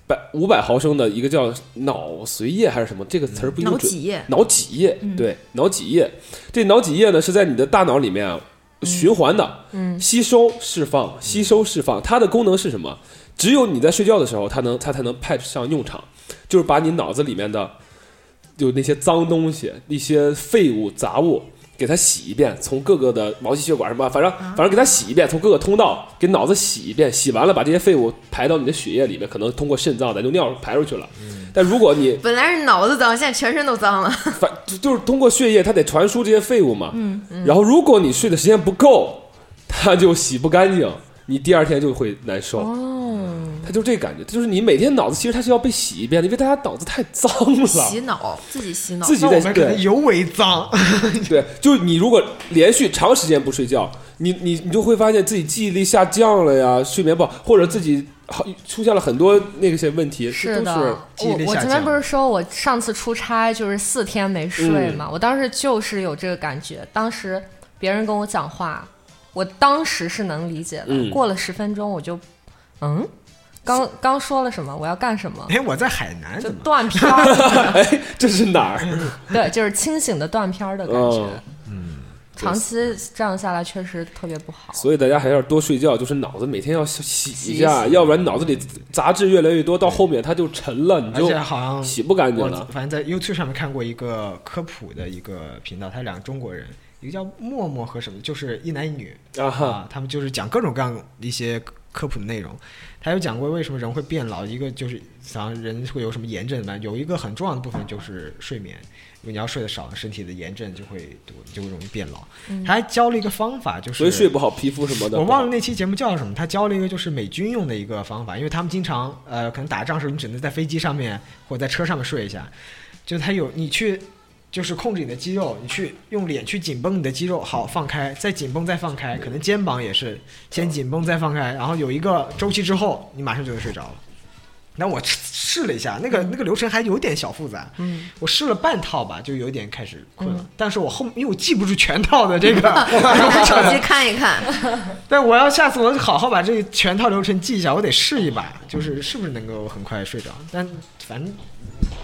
[SPEAKER 2] 百五百毫升的一个叫脑髓液还是什么，这个词儿不一定
[SPEAKER 4] 脑
[SPEAKER 2] 准。
[SPEAKER 4] 脊液，
[SPEAKER 2] 脑脊液，
[SPEAKER 4] 嗯
[SPEAKER 2] 对，脑脊液，这脑脊液呢是在你的大脑里面啊循环的，
[SPEAKER 5] 嗯，
[SPEAKER 2] 吸收释放，吸收释放，它的功能是什么？只有你在睡觉的时候，它能它才能派上用场，就是把你脑子里面的就那些脏东西、一些废物、杂物。给它洗一遍，从各个的毛细血管什么，反正反正给它洗一遍，从各个通道给脑子洗一遍，洗完了把这些废物排到你的血液里面，可能通过肾脏咱就尿排出去了。但如果你
[SPEAKER 4] 本来是脑子脏，现在全身都脏了。
[SPEAKER 2] 反就就是通过血液，它得传输这些废物嘛。嗯嗯。然后如果你睡的时间不够， (laughs) 它就洗不干净，你第二天就会难受。
[SPEAKER 5] 哦，
[SPEAKER 2] 它就这感觉，就是你每天脑子其实它是要被洗一遍的，因为大家脑子太 (laughs) 脏
[SPEAKER 4] 洗
[SPEAKER 2] 了。
[SPEAKER 4] 脑，自己洗脑。
[SPEAKER 2] 自己
[SPEAKER 3] 那我
[SPEAKER 2] 在
[SPEAKER 3] 们可能
[SPEAKER 2] 对
[SPEAKER 3] 尤为脏，
[SPEAKER 2] (laughs)
[SPEAKER 3] (laughs)
[SPEAKER 2] 对，就是你如果连续长时间不睡觉，你你你就会发现自己记忆力下降了呀，睡眠不好，或者自己好出现了很多那些问题，这
[SPEAKER 5] 是
[SPEAKER 2] 都
[SPEAKER 5] 的，
[SPEAKER 2] 是
[SPEAKER 3] 记忆力
[SPEAKER 5] 我我
[SPEAKER 3] 下
[SPEAKER 5] 前面
[SPEAKER 3] 降
[SPEAKER 5] 不是说我上次出差就是四天没睡嘛，我当时就是有这个感觉，当时别人跟我讲话，我当时是能理解的，
[SPEAKER 2] 嗯
[SPEAKER 5] 过了十分钟我就，嗯，刚刚说了什么，我要干什么，
[SPEAKER 3] 哎，我在海南
[SPEAKER 5] 就
[SPEAKER 3] 怎么？
[SPEAKER 5] 断
[SPEAKER 2] (laughs)
[SPEAKER 5] 片儿，
[SPEAKER 2] 哎，这是哪儿？
[SPEAKER 5] 对，就是清醒的断片儿的感觉，嗯
[SPEAKER 2] 哦
[SPEAKER 5] 长期这样下来确实特别不好。
[SPEAKER 2] 所以大家还要多睡觉，就是脑子每天要洗一下，
[SPEAKER 5] 洗一洗
[SPEAKER 2] 要不然脑子里杂质越来越多，到后面它就沉了，你
[SPEAKER 3] 而且
[SPEAKER 2] 就
[SPEAKER 3] 好像
[SPEAKER 2] 洗不干净
[SPEAKER 3] 我
[SPEAKER 2] 了。
[SPEAKER 3] 反正在 YouTube 上面看过一个科普的一个频道，他是两个中国人，一个叫默默和什么，就是一男
[SPEAKER 2] (laughs)
[SPEAKER 3] 一女
[SPEAKER 2] 啊哈，
[SPEAKER 3] 啊，他们就是讲各种各样的一些科普的内容。他有讲过为什么人会变老，一个就是像人会有什么炎症嘛，有一个很重要的部分就是睡眠，如果你要睡得少，身体的炎症就会多，就会容易变老。他还教了一个方法，就是
[SPEAKER 2] 所以睡不好，皮肤什么的，
[SPEAKER 3] 我忘了那期节目叫什么，他教了一个就是美军用的一个方法，因为他们经常呃可能打仗时候你只能在飞机上面或者在车上面睡一下，就他有你去就是控制你的肌肉，你去用脸去紧绷你的肌肉，好放开，再紧绷再放开，可能肩膀也是先紧绷再放开，然后有一个周期之后，你马上就能睡着了。那我试试了一下，那个那个流程还有点小复杂，
[SPEAKER 5] 嗯，
[SPEAKER 3] 我试了半套吧，就有点开始困了。但是我后因为我记不住全套的这个流
[SPEAKER 4] 拿手
[SPEAKER 3] 程，
[SPEAKER 4] 机看一
[SPEAKER 2] (laughs)
[SPEAKER 4] 看，
[SPEAKER 3] 但我要下次我好好把这全套流程记一下，我得试一把，就是是不是能够很快睡着。但反正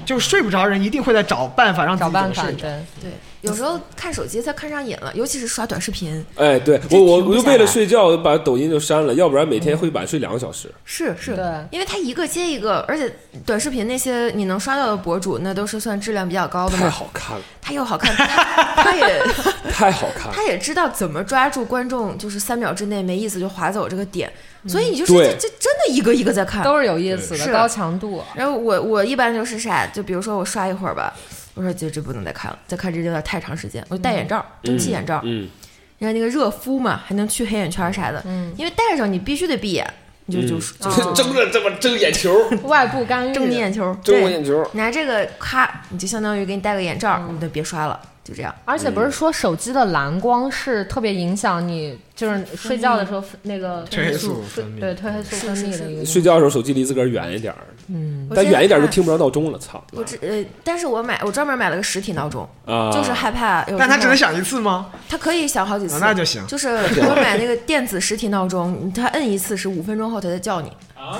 [SPEAKER 3] 就睡不着人，一定会在找办法让自
[SPEAKER 5] 找
[SPEAKER 3] 己怎
[SPEAKER 5] 办
[SPEAKER 3] 么
[SPEAKER 5] 法
[SPEAKER 3] 睡着。
[SPEAKER 5] 对，
[SPEAKER 4] 对，有时候看手机他看上瘾了，尤其是刷短视频，
[SPEAKER 2] 哎，对
[SPEAKER 4] 这
[SPEAKER 2] 我我
[SPEAKER 4] 停不
[SPEAKER 2] 我就
[SPEAKER 4] 下
[SPEAKER 2] 为了
[SPEAKER 4] 来
[SPEAKER 2] 睡觉，我把抖音就删了，要不然每天会晚睡两个小
[SPEAKER 4] (laughs)
[SPEAKER 2] 时。
[SPEAKER 4] 是是
[SPEAKER 5] 对
[SPEAKER 4] 因为他一个接一个，而且短视频那些你能刷到的博主，那都是算质量比较高的
[SPEAKER 2] 太
[SPEAKER 4] 嘛，
[SPEAKER 2] 好看了，
[SPEAKER 4] 他又好看，他他也
[SPEAKER 2] 太好看了。
[SPEAKER 4] 他也知道怎么抓住观众，就是三秒之内没意思就划走这个点，所以你就是
[SPEAKER 2] 对
[SPEAKER 4] 这这真的一个一个在 (laughs) 看，
[SPEAKER 5] 都是有意思
[SPEAKER 4] 是
[SPEAKER 5] 的，高强度。
[SPEAKER 4] 然后我我一般就是啥，就比如说我刷一会儿吧，我说这这不能再看了，再看这有点太长时间，我就戴眼罩，蒸汽眼罩，
[SPEAKER 2] 嗯，
[SPEAKER 4] 你看那个热敷嘛，还能去黑眼圈啥的，
[SPEAKER 5] 嗯
[SPEAKER 4] 因为戴上你必须得闭眼，你就啊就是
[SPEAKER 5] 嗯
[SPEAKER 4] 就
[SPEAKER 2] 睁着这么睁眼球，
[SPEAKER 5] 外部干预，
[SPEAKER 4] 睁你眼球，
[SPEAKER 2] 睁我
[SPEAKER 4] 对，
[SPEAKER 2] 眼球，
[SPEAKER 4] 拿这个咔，你就相当于给你戴个眼罩，你就别刷了，就这样。
[SPEAKER 5] 而且不是说手机的蓝光是特别影响你，就是睡觉的时候那个
[SPEAKER 3] 褪黑素分泌
[SPEAKER 5] 对褪黑素分泌的一个
[SPEAKER 2] 睡觉的时候手机离自个儿远一点儿，
[SPEAKER 5] 嗯
[SPEAKER 4] 我
[SPEAKER 2] 但
[SPEAKER 4] 之前
[SPEAKER 2] 远一点儿就
[SPEAKER 4] 看。
[SPEAKER 2] 听不着闹钟了，操
[SPEAKER 4] 我这呃，但是我买我专门买了个实体闹钟，
[SPEAKER 2] 啊！
[SPEAKER 4] 就是害怕有时候。
[SPEAKER 3] 但它只能响一次吗？
[SPEAKER 4] 它可以响好几次，
[SPEAKER 3] 啊那就行
[SPEAKER 4] 就是我买那个电子实体闹钟，它摁一次是五分钟后它才叫你。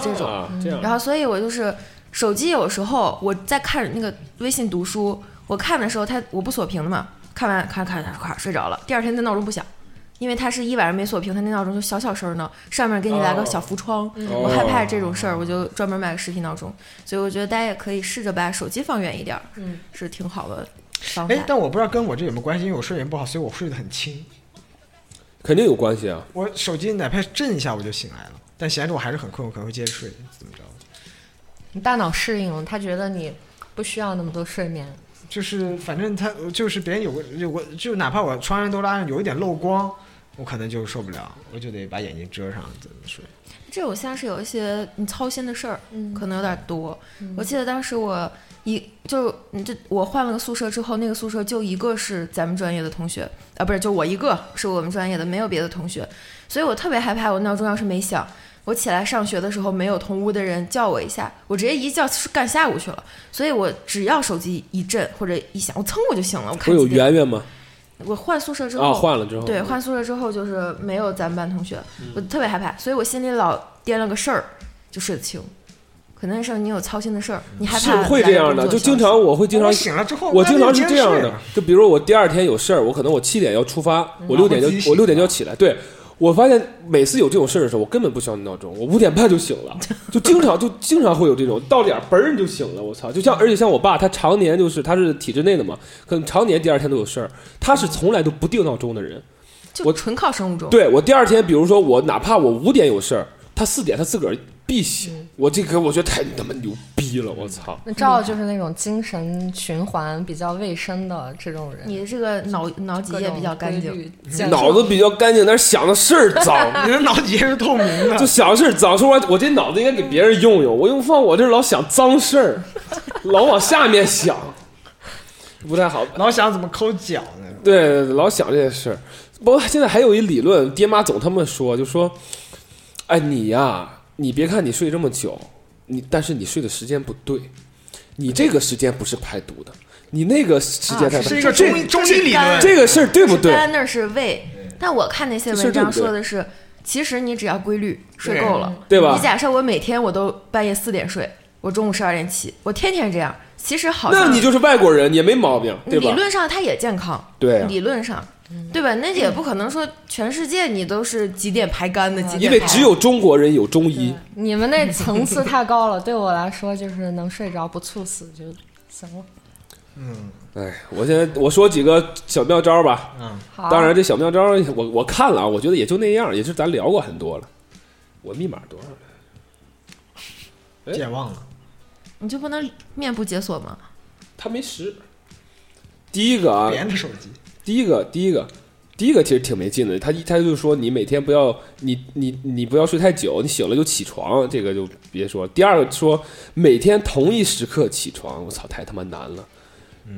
[SPEAKER 4] 这种
[SPEAKER 2] 啊这样
[SPEAKER 4] 嗯然后所以我就是手机有时候我在看那个微信读书，我看的时候它我不锁屏的嘛，看完看看看咵睡着了，第二天它闹钟不响。因为它是一晚上没锁屏，它那闹钟就小小声呢，上面给你来个小浮窗，我害怕这种事儿，我就专门买个实体闹钟。所以我觉得大家也可以试着把手机放远一点，嗯，是挺好的方法
[SPEAKER 3] 哎，。但我不知道跟我这有没有关系，因为我睡眠不好，所以我睡得很轻。
[SPEAKER 2] 肯定有关系啊。
[SPEAKER 3] 我手机哪怕震一下我就醒来了，但显然我还是很困，我可能会接着睡，怎么着？
[SPEAKER 5] 你大脑适应了，它觉得你不需要那么多睡眠。
[SPEAKER 3] 就是反正他就是别人有个有个，就哪怕我窗帘都拉上，有一点漏光，我可能就受不了，我就得把眼睛遮上怎么睡。
[SPEAKER 4] 这种像是有一些你操心的事儿，
[SPEAKER 5] 嗯
[SPEAKER 4] 可能有点多。我记得当时我一就你这我换了个宿舍之后，那个宿舍就一个是咱们专业的同学啊，不是就我一个是我们专业的，没有别的同学，所以我特别害怕我闹钟要是没响。我起来上学的时候，没有同屋的人叫我一下，我直接一觉干下午去了。所以我只要手机一震或者一响，我噌我就醒了。我
[SPEAKER 2] 不
[SPEAKER 4] 看
[SPEAKER 2] 是有
[SPEAKER 4] 几点
[SPEAKER 2] 圆圆吗？
[SPEAKER 4] 我换宿舍之后，
[SPEAKER 2] 啊，换了之后，
[SPEAKER 4] 对，换宿舍之后就是没有咱们班同学，我
[SPEAKER 2] 嗯
[SPEAKER 4] 特别害怕，所以我心里老掂了个事儿，就睡得轻。可能是你有操心的事儿，你害
[SPEAKER 2] 是
[SPEAKER 4] 怕
[SPEAKER 2] 会这样的，就经常我会经常
[SPEAKER 3] 我醒了之后，
[SPEAKER 2] 我经常是这
[SPEAKER 3] 那就接着
[SPEAKER 2] 样
[SPEAKER 3] 睡
[SPEAKER 2] 的
[SPEAKER 3] 了，
[SPEAKER 2] 就比如我第二天有事儿，我可能我七点要出发，
[SPEAKER 4] 嗯
[SPEAKER 2] 我六点
[SPEAKER 3] 然后自己
[SPEAKER 2] 就
[SPEAKER 3] 醒
[SPEAKER 2] 我六点就要起来。对，我发现每次有这种事儿的时候，我根本不需要闹钟，我五点半就醒
[SPEAKER 4] (laughs)
[SPEAKER 2] 了，就经常就经常会有这种到点儿嘣儿你就醒了，我操！就像而且像我爸，他常年就是他是体制内的嘛，可能常年第二天都有事儿，他是从来都不定闹钟的人。
[SPEAKER 4] 就
[SPEAKER 2] 我
[SPEAKER 4] 纯靠生物钟。
[SPEAKER 2] 对我第二天，比如说我哪怕我五点有事儿，他四点他自个儿必醒，
[SPEAKER 4] 嗯
[SPEAKER 2] 我这个我觉得太他妈牛逼了，我操！
[SPEAKER 5] 那赵就是那种精神循环比较卫生的这种人，
[SPEAKER 4] 你的这个脑脑脊
[SPEAKER 5] 各
[SPEAKER 4] 液
[SPEAKER 5] 种
[SPEAKER 4] 比较干
[SPEAKER 5] 规
[SPEAKER 4] 净，
[SPEAKER 5] 律，健
[SPEAKER 2] 脑子
[SPEAKER 5] 康
[SPEAKER 2] 比较干净，但是想的事儿脏。
[SPEAKER 3] (laughs)
[SPEAKER 4] (laughs)
[SPEAKER 3] 你的脑底下是透明的
[SPEAKER 2] 就，想事儿脏，说完我这脑子应该给别人用用，我用放我这儿老想脏事儿，老往下面想，不太好。
[SPEAKER 3] 老想怎么抠脚呢？
[SPEAKER 2] 对，老想这些事儿。包括现在还有一理论，爹妈总他们说，就说，哎，你呀、你别看你睡这么久，你但是你睡的时间不对，你这个时间不是排毒的，你那个时间
[SPEAKER 4] 啊
[SPEAKER 2] 才、排
[SPEAKER 4] 是
[SPEAKER 2] 毒。
[SPEAKER 3] 是一个中
[SPEAKER 2] 这
[SPEAKER 3] 医中医理论，
[SPEAKER 2] 这个事儿对不对？
[SPEAKER 4] 肝那是胃，但我看那些
[SPEAKER 2] 这事儿
[SPEAKER 4] 文章
[SPEAKER 2] 对不对
[SPEAKER 4] 说的是，其实你只要规律睡
[SPEAKER 3] 对
[SPEAKER 4] 够了，
[SPEAKER 2] 对吧
[SPEAKER 4] 你假设我每天我都半夜四点睡，我中午十二点起，我天天这样，其实好像
[SPEAKER 2] 那你就是外国人，也没毛病，对
[SPEAKER 4] 理
[SPEAKER 2] 吧？
[SPEAKER 4] 论上它也健康，
[SPEAKER 2] 对啊
[SPEAKER 4] 理论上，对吧？那也不可能说全世界你都是几点排干的，几
[SPEAKER 2] 因
[SPEAKER 4] 点
[SPEAKER 2] 为
[SPEAKER 4] 排
[SPEAKER 2] 只有中国人有中医。
[SPEAKER 5] 你们那层次太高了，对我来说就是能睡着不猝死就行了。
[SPEAKER 2] 哎，我现在我说几个小妙招吧。
[SPEAKER 3] 嗯，
[SPEAKER 5] 好，
[SPEAKER 2] 当然，这小妙招儿我我看了啊，我觉得也就那样，也就是咱聊过很多了。我密码多少？哎
[SPEAKER 3] 健忘了。
[SPEAKER 4] 你就不能面部解锁吗？
[SPEAKER 2] 他没十。第一个啊，
[SPEAKER 3] 别人的手机，
[SPEAKER 2] 第一个，第一个，第一个其实挺没劲的。他一他就说你每天不要你你你不要睡太久，你醒了就起床，这个就别说。第二个说每天同一时刻起床，我操，太他妈难了。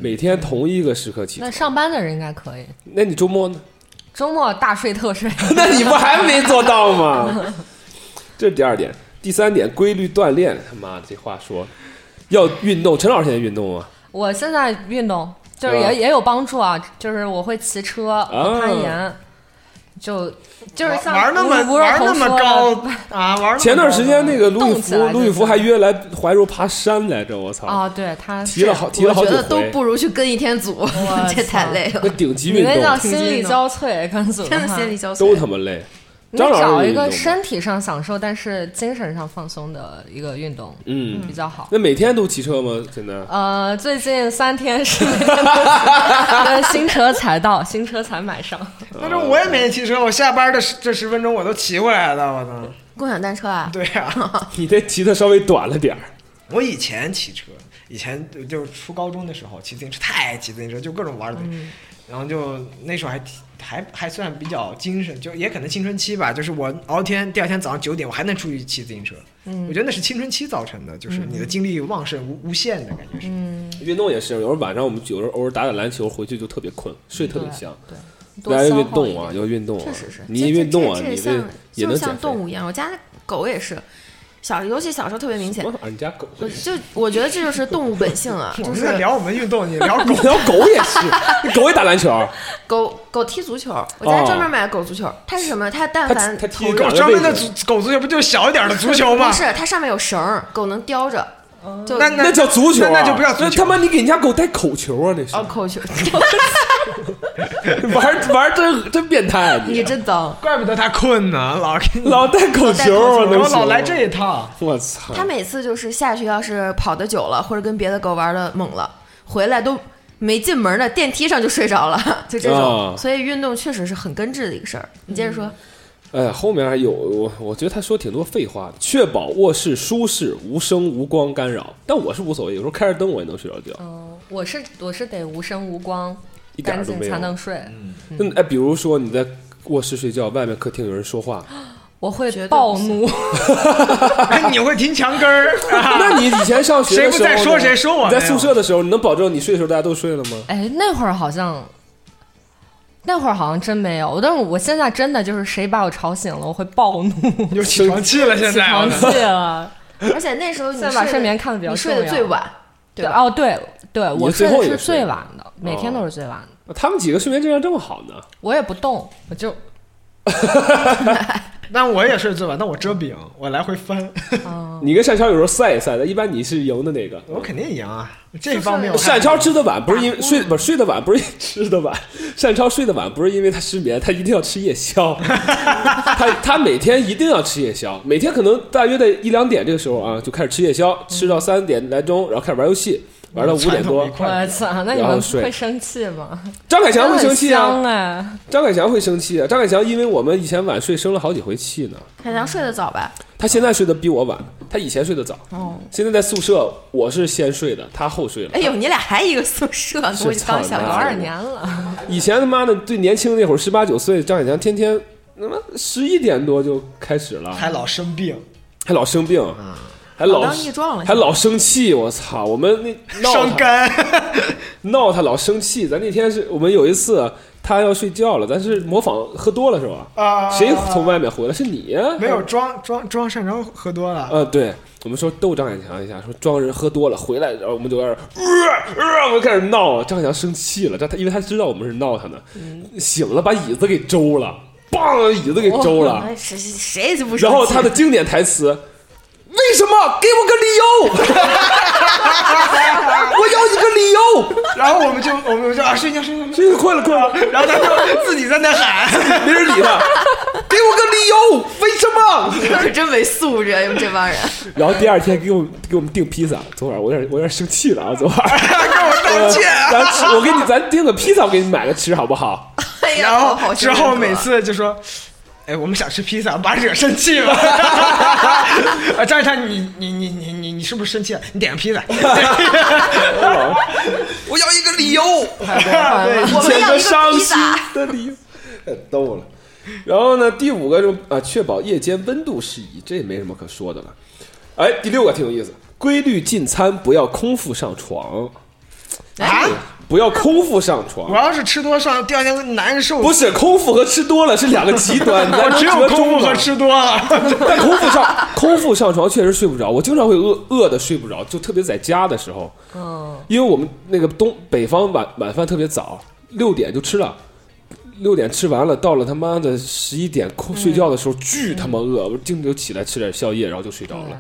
[SPEAKER 2] 每天同一个时刻起
[SPEAKER 5] 那
[SPEAKER 2] 床，
[SPEAKER 5] 上班的人应该可以，
[SPEAKER 2] 那你周末呢？
[SPEAKER 5] 周末大睡特
[SPEAKER 2] (laughs)
[SPEAKER 5] 睡。
[SPEAKER 2] 那你不还没做到吗？ (laughs) 这是第二点，第三点，规律锻炼。他妈的，这话说要运动，陈老师现在运动啊，
[SPEAKER 5] 我现在运动就是
[SPEAKER 2] 是吧啊
[SPEAKER 5] 也也有帮助啊，就是我会骑车、我攀岩，就就是像
[SPEAKER 3] 玩玩那
[SPEAKER 5] 吴
[SPEAKER 3] 么
[SPEAKER 5] 吴若
[SPEAKER 3] 玩
[SPEAKER 5] 彤
[SPEAKER 3] 那么
[SPEAKER 5] 说
[SPEAKER 3] 高
[SPEAKER 5] 的
[SPEAKER 3] 啊，玩那么高
[SPEAKER 2] 前段时间那个陆宇
[SPEAKER 5] 动起
[SPEAKER 2] 夫，
[SPEAKER 5] 来
[SPEAKER 2] 陆宇夫还约来怀柔爬山来着，我操，
[SPEAKER 5] (laughs) 啊，对他
[SPEAKER 2] 提了好提了好
[SPEAKER 4] 我
[SPEAKER 2] 几
[SPEAKER 4] 觉得都
[SPEAKER 2] 回，
[SPEAKER 4] 不如去跟一天组， (laughs) 这太累了
[SPEAKER 2] 那，顶级
[SPEAKER 5] 你
[SPEAKER 2] 运
[SPEAKER 5] 那叫
[SPEAKER 2] 动
[SPEAKER 5] 心力交瘁，跟组
[SPEAKER 4] 真的
[SPEAKER 5] 话
[SPEAKER 4] 心力交
[SPEAKER 2] 都
[SPEAKER 4] 瘁。
[SPEAKER 2] 他妈累。
[SPEAKER 5] 你
[SPEAKER 2] 张老师
[SPEAKER 5] 找
[SPEAKER 2] 有
[SPEAKER 5] 一
[SPEAKER 2] 运动
[SPEAKER 5] 个
[SPEAKER 2] 吗
[SPEAKER 5] 身体上享受，但是精神上放松的一个运动，
[SPEAKER 2] 嗯，
[SPEAKER 5] 比较好。
[SPEAKER 2] 那每天都骑车吗？真的？
[SPEAKER 5] 呃，最近三天是每
[SPEAKER 2] (laughs)
[SPEAKER 5] 天都骑对新车才到，新车才买上。
[SPEAKER 3] 那时候我也没骑车，我下班的十这十分钟我都骑回来的，我操！
[SPEAKER 4] 共享单车啊，
[SPEAKER 3] 对呀、
[SPEAKER 2] 你这骑的稍微短了点儿，
[SPEAKER 3] 我以前骑车，以前就就初高中的时候骑自行车，太爱骑自行车，就各种玩儿的。然后就那时候还挺还还算比较精神，就也可能青春期吧，就是我熬天，第二天早上九点我还能出去骑自行车，
[SPEAKER 5] 嗯
[SPEAKER 3] 我觉得那是青春期造成的，就是你的精力旺盛无无限的感觉是。
[SPEAKER 5] 嗯，
[SPEAKER 2] 运动也是，有时候晚上我们有时候偶尔打打篮球，回去就特别困，睡特别
[SPEAKER 5] 嗯对
[SPEAKER 2] 香。
[SPEAKER 5] 对，
[SPEAKER 2] 大
[SPEAKER 5] 多
[SPEAKER 2] 家
[SPEAKER 5] 消
[SPEAKER 2] 运
[SPEAKER 5] 耗一
[SPEAKER 2] 动
[SPEAKER 5] 点
[SPEAKER 2] 啊，要运动啊
[SPEAKER 4] 确实是，，
[SPEAKER 2] 你
[SPEAKER 4] 这
[SPEAKER 2] 一运动啊，
[SPEAKER 4] 这
[SPEAKER 2] 你
[SPEAKER 4] 这像
[SPEAKER 2] 也
[SPEAKER 4] 就
[SPEAKER 2] 能
[SPEAKER 4] 像
[SPEAKER 2] 减肥
[SPEAKER 4] 动物一样，我家狗也是，小尤其小时候特别明显。
[SPEAKER 2] 哇你家狗 (laughs)，
[SPEAKER 4] 我就我觉得这就是动物本性啊，
[SPEAKER 3] 我
[SPEAKER 4] 就
[SPEAKER 3] 们在
[SPEAKER 4] 是
[SPEAKER 3] 聊我们运动，你聊狗
[SPEAKER 2] 聊狗也是，你狗也打篮球，啊
[SPEAKER 4] 狗狗踢足球，我家
[SPEAKER 2] 哦
[SPEAKER 4] 专门买狗足球，它是什么？它但
[SPEAKER 2] 它
[SPEAKER 4] 凡
[SPEAKER 2] 它踢
[SPEAKER 4] 投入
[SPEAKER 2] 狗
[SPEAKER 3] 狗专门的足狗足球不就是小一点的足球
[SPEAKER 4] (laughs)
[SPEAKER 3] 吗
[SPEAKER 4] 不？是，它上面有绳儿，狗能叼着，就
[SPEAKER 3] 那那
[SPEAKER 2] 叫足球啊，
[SPEAKER 3] 那那就不叫足球
[SPEAKER 2] 那他妈你给人家狗带口球啊，那
[SPEAKER 4] 哦
[SPEAKER 2] 是
[SPEAKER 4] 口 (laughs) 球，
[SPEAKER 2] (laughs) 玩玩真真变态啊，
[SPEAKER 4] 你真脏。
[SPEAKER 3] 怪不得他困呢，老给
[SPEAKER 2] (laughs)
[SPEAKER 3] 你
[SPEAKER 2] 老带口球啊，
[SPEAKER 3] 我
[SPEAKER 2] 能行
[SPEAKER 3] 老
[SPEAKER 2] 吗
[SPEAKER 3] 来这，一套。 (laughs)
[SPEAKER 2] 我操！
[SPEAKER 4] 它每次就是下去，要是跑得久了，或者跟别的狗玩的猛了，回来都没进门呢，电梯上就睡着了，就这种。
[SPEAKER 2] 啊
[SPEAKER 4] 所以运动确实是很根治的一个事儿。你接着说，
[SPEAKER 2] 哎呀，后面还有我，我觉得他说挺多废话的，确保卧室舒适、无声无光干扰。但我是无所谓，有时候开着灯我也能睡着觉，
[SPEAKER 4] 哦
[SPEAKER 5] 嗯，我是我是得无声无光，
[SPEAKER 2] 一点
[SPEAKER 5] 干
[SPEAKER 2] 儿都
[SPEAKER 5] 净
[SPEAKER 2] 没有
[SPEAKER 5] 才。能睡。
[SPEAKER 2] 那哎，比如说你在卧室睡觉，外面客厅有人说话，
[SPEAKER 5] 我
[SPEAKER 4] 绝
[SPEAKER 5] 会
[SPEAKER 4] 对
[SPEAKER 5] 暴
[SPEAKER 4] 不行
[SPEAKER 5] 怒， (laughs)
[SPEAKER 3] 哎，你会听墙根儿？啊
[SPEAKER 2] (laughs) 那你以前上学的时候呢，
[SPEAKER 3] 谁不在说谁说我
[SPEAKER 2] 你在
[SPEAKER 3] 没有
[SPEAKER 2] 宿舍的时候，你能保证你睡的时候大家都睡了吗？
[SPEAKER 5] 哎，那会儿好像，那会儿好像真没有，但是我现在真的就是谁把我吵醒了，我会暴怒， (laughs)
[SPEAKER 3] 有起床气了，现
[SPEAKER 5] 起
[SPEAKER 3] 在
[SPEAKER 2] 啊
[SPEAKER 5] 床
[SPEAKER 3] 我操
[SPEAKER 5] 气了。
[SPEAKER 2] 嗯
[SPEAKER 4] 而且那时
[SPEAKER 5] (laughs)
[SPEAKER 4] 候你
[SPEAKER 5] 现在把
[SPEAKER 4] 睡
[SPEAKER 5] 睡
[SPEAKER 4] 得
[SPEAKER 5] 眠看得比较
[SPEAKER 4] 你
[SPEAKER 5] 重
[SPEAKER 4] 睡
[SPEAKER 5] 要。
[SPEAKER 4] 得最晚， (laughs) 对
[SPEAKER 5] 对
[SPEAKER 4] 吧？
[SPEAKER 5] 哦，对对，我
[SPEAKER 2] 你最
[SPEAKER 5] 睡
[SPEAKER 2] 后
[SPEAKER 5] 的
[SPEAKER 2] 一个
[SPEAKER 5] 是
[SPEAKER 2] 睡哦
[SPEAKER 5] 最晚的，每天都是最晚的。
[SPEAKER 2] 他们几个睡眠质量这么好呢？
[SPEAKER 5] 我也不动，我就
[SPEAKER 3] 但我也睡最晚，但我遮饼，我来
[SPEAKER 2] (laughs)
[SPEAKER 3] 回翻，
[SPEAKER 2] 啊你跟单超有时候赛一赛的，一般你是赢的那个。
[SPEAKER 3] 我肯定赢啊。这方面我还
[SPEAKER 2] 单超吃的晚不是因 (laughs) 为睡不是睡得晚不是因为吃的晚， (laughs) 单超睡得晚不是因为他失眠，他一定要吃夜宵， (laughs) 他他每天一定要吃夜宵，每天可能大约在一两点这个时候啊就开始吃夜宵，吃到三点来钟，然后开始玩游戏，玩到五点
[SPEAKER 3] 传统
[SPEAKER 2] 多
[SPEAKER 3] 一。块
[SPEAKER 5] 我操，那你
[SPEAKER 2] 然后
[SPEAKER 5] 们
[SPEAKER 2] 睡
[SPEAKER 5] 会生气吗？
[SPEAKER 2] 张凯强会生气
[SPEAKER 5] 真的很香
[SPEAKER 2] 啊，
[SPEAKER 5] 哎，
[SPEAKER 2] 张凯强会生气啊，张凯强因为我们以前晚睡生了好几回气呢，
[SPEAKER 4] 海洋睡得早吧？
[SPEAKER 2] 他现在睡得比我晚，他以前睡得早，
[SPEAKER 4] 哦，
[SPEAKER 2] 现在在宿舍我是先睡的，他后睡了。
[SPEAKER 4] 哎呦，你俩还一个宿舍呢，
[SPEAKER 2] 是
[SPEAKER 4] 我就刚
[SPEAKER 2] 操
[SPEAKER 4] 想
[SPEAKER 2] 你
[SPEAKER 5] 多
[SPEAKER 2] 妈
[SPEAKER 4] 到
[SPEAKER 5] 少
[SPEAKER 2] 的
[SPEAKER 5] 年了？
[SPEAKER 2] 以前他妈的最年轻那会儿，十八九岁，张凯强天天他妈十一点多就开始了，
[SPEAKER 3] 还老生病，
[SPEAKER 2] 还老生病，
[SPEAKER 3] 啊
[SPEAKER 2] 还
[SPEAKER 4] 老
[SPEAKER 2] 老
[SPEAKER 4] 当益壮了，
[SPEAKER 2] 还老生气，我操！我们那闹
[SPEAKER 3] 伤
[SPEAKER 2] 他 (laughs)
[SPEAKER 3] 肝，
[SPEAKER 2] 闹他老生气，咱那天是我们有一次他要睡觉了，咱是模仿喝多了是吧？
[SPEAKER 3] 啊
[SPEAKER 2] 谁从外面回来？是你？啊
[SPEAKER 3] 没有装装装擅长喝
[SPEAKER 2] (laughs)
[SPEAKER 3] 多了。
[SPEAKER 2] 呃，对，我们说逗张凯强一下，说装人喝多了回来，然后我们就开始，呃呃，我们就开始闹了。张凯强生气了，他他因为他知道我们是闹他呢，醒了把椅子给周了，梆，椅子给周了。
[SPEAKER 4] 哎谁谁谁就不生
[SPEAKER 2] 然后
[SPEAKER 4] 气
[SPEAKER 2] 他的经典台词：“为什么？给我个理由！我要一个理由
[SPEAKER 3] 然后我们就我们就啊睡觉睡觉！”睡
[SPEAKER 2] 真是困了，困了，
[SPEAKER 3] 觉，然后他就自己在
[SPEAKER 2] (laughs)
[SPEAKER 3] 那喊，
[SPEAKER 2] 没人理他。给我个理由，为什么？
[SPEAKER 4] 你们是真没素质，你们这帮
[SPEAKER 2] (laughs)
[SPEAKER 4] 人。
[SPEAKER 2] 然后第二天给我们给我们订披萨，昨晚我有点我有点生气了啊，昨晚。
[SPEAKER 3] 跟我道歉。
[SPEAKER 2] 咱吃，我给你，咱订个披萨，我给你买个吃，好不好？
[SPEAKER 4] 哎
[SPEAKER 3] (laughs)
[SPEAKER 4] 呀，
[SPEAKER 3] 然后
[SPEAKER 4] 好
[SPEAKER 3] 之后每次就说。哎，我们想吃披萨，把惹生气了。 (laughs) 啊，张一山，你你你你你你是不是生气了？你点个披萨。 (laughs)
[SPEAKER 2] 我要一个理由，
[SPEAKER 3] 对，
[SPEAKER 4] 我们
[SPEAKER 2] 一哎个
[SPEAKER 4] 要一个
[SPEAKER 2] 伤
[SPEAKER 4] 披
[SPEAKER 2] 心
[SPEAKER 4] 萨。
[SPEAKER 2] 的理 (laughs) 由，太哎逗了。然后呢，第五个就啊，确保夜间温度适宜，这也没什么可说的了。哎，第六个挺有意思，规律进餐，不要空腹上床，
[SPEAKER 3] 啊，
[SPEAKER 2] 不要空腹上
[SPEAKER 3] 我
[SPEAKER 2] 床，
[SPEAKER 3] 要是吃多上，第二天难受。
[SPEAKER 2] 不是空腹和吃多了是两个极端，你还
[SPEAKER 3] 我
[SPEAKER 2] 能
[SPEAKER 3] 只有
[SPEAKER 2] 折
[SPEAKER 3] 空
[SPEAKER 2] 中
[SPEAKER 3] 腹和
[SPEAKER 2] 吗？
[SPEAKER 3] 吃多啊了。
[SPEAKER 2] 但 (laughs) 空腹上空腹上床确实睡不着，我经常会饿饿的睡不着，就特别在家的时候，
[SPEAKER 5] 嗯，
[SPEAKER 2] 因为我们那个东北方晚晚饭特别早，六点就吃了，六点吃完了，到了他妈的十一点空睡觉的时候，巨他妈饿，我经就起来吃点宵夜，然后就睡着了。
[SPEAKER 5] 就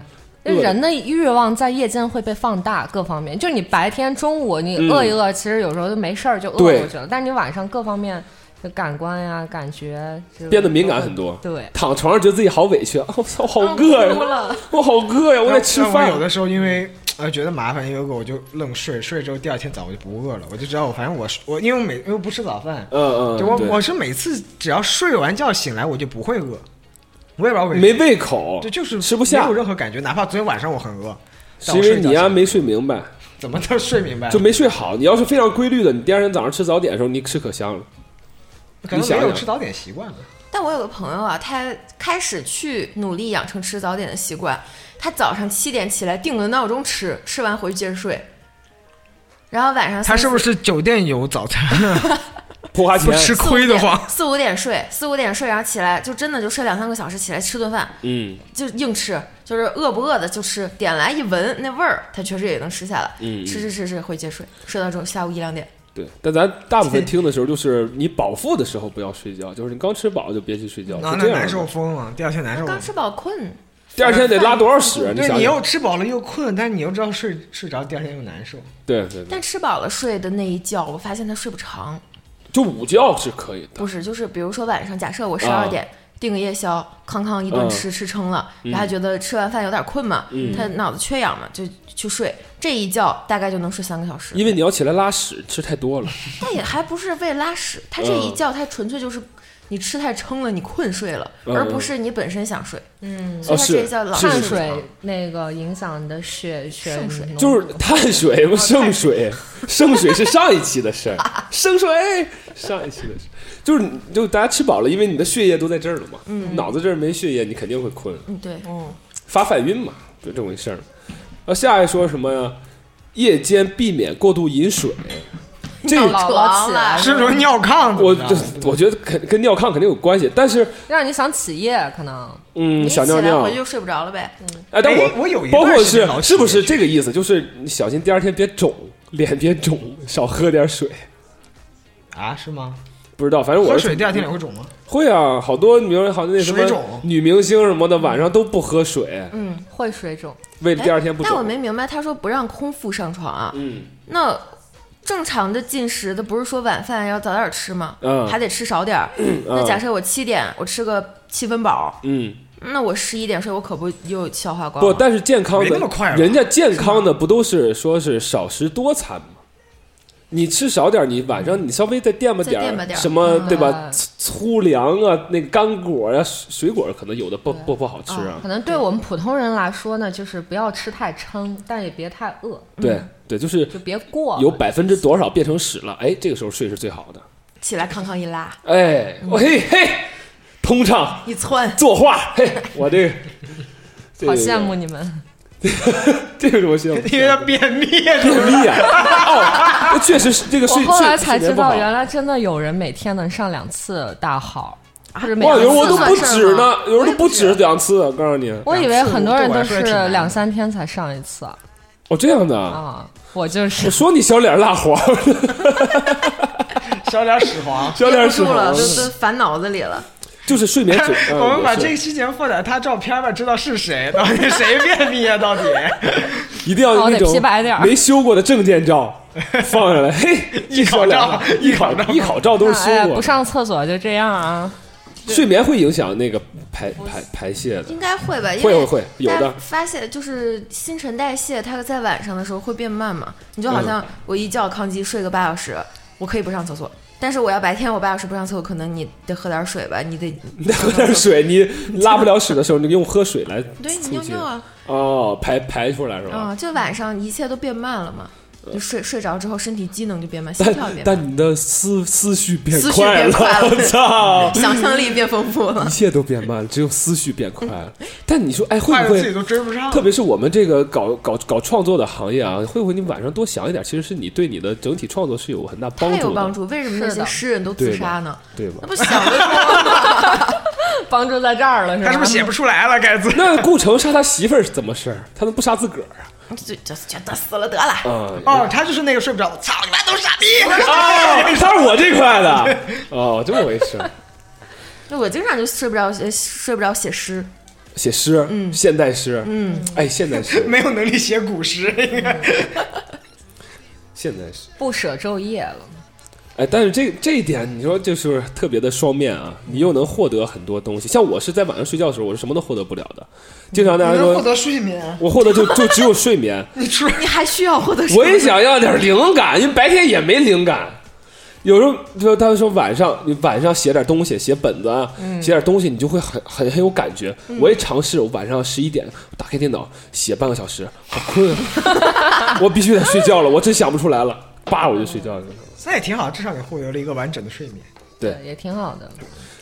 [SPEAKER 2] 饿了
[SPEAKER 5] 人的欲望在夜间会被放大，各方面。就是你白天中午你
[SPEAKER 2] 嗯
[SPEAKER 5] 饿一饿，其实有时候就没事儿就饿
[SPEAKER 2] 对
[SPEAKER 5] 过去了，但是你晚上各方面的感官呀、感觉就
[SPEAKER 2] 变得敏感很多
[SPEAKER 5] 对，
[SPEAKER 2] 躺床上觉得自己好委屈，啊我操，好饿
[SPEAKER 4] 哭
[SPEAKER 2] 呀，
[SPEAKER 4] 了，
[SPEAKER 2] 我好饿呀，我
[SPEAKER 3] (laughs)
[SPEAKER 2] 得吃
[SPEAKER 3] 但
[SPEAKER 2] 饭
[SPEAKER 3] 我有。的时候因为呃觉得麻烦，因为我就愣睡，睡了之后第二天早我就不饿了，我就知道我反正我我因为我每因为我不吃早饭，
[SPEAKER 2] 嗯嗯，
[SPEAKER 3] 就我
[SPEAKER 2] 对
[SPEAKER 3] 我是每次只要睡完觉醒来我就不会饿，我也不知道为什么。
[SPEAKER 2] 没胃口，
[SPEAKER 3] 对，就是
[SPEAKER 2] 吃不下
[SPEAKER 3] 没有，任何感觉，哪怕昨天晚上我很饿，
[SPEAKER 2] 是因为你呀、啊
[SPEAKER 3] 呀
[SPEAKER 2] 没睡明白。
[SPEAKER 3] 怎么都睡明白了？
[SPEAKER 2] 就没睡好。你要是非常规律的，你第二天早上吃早点的时候，你吃可香了。
[SPEAKER 3] 可能
[SPEAKER 2] 你
[SPEAKER 3] 没
[SPEAKER 2] 想
[SPEAKER 3] 有
[SPEAKER 2] 想
[SPEAKER 3] 吃早点习惯吧。
[SPEAKER 4] 但我有个朋友啊，他开始去努力养成吃早点的习惯。他早上七点起来定个闹钟吃，吃完回去接着睡。然后晚上
[SPEAKER 3] 他
[SPEAKER 4] 三
[SPEAKER 3] 是不是酒店有早餐呢？
[SPEAKER 2] 不花
[SPEAKER 3] 不
[SPEAKER 2] 钱，
[SPEAKER 3] 吃
[SPEAKER 4] 四
[SPEAKER 3] 亏的
[SPEAKER 2] (laughs)
[SPEAKER 3] 慌。
[SPEAKER 4] 四五点睡，四五点睡，然后起来就真的就睡两三个小时，起来吃顿饭
[SPEAKER 2] 嗯，
[SPEAKER 4] 就硬吃，就是饿不饿的就吃，点来一闻那味儿，他确实也能吃下来。
[SPEAKER 2] 嗯嗯
[SPEAKER 4] 吃吃吃吃回去接着睡，睡到中下午一两点。
[SPEAKER 2] 对。但咱大部分听的时候，就是你饱腹的时候不要睡觉，就是你刚吃饱就别去睡觉，
[SPEAKER 3] 那
[SPEAKER 2] 是
[SPEAKER 3] 那
[SPEAKER 2] 这
[SPEAKER 3] 难
[SPEAKER 2] 样
[SPEAKER 3] 受
[SPEAKER 2] 的。
[SPEAKER 3] 疯了，第二天难
[SPEAKER 2] 嗯
[SPEAKER 3] 受
[SPEAKER 4] 刚
[SPEAKER 3] 了。
[SPEAKER 4] 吃饱困，
[SPEAKER 2] 第二天得拉多少屎啊？你
[SPEAKER 3] 对
[SPEAKER 2] 想
[SPEAKER 3] 你又
[SPEAKER 2] 想，
[SPEAKER 3] 吃饱了又困，但你又知道睡睡着，第二天又难受。
[SPEAKER 2] 对对对，
[SPEAKER 4] 但吃饱了睡的那一觉，我发现他睡不长。
[SPEAKER 2] 就午觉是可以的。
[SPEAKER 4] 不是，就是比如说晚上，假设我十
[SPEAKER 2] 啊
[SPEAKER 4] 二点订个夜宵，康康一顿
[SPEAKER 2] 嗯
[SPEAKER 4] 吃、吃撑了，然后觉得吃完饭有点困嘛，他脑子缺氧嘛，就去睡。这一觉大概就能睡三个小时，
[SPEAKER 2] 因为你要起来拉屎，吃太多了。
[SPEAKER 4] 但也还不是为拉屎，他这一
[SPEAKER 2] 嗯
[SPEAKER 4] 觉他纯粹就是你吃太撑了，你困睡了，
[SPEAKER 2] 嗯
[SPEAKER 4] 而不是你本身想睡。
[SPEAKER 5] 嗯，
[SPEAKER 4] 所
[SPEAKER 2] 哦
[SPEAKER 4] 以他
[SPEAKER 2] 是
[SPEAKER 4] 这一觉老
[SPEAKER 2] 是
[SPEAKER 4] 睡
[SPEAKER 5] 碳
[SPEAKER 4] 不着
[SPEAKER 5] 水那个影响你的血血
[SPEAKER 4] 圣水
[SPEAKER 5] 浓度
[SPEAKER 2] 就是碳水不圣水，圣水是上一期的事儿，圣水上一期的事，就是你就大家吃饱了，因为你的血液都在这儿了嘛，脑子这儿没血液，你肯定会困，
[SPEAKER 4] 嗯，对，
[SPEAKER 2] 发犯晕嘛，就这么回事儿。然后下一说什么呀？夜间避免过度饮
[SPEAKER 4] (laughs)
[SPEAKER 2] 水，这
[SPEAKER 5] 让
[SPEAKER 2] 个
[SPEAKER 5] 姥姥起来
[SPEAKER 3] 是不是尿炕怎
[SPEAKER 2] 我
[SPEAKER 3] 么啊着？
[SPEAKER 2] 这我觉得肯跟尿炕肯定有关系，但是
[SPEAKER 5] 让你想起夜，可能
[SPEAKER 2] 嗯，
[SPEAKER 4] 你
[SPEAKER 2] 想尿
[SPEAKER 4] 起来
[SPEAKER 2] 尿
[SPEAKER 4] 回去，就睡不着了呗。
[SPEAKER 2] 哎，但我
[SPEAKER 3] 哎我有一
[SPEAKER 2] 包
[SPEAKER 3] 段
[SPEAKER 2] 括
[SPEAKER 3] 时间
[SPEAKER 2] 是
[SPEAKER 3] 老起
[SPEAKER 2] 是不是
[SPEAKER 3] 夜
[SPEAKER 2] 这个意思？就是你小心第二天别肿，脸别肿，少喝点水。
[SPEAKER 3] 啊，是吗？
[SPEAKER 2] 不知道，反正我
[SPEAKER 3] 喝
[SPEAKER 2] 是
[SPEAKER 3] 水第二天脸会肿吗？
[SPEAKER 2] 会啊，好多比如好像那什
[SPEAKER 3] 水肿
[SPEAKER 2] 么女明星什么的，晚上都不喝水，
[SPEAKER 4] 嗯，
[SPEAKER 5] 会水肿。
[SPEAKER 2] 为了第二天不
[SPEAKER 4] 哎但我
[SPEAKER 2] 肿。
[SPEAKER 4] 没明白，他说不让空腹上床啊，
[SPEAKER 2] 嗯，
[SPEAKER 4] 那正常的进食的不是说晚饭要早点吃吗？
[SPEAKER 2] 嗯
[SPEAKER 4] 还得吃少点儿。那假设我七点我吃个七分饱，
[SPEAKER 2] 嗯，
[SPEAKER 4] 那我十一点睡，我可不又消化
[SPEAKER 5] 啊
[SPEAKER 4] 光
[SPEAKER 2] 不，
[SPEAKER 4] 了？
[SPEAKER 2] 但是健康
[SPEAKER 3] 没
[SPEAKER 2] 的
[SPEAKER 3] 那么快吧
[SPEAKER 2] 人家健康的不都是说是少食多餐吗？你吃少点儿，你晚上你稍微再垫吧
[SPEAKER 4] 再垫吧
[SPEAKER 2] 儿
[SPEAKER 4] 点儿
[SPEAKER 2] 什么，
[SPEAKER 5] 嗯
[SPEAKER 2] 对吧？粗粗粮啊，那个干果啊，水水果可能有的不不不好吃啊
[SPEAKER 5] 可。能对我们普通人来说呢，就是不要吃太撑，但也别太饿，
[SPEAKER 2] 对对，就是
[SPEAKER 5] 就别过了。
[SPEAKER 2] 嗯有百分之多少变成屎了，哎，这个时候睡是最好的。
[SPEAKER 4] 起来康康一拉
[SPEAKER 2] 哎，
[SPEAKER 5] 嗯
[SPEAKER 2] 嘿嘿，通畅。
[SPEAKER 4] 一 (laughs) 窜，
[SPEAKER 2] 作画，嘿，我这
[SPEAKER 5] (laughs)
[SPEAKER 2] 个，这个
[SPEAKER 5] 好羡，慕你们，
[SPEAKER 2] 这个我羡慕。
[SPEAKER 3] 因为他便秘。
[SPEAKER 2] 便秘啊！哦，那确实是这个
[SPEAKER 5] 我
[SPEAKER 2] 睡
[SPEAKER 5] 后来
[SPEAKER 2] 睡
[SPEAKER 5] 才
[SPEAKER 2] 睡
[SPEAKER 5] 知
[SPEAKER 2] 眠不好
[SPEAKER 5] 道，。原来真的有人每天能上两次大号，或者每
[SPEAKER 2] 哇，有
[SPEAKER 5] 天
[SPEAKER 2] 人我都不
[SPEAKER 4] 算事儿
[SPEAKER 2] 止呢
[SPEAKER 4] 吗，
[SPEAKER 2] 有人
[SPEAKER 4] 我
[SPEAKER 2] 都
[SPEAKER 4] 也
[SPEAKER 2] 不
[SPEAKER 4] 不
[SPEAKER 2] 止两次，我告诉你，
[SPEAKER 5] 我以为很多人都是
[SPEAKER 3] 两次对我来说也挺难的
[SPEAKER 5] 两三天才上一次
[SPEAKER 2] 哦，这样的啊，
[SPEAKER 5] 啊，我就是
[SPEAKER 4] 哦
[SPEAKER 2] 我说你小脸蜡黄，
[SPEAKER 3] 小点屎
[SPEAKER 2] (laughs)
[SPEAKER 3] 黄。
[SPEAKER 2] 小
[SPEAKER 4] 憋
[SPEAKER 2] 脸
[SPEAKER 4] 不
[SPEAKER 2] 屎
[SPEAKER 4] 住
[SPEAKER 2] 黄
[SPEAKER 4] 了，，都都烦脑子里了。
[SPEAKER 2] 就是睡眠
[SPEAKER 3] (laughs)
[SPEAKER 2] 阻。嗯
[SPEAKER 3] 我们把这
[SPEAKER 2] 也
[SPEAKER 3] 个期节目放点他照片吧，知道是谁，到底谁便秘啊？到底
[SPEAKER 2] 是一定要有那
[SPEAKER 5] 哦得
[SPEAKER 2] 种
[SPEAKER 5] 皮白点儿
[SPEAKER 2] 没修过的证件
[SPEAKER 3] (laughs)
[SPEAKER 2] 照放上来，嘿，
[SPEAKER 3] 一
[SPEAKER 2] 小
[SPEAKER 3] 考
[SPEAKER 2] 脸
[SPEAKER 3] 照
[SPEAKER 2] 蜡，
[SPEAKER 3] 一
[SPEAKER 2] 考
[SPEAKER 3] 考照，
[SPEAKER 2] 一考照都是修
[SPEAKER 5] 哎呀
[SPEAKER 2] 过
[SPEAKER 5] 不
[SPEAKER 2] 的。
[SPEAKER 5] 上厕所就这样啊。
[SPEAKER 2] 睡眠会影响那个排排排泄的，
[SPEAKER 4] 应该会吧？因
[SPEAKER 2] 会
[SPEAKER 4] 为
[SPEAKER 2] 会会有的
[SPEAKER 4] 大家发现就是新陈代谢，它在晚上的时候会变慢嘛。你就好
[SPEAKER 2] 嗯
[SPEAKER 4] 像我一觉抗击睡个八小时，我可以不上厕所，但是我要白天我八小时不上厕所，可能你得喝点水吧，你
[SPEAKER 2] (laughs)
[SPEAKER 4] 得
[SPEAKER 2] 你再喝点水，
[SPEAKER 4] (laughs)
[SPEAKER 2] 你拉不了屎的时候，你用喝水来
[SPEAKER 4] 对你
[SPEAKER 2] 促
[SPEAKER 4] 尿
[SPEAKER 2] 进
[SPEAKER 4] 尿啊。
[SPEAKER 2] 哦，排排出来是
[SPEAKER 4] 啊、
[SPEAKER 2] 吧？
[SPEAKER 4] 就晚上一切都变慢了嘛，就睡睡着之后，身体机能就变慢，心跳
[SPEAKER 2] 嗯
[SPEAKER 4] 也
[SPEAKER 2] 但
[SPEAKER 4] 变慢，
[SPEAKER 2] 但你的思思绪变
[SPEAKER 4] 思绪
[SPEAKER 2] 快
[SPEAKER 4] 变快了
[SPEAKER 2] 我操！
[SPEAKER 4] (laughs) 想象力变丰富了
[SPEAKER 2] 一。切都变慢了，只有思绪变
[SPEAKER 3] (laughs)
[SPEAKER 2] 快了。但你说，哎，会
[SPEAKER 3] 快
[SPEAKER 2] 不
[SPEAKER 3] 的自己
[SPEAKER 2] 会？
[SPEAKER 3] 都追不上。
[SPEAKER 2] 特别是我们这个搞搞搞创作的行业啊，会不会你晚上多想一点，其实是你对你的整体创作是有很大帮
[SPEAKER 4] 太有
[SPEAKER 2] 助
[SPEAKER 4] 帮
[SPEAKER 2] 的，
[SPEAKER 4] 助，为什么那
[SPEAKER 5] 是
[SPEAKER 4] 些
[SPEAKER 5] 的
[SPEAKER 4] 诗人都自
[SPEAKER 2] 对的
[SPEAKER 4] 杀呢？
[SPEAKER 2] 对吧
[SPEAKER 4] 那？不想得多吗？
[SPEAKER 2] (laughs)
[SPEAKER 5] 帮助在这儿了，是吧？
[SPEAKER 3] 他是不是写不出来了？该字
[SPEAKER 2] 那顾城杀他媳妇儿是怎么事儿？他能不杀自个儿啊？
[SPEAKER 4] 就就觉得死了得了。
[SPEAKER 2] 啊、
[SPEAKER 3] 哦，他就是那个睡不着，操你妈都是傻逼！
[SPEAKER 2] 哦，他是我这块的，哦，这么回事。
[SPEAKER 4] 那我经常就睡不着，呃睡不着写诗。
[SPEAKER 2] 写诗，嗯，现代诗，嗯，哎，现代诗，
[SPEAKER 3] (laughs) (laughs) 没有能力写古诗，应该
[SPEAKER 2] 嗯现代诗。
[SPEAKER 5] 不舍昼夜了？
[SPEAKER 2] 哎，但是这这一点，你说就是特别的双面啊，你又能获得很多东西。像我是在晚上睡觉的时候，我是什么都获得不了的。经常大家
[SPEAKER 3] 能获
[SPEAKER 2] 说，
[SPEAKER 3] 得睡眠。啊
[SPEAKER 2] 我获得就就只有睡眠。
[SPEAKER 3] 你出
[SPEAKER 4] 你还需要获得什么？
[SPEAKER 2] 我也想要点灵感，因为白天也没灵感。有时候就他们说晚上你晚上写点东西，写本子啊，写点东西，你就会很很很有感觉。我也尝试，我晚上十一点打开电脑写半个小时，好困啊，我必须得睡觉了，我真想不出来了，叭我就睡觉去了。
[SPEAKER 3] 那也挺好，至少你获得了一个完整的睡眠。
[SPEAKER 2] 对
[SPEAKER 5] 也挺好的。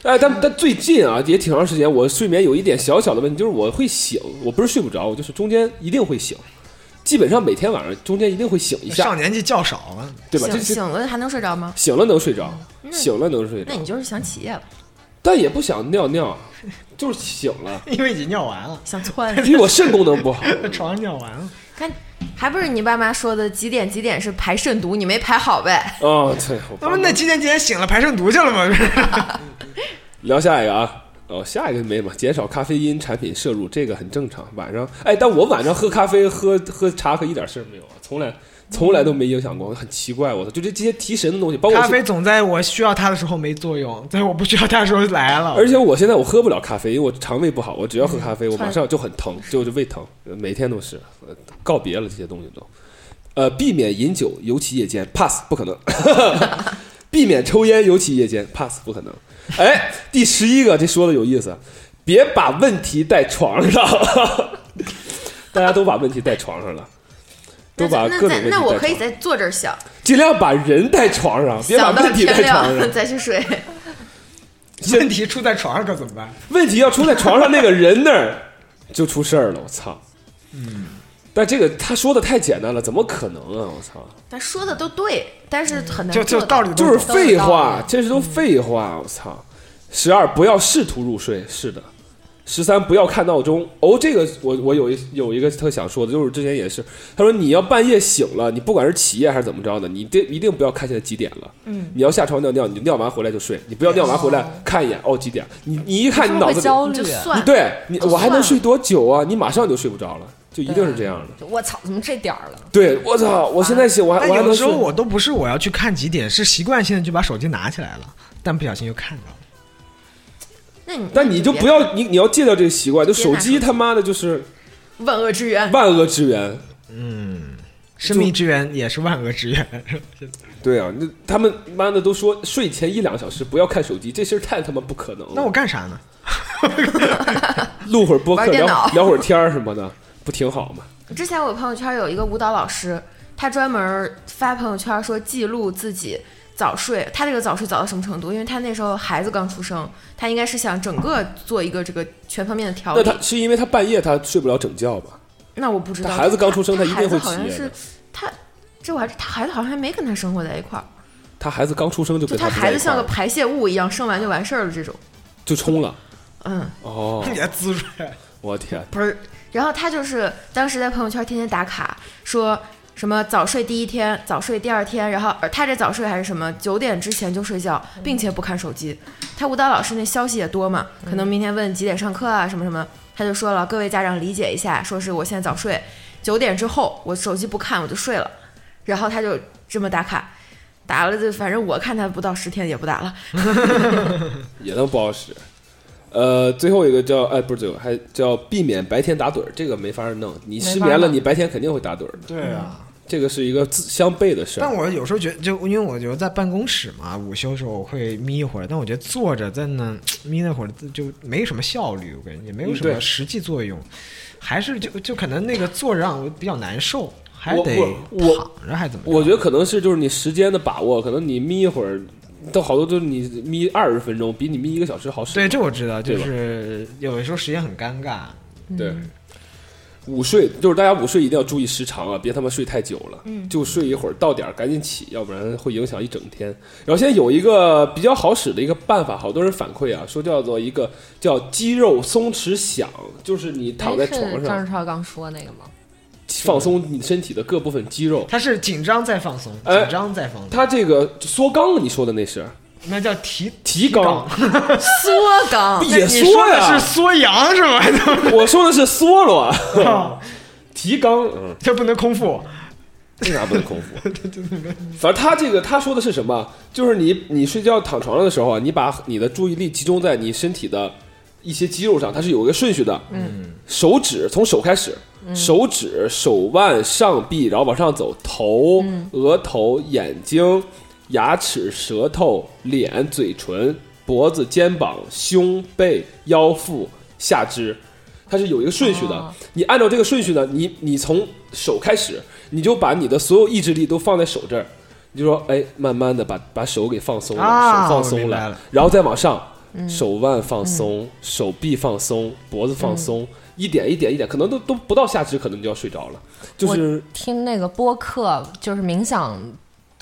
[SPEAKER 2] 哎，但但最近啊，也挺长时间，我睡眠有一点小小的问题，就是我会醒，我不是睡不着，我就是中间一定会醒，基本上每天晚上中间一定会醒一下
[SPEAKER 3] 上，年纪较少了，
[SPEAKER 2] 对吧？这这
[SPEAKER 4] 醒醒了还能睡着吗？
[SPEAKER 2] 醒了能睡着，醒了能睡着
[SPEAKER 4] 那，你就是想起夜了，
[SPEAKER 2] 但也不想尿尿，就是醒了，
[SPEAKER 3] (laughs) 因为已经尿完了，
[SPEAKER 4] 想窜。
[SPEAKER 2] (laughs) 因为我肾功能不好。
[SPEAKER 3] 在床上尿完了。
[SPEAKER 4] 看，还不是你爸妈说的几点几点是排肾毒，你没排好呗？
[SPEAKER 2] 哦，对，我
[SPEAKER 3] 那
[SPEAKER 2] 爸
[SPEAKER 3] 不那今天今天醒了排肾毒去了 (laughs) 吗？不是
[SPEAKER 2] 聊下一个啊。哦，下一个没什么，减少咖啡因产品摄入，这个很正常。晚上，哎，但我晚上喝咖啡、喝喝茶可一点事儿没有啊，从来从来都没影响过，很奇怪。我操，就这这些提神的东西，包括
[SPEAKER 3] 咖
[SPEAKER 2] 我
[SPEAKER 3] 啡总在我需要它的时候没作用，在我不需要它的时候来 (laughs) 了。
[SPEAKER 2] 而且我现在我喝不了咖啡，因为我肠胃不好，我只要
[SPEAKER 4] 嗯
[SPEAKER 2] 喝咖啡，我马上就很疼，就是胃疼，呃每天都是，呃告别了这些东西都。呃，避免饮酒，尤其夜间，pass 不可能。 (laughs) 避免抽烟，尤其夜间，pass 不可能。哎，第十一个，这说的有意思，别把问题带床上。 (laughs) 大家都把问题带床上了，都
[SPEAKER 4] 那
[SPEAKER 2] 把
[SPEAKER 4] 在
[SPEAKER 2] 各种
[SPEAKER 4] 那在
[SPEAKER 2] 问题带
[SPEAKER 4] 那我
[SPEAKER 2] 床
[SPEAKER 4] 可以
[SPEAKER 2] 上。
[SPEAKER 4] 在坐这儿想，
[SPEAKER 2] 尽量把人带床上，别把
[SPEAKER 4] 想到
[SPEAKER 2] 问题带
[SPEAKER 4] 天
[SPEAKER 2] 床上。
[SPEAKER 4] 亮 (laughs) 再去睡。
[SPEAKER 3] 问题出在床上可怎么办？
[SPEAKER 2] 问题要出在床上那个人那儿， (laughs) 就出事儿了。我操！嗯，但这个他说的太简单了，怎么可能啊！我操，
[SPEAKER 4] 但说的都对，但是很难
[SPEAKER 3] 就就
[SPEAKER 4] 做到
[SPEAKER 3] 道理都
[SPEAKER 2] 就是
[SPEAKER 3] 懂
[SPEAKER 2] 废
[SPEAKER 5] 都
[SPEAKER 2] 话
[SPEAKER 5] 是道理，
[SPEAKER 2] 这是都废话！我操。十二，不要试图入睡。是的。十三，不要看闹钟。哦，这个我我有一有一个特想说的，就是之前也是，他说你要半夜醒了，你不管是起夜还是怎么着的，你这一定不要看现在几点了。嗯，你要下床尿尿，你就尿完回来就睡，你不要尿完回来看一眼，哦几点？你你一看你脑
[SPEAKER 5] 会
[SPEAKER 2] 子里
[SPEAKER 5] 焦
[SPEAKER 4] 你
[SPEAKER 5] 虑
[SPEAKER 4] 就，算 (laughs)
[SPEAKER 2] 你对你，我还
[SPEAKER 4] 算
[SPEAKER 2] 能
[SPEAKER 4] 了
[SPEAKER 2] 睡多久啊？你马上就睡不着了，就一定是这样的。
[SPEAKER 5] 就我操，怎么这点儿了？
[SPEAKER 2] 对，我操！我现在醒，我还
[SPEAKER 3] 但
[SPEAKER 2] 我还
[SPEAKER 3] 有
[SPEAKER 2] 能
[SPEAKER 3] 的时
[SPEAKER 2] 睡
[SPEAKER 3] 候。我都不是我要去看几点，是习惯性的就把手机拿起来了，但不小心又看到了。
[SPEAKER 4] 那你
[SPEAKER 2] 但你就不要你你要戒掉这个习惯，就手
[SPEAKER 4] 别拿
[SPEAKER 2] 机
[SPEAKER 4] 手机
[SPEAKER 2] 他妈的就是
[SPEAKER 4] 万恶之源。
[SPEAKER 2] 万恶之源。
[SPEAKER 3] 生命之源也是万恶之源， (laughs)
[SPEAKER 2] 对啊，那他们妈的都说睡前一两个小时不要看手机，这事儿太他妈不可能了。
[SPEAKER 3] 那我干啥呢？ (laughs)
[SPEAKER 2] 录会儿播客
[SPEAKER 4] 玩电
[SPEAKER 2] 聊
[SPEAKER 4] 脑
[SPEAKER 2] 聊会儿天儿什么的，不挺好
[SPEAKER 4] (laughs)
[SPEAKER 2] 吗？
[SPEAKER 4] 之前我朋友圈有一个舞蹈老师，他专门发朋友圈说记录自己早睡。他这个早睡早到什么程度？因为他那时候孩子刚出生，他应该是想整个做一个这个全方面的调
[SPEAKER 2] 那
[SPEAKER 4] 理。
[SPEAKER 2] 他是因为他半夜他睡不了整觉吧？
[SPEAKER 4] 那我不知道，
[SPEAKER 2] 他孩子刚出生
[SPEAKER 4] 他
[SPEAKER 2] 他一定会
[SPEAKER 4] 他孩子好像
[SPEAKER 2] 起夜
[SPEAKER 4] 是
[SPEAKER 2] 的
[SPEAKER 4] 他，这我还是他孩子好像还没跟他生活在一块儿，
[SPEAKER 2] 他孩子刚出生就
[SPEAKER 4] 就
[SPEAKER 2] 跟
[SPEAKER 4] 他
[SPEAKER 2] 不
[SPEAKER 4] 孩
[SPEAKER 2] 在一
[SPEAKER 4] 子像
[SPEAKER 2] 块
[SPEAKER 4] 个
[SPEAKER 2] 儿
[SPEAKER 4] 排泄物一样，生完就完事儿了这种。
[SPEAKER 2] 就冲了。
[SPEAKER 4] 嗯，
[SPEAKER 2] 哦，
[SPEAKER 3] 你还滋润，
[SPEAKER 2] 我天！
[SPEAKER 4] 不是。然后他就是当时在朋友圈天天打卡，说什么早睡第一天，早睡第二天，然后呃他这早睡还是什么九点之前就睡觉，并且不看手机。他舞蹈老师那消息也多嘛，可能明天问几点上课啊什么什么，他就说了各位家长理解一下，说是我现在早睡，九点之后我手机不看我就睡了，然后他就这么打卡。打了就反正我看他不到十天也不打了，
[SPEAKER 2] 也能不好使。呃，最后一个叫哎，不是最后，还叫避免白天打盹儿，这个没法弄。你失眠
[SPEAKER 5] 没法
[SPEAKER 2] 了，
[SPEAKER 5] 弄
[SPEAKER 2] 你白天肯定会打盹儿的，
[SPEAKER 3] 对啊。
[SPEAKER 2] 这个是一个自相悖的事
[SPEAKER 3] 但
[SPEAKER 2] 儿。
[SPEAKER 3] 我有时候觉得，就因为我觉得在办公室嘛，午休的时候我会眯一会儿，但我觉得坐着在那眯那会儿就没什么效率，我感觉也没有什
[SPEAKER 2] 嗯
[SPEAKER 3] 么
[SPEAKER 2] 对
[SPEAKER 3] 实际作用，还是就就可能那个坐着让我比较难受，还
[SPEAKER 2] 我
[SPEAKER 3] 得
[SPEAKER 2] 我
[SPEAKER 3] 躺着还怎么着？
[SPEAKER 2] 我觉得可能是就是你时间的把握，可能你眯一会儿，都好多就是你眯二十分钟，比你眯一个小时好使。
[SPEAKER 3] 对，这我知道，就
[SPEAKER 2] 对吧
[SPEAKER 3] 是有的时候时间很尴尬。
[SPEAKER 2] 对，午睡就是大家午睡一定要注意时长啊，别他妈睡太久了，就睡一会儿，到点儿赶紧起，要不然会影响一整天。然后现在有一个比较好使的一个办法，好多人反馈啊，说叫做一个叫肌肉松弛响，就是你躺在
[SPEAKER 5] 哎是
[SPEAKER 2] 床
[SPEAKER 5] 张
[SPEAKER 2] 上
[SPEAKER 5] 志超刚说那个吗？
[SPEAKER 2] 放松你身体的各部分肌肉。
[SPEAKER 3] 它是紧张再放松，
[SPEAKER 2] 哎
[SPEAKER 3] 紧张再放松，
[SPEAKER 2] 它这个缩肛，你说的那是
[SPEAKER 3] 那叫提
[SPEAKER 2] 提肛，
[SPEAKER 4] 缩
[SPEAKER 2] (laughs)
[SPEAKER 4] 肛，
[SPEAKER 2] 也
[SPEAKER 3] 你说
[SPEAKER 2] 缩
[SPEAKER 3] 的是
[SPEAKER 2] 呀，
[SPEAKER 3] 缩阳是吧？
[SPEAKER 2] 我说的是缩了，嗯
[SPEAKER 3] (laughs)
[SPEAKER 2] 提肛，嗯。
[SPEAKER 3] 这不能空腹，
[SPEAKER 2] 为啥不能空腹？反正他这个他说的是什么？就是你你睡觉躺床上的时候啊，你把你的注意力集中在你身体的一些肌肉上，它是有一个顺序的。嗯，手指从手开始，手指、手腕、上臂，然后往上走，头、额头、眼睛、牙齿、舌头、脸、嘴唇、脖子、肩膀、胸、背、腰腹、下肢，它是有一个顺序的。
[SPEAKER 5] 哦
[SPEAKER 2] 你按照这个顺序呢，你你从手开始，你就把你的所有意志力都放在手这儿，你就说，哎，慢慢的把把手给放松了，
[SPEAKER 3] 啊
[SPEAKER 2] 手放
[SPEAKER 3] 我
[SPEAKER 2] 松
[SPEAKER 3] 明白
[SPEAKER 2] 了
[SPEAKER 3] 了，嗯
[SPEAKER 2] 然后再往上，手腕放松，手臂放松，脖子放松。
[SPEAKER 3] 嗯
[SPEAKER 2] 一点一点一点，可能都都不到下肢，可能你就要睡着了。就是
[SPEAKER 5] 听那个播客，就是冥想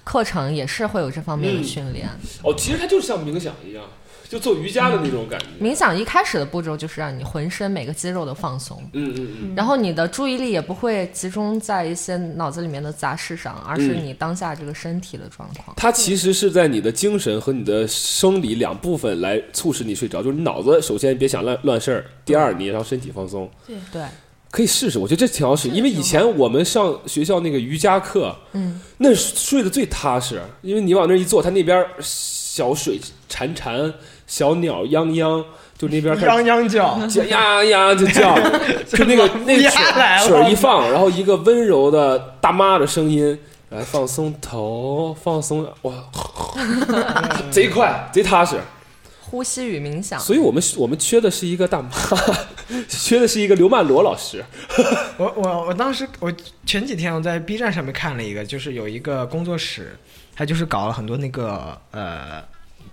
[SPEAKER 5] 课程也是会有这方
[SPEAKER 3] 嗯
[SPEAKER 5] 面的训练。
[SPEAKER 2] 哦，其实它就是像冥想一样，就做瑜伽的那种感觉。
[SPEAKER 5] 冥想一开始的步骤就是让你浑身每个肌肉的放松，
[SPEAKER 2] 嗯嗯嗯，
[SPEAKER 5] 然后你的注意力也不会集中在一些脑子里面的杂事上，而
[SPEAKER 3] 嗯
[SPEAKER 5] 是你当下这个身体的状况。
[SPEAKER 2] 它其实是在你的精神和你的生理两部分来促使你睡着，就是你脑子首先别想乱乱事儿，第二你也让身体放松，
[SPEAKER 5] 对，
[SPEAKER 2] 可以试试。我觉得这挺好使，因为以前我们上学校那个瑜伽课，
[SPEAKER 5] 嗯，
[SPEAKER 2] 那睡得最踏实，因为你往那儿一坐，它那边小水潺潺，小鸟泱泱，就那边开始
[SPEAKER 3] 泱泱
[SPEAKER 2] (laughs)
[SPEAKER 3] 叫，
[SPEAKER 2] 就呀呀就叫，
[SPEAKER 3] (laughs)
[SPEAKER 2] 就那个那个
[SPEAKER 3] 呀来
[SPEAKER 2] 曲
[SPEAKER 3] 了
[SPEAKER 2] 曲儿一放，然后一个温柔的大妈的声音来放松头，放松
[SPEAKER 4] (laughs)
[SPEAKER 2] 哇，贼快贼踏实。
[SPEAKER 5] 呼吸与冥想。
[SPEAKER 2] 所以我们我们缺的是一个大妈， (laughs) 缺的是一个刘曼罗老师。
[SPEAKER 3] 我我我当时我前几天我在 B 站上面看了一个，就是有一个工作室，他就是搞了很多那个呃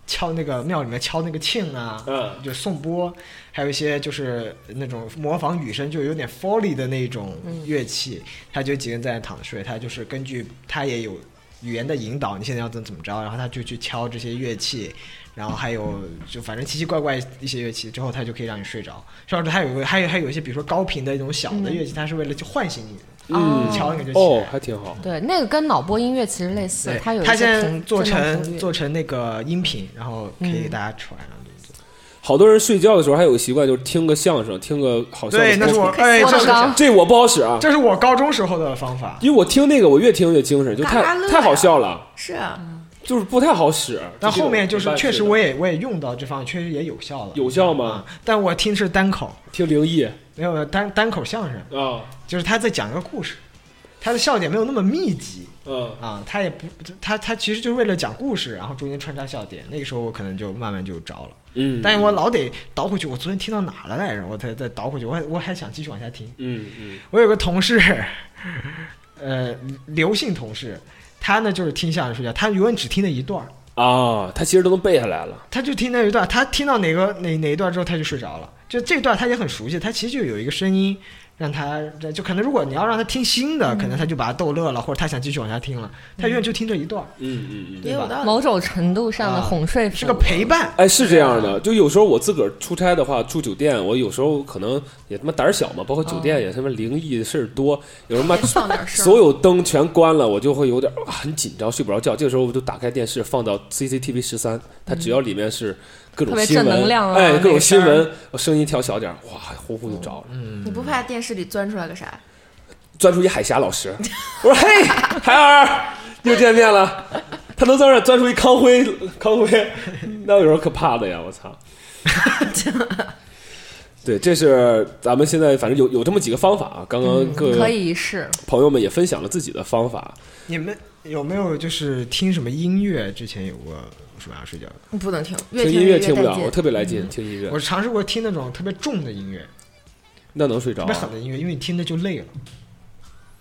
[SPEAKER 3] 敲那个庙里面敲那个磬啊，
[SPEAKER 2] 嗯
[SPEAKER 3] 就颂钵，还有一些就是那种模仿雨声，就有点 folly 的那种乐器，他就几个人在那躺睡，他就是根据他也有语言的引导，你现在要怎怎么着，然后他就去敲这些乐器。然后还有就反正奇奇怪怪一些乐器，之后他就可以让你睡着。甚至还有一个还有还有一些比如说高频的那种小的乐器，它是为了去唤醒你，
[SPEAKER 2] 嗯
[SPEAKER 3] 你敲那个就起来。
[SPEAKER 2] 哦，还挺好。
[SPEAKER 5] 对，那个跟脑波音乐其实类似
[SPEAKER 3] 对，，
[SPEAKER 5] 它有一
[SPEAKER 3] 他
[SPEAKER 5] 些
[SPEAKER 3] 现在
[SPEAKER 5] 频
[SPEAKER 3] 做
[SPEAKER 5] 振动频
[SPEAKER 3] 成
[SPEAKER 5] 率
[SPEAKER 3] 做成那个音频，然后可以给大家传上去。
[SPEAKER 2] 好多人睡觉的时候还有个习惯，就是听个相声，听个好笑的
[SPEAKER 3] 对，那是我
[SPEAKER 2] 播客
[SPEAKER 3] 哎，
[SPEAKER 5] 郭
[SPEAKER 3] 这
[SPEAKER 5] 德
[SPEAKER 3] 是
[SPEAKER 5] 纲
[SPEAKER 2] 这我不好使啊，
[SPEAKER 3] 这是我高中时候的方法。
[SPEAKER 2] 因为我听那个我越听越精神，就太
[SPEAKER 4] 嘎嘎乐呀
[SPEAKER 2] 太好笑了，
[SPEAKER 4] 是啊，
[SPEAKER 2] 就是不太好使。
[SPEAKER 3] 但
[SPEAKER 2] 这种
[SPEAKER 3] 后面就
[SPEAKER 2] 一
[SPEAKER 3] 是
[SPEAKER 2] 般
[SPEAKER 3] 确实
[SPEAKER 2] 的
[SPEAKER 3] 我也我也用到这方面，确实也有效了。
[SPEAKER 2] 有效吗
[SPEAKER 3] 啊？但我听是单口，
[SPEAKER 2] 听灵异
[SPEAKER 3] 没有单单口相声，
[SPEAKER 2] 啊，
[SPEAKER 3] 就是他在讲一个故事，他的笑点没有那么密集
[SPEAKER 2] 嗯。
[SPEAKER 3] 啊，他也不他他其实就是为了讲故事，然后中间穿插笑点。那个时候我可能就慢慢就着了，
[SPEAKER 2] 嗯，
[SPEAKER 3] 但是我老得倒回去，我昨天听到哪了来着？我才再倒回去，我还我还想继续往下听。
[SPEAKER 2] 嗯嗯
[SPEAKER 3] 我有个同事，呃，刘姓同事，他呢就是听相声睡觉，他永远只听那一段儿，
[SPEAKER 2] 啊，他其实都能背下来了。
[SPEAKER 3] 他就听那一段儿，他听到哪个哪哪一段之后他就睡着了，就这段他也很熟悉，他其实就有一个声音让他，就可能如果你要让他听新的，可能他就把他逗乐了，或者他想继续往下听了，他永远就听这一段儿，
[SPEAKER 2] 嗯嗯嗯，
[SPEAKER 4] 也有道理。
[SPEAKER 5] 某种程度上的哄睡服务
[SPEAKER 3] 啊是个陪伴。
[SPEAKER 2] 哎，是这样的，就有时候我自个儿出差的话，住酒店，我有时候可能也他妈胆儿小嘛，包括酒
[SPEAKER 5] 啊
[SPEAKER 2] 店也他妈灵异的事儿
[SPEAKER 5] (laughs)
[SPEAKER 2] 多，有 (laughs) 时候妈
[SPEAKER 4] 先放点声儿，
[SPEAKER 2] 所有灯全关了，我就会有点啊很紧张，睡不着
[SPEAKER 5] 嗯
[SPEAKER 2] 觉。这个时候我就打开电视，放到 CCTV 十三，它只要里面是各种
[SPEAKER 5] 特别
[SPEAKER 2] 新闻，
[SPEAKER 5] 正能量啊
[SPEAKER 2] 哎，
[SPEAKER 5] 那
[SPEAKER 2] 各种
[SPEAKER 5] 个
[SPEAKER 2] 新
[SPEAKER 5] 声儿
[SPEAKER 2] 闻，我声音调小点儿，哇，呼呼就着了。
[SPEAKER 4] 你不怕电视里钻出来个啥？
[SPEAKER 2] 钻出一海霞老师， (laughs) 我说嘿，海尔又见面了。他能在这钻出一康辉，康辉，那有什么可怕的呀？我
[SPEAKER 4] (laughs)
[SPEAKER 2] 操！对，这是咱们现在反正有有这么几个方法啊。刚刚
[SPEAKER 4] 嗯
[SPEAKER 2] 各
[SPEAKER 5] 可
[SPEAKER 2] 位
[SPEAKER 5] 以一试。
[SPEAKER 2] 朋友们也分享了自己的方法，
[SPEAKER 3] 你们有没有就是听什么音乐之前有过是晚上睡觉的？
[SPEAKER 4] 不能听，越
[SPEAKER 2] 听音
[SPEAKER 4] 越
[SPEAKER 2] 乐
[SPEAKER 4] 越
[SPEAKER 2] 听不
[SPEAKER 4] 带
[SPEAKER 2] 了，
[SPEAKER 4] 劲嗯
[SPEAKER 2] 我特别来劲，听音乐
[SPEAKER 3] 我尝试过听那种特别重的音乐，
[SPEAKER 2] 那能睡着啊
[SPEAKER 3] 特别。狠的音乐，因为你听的就累了。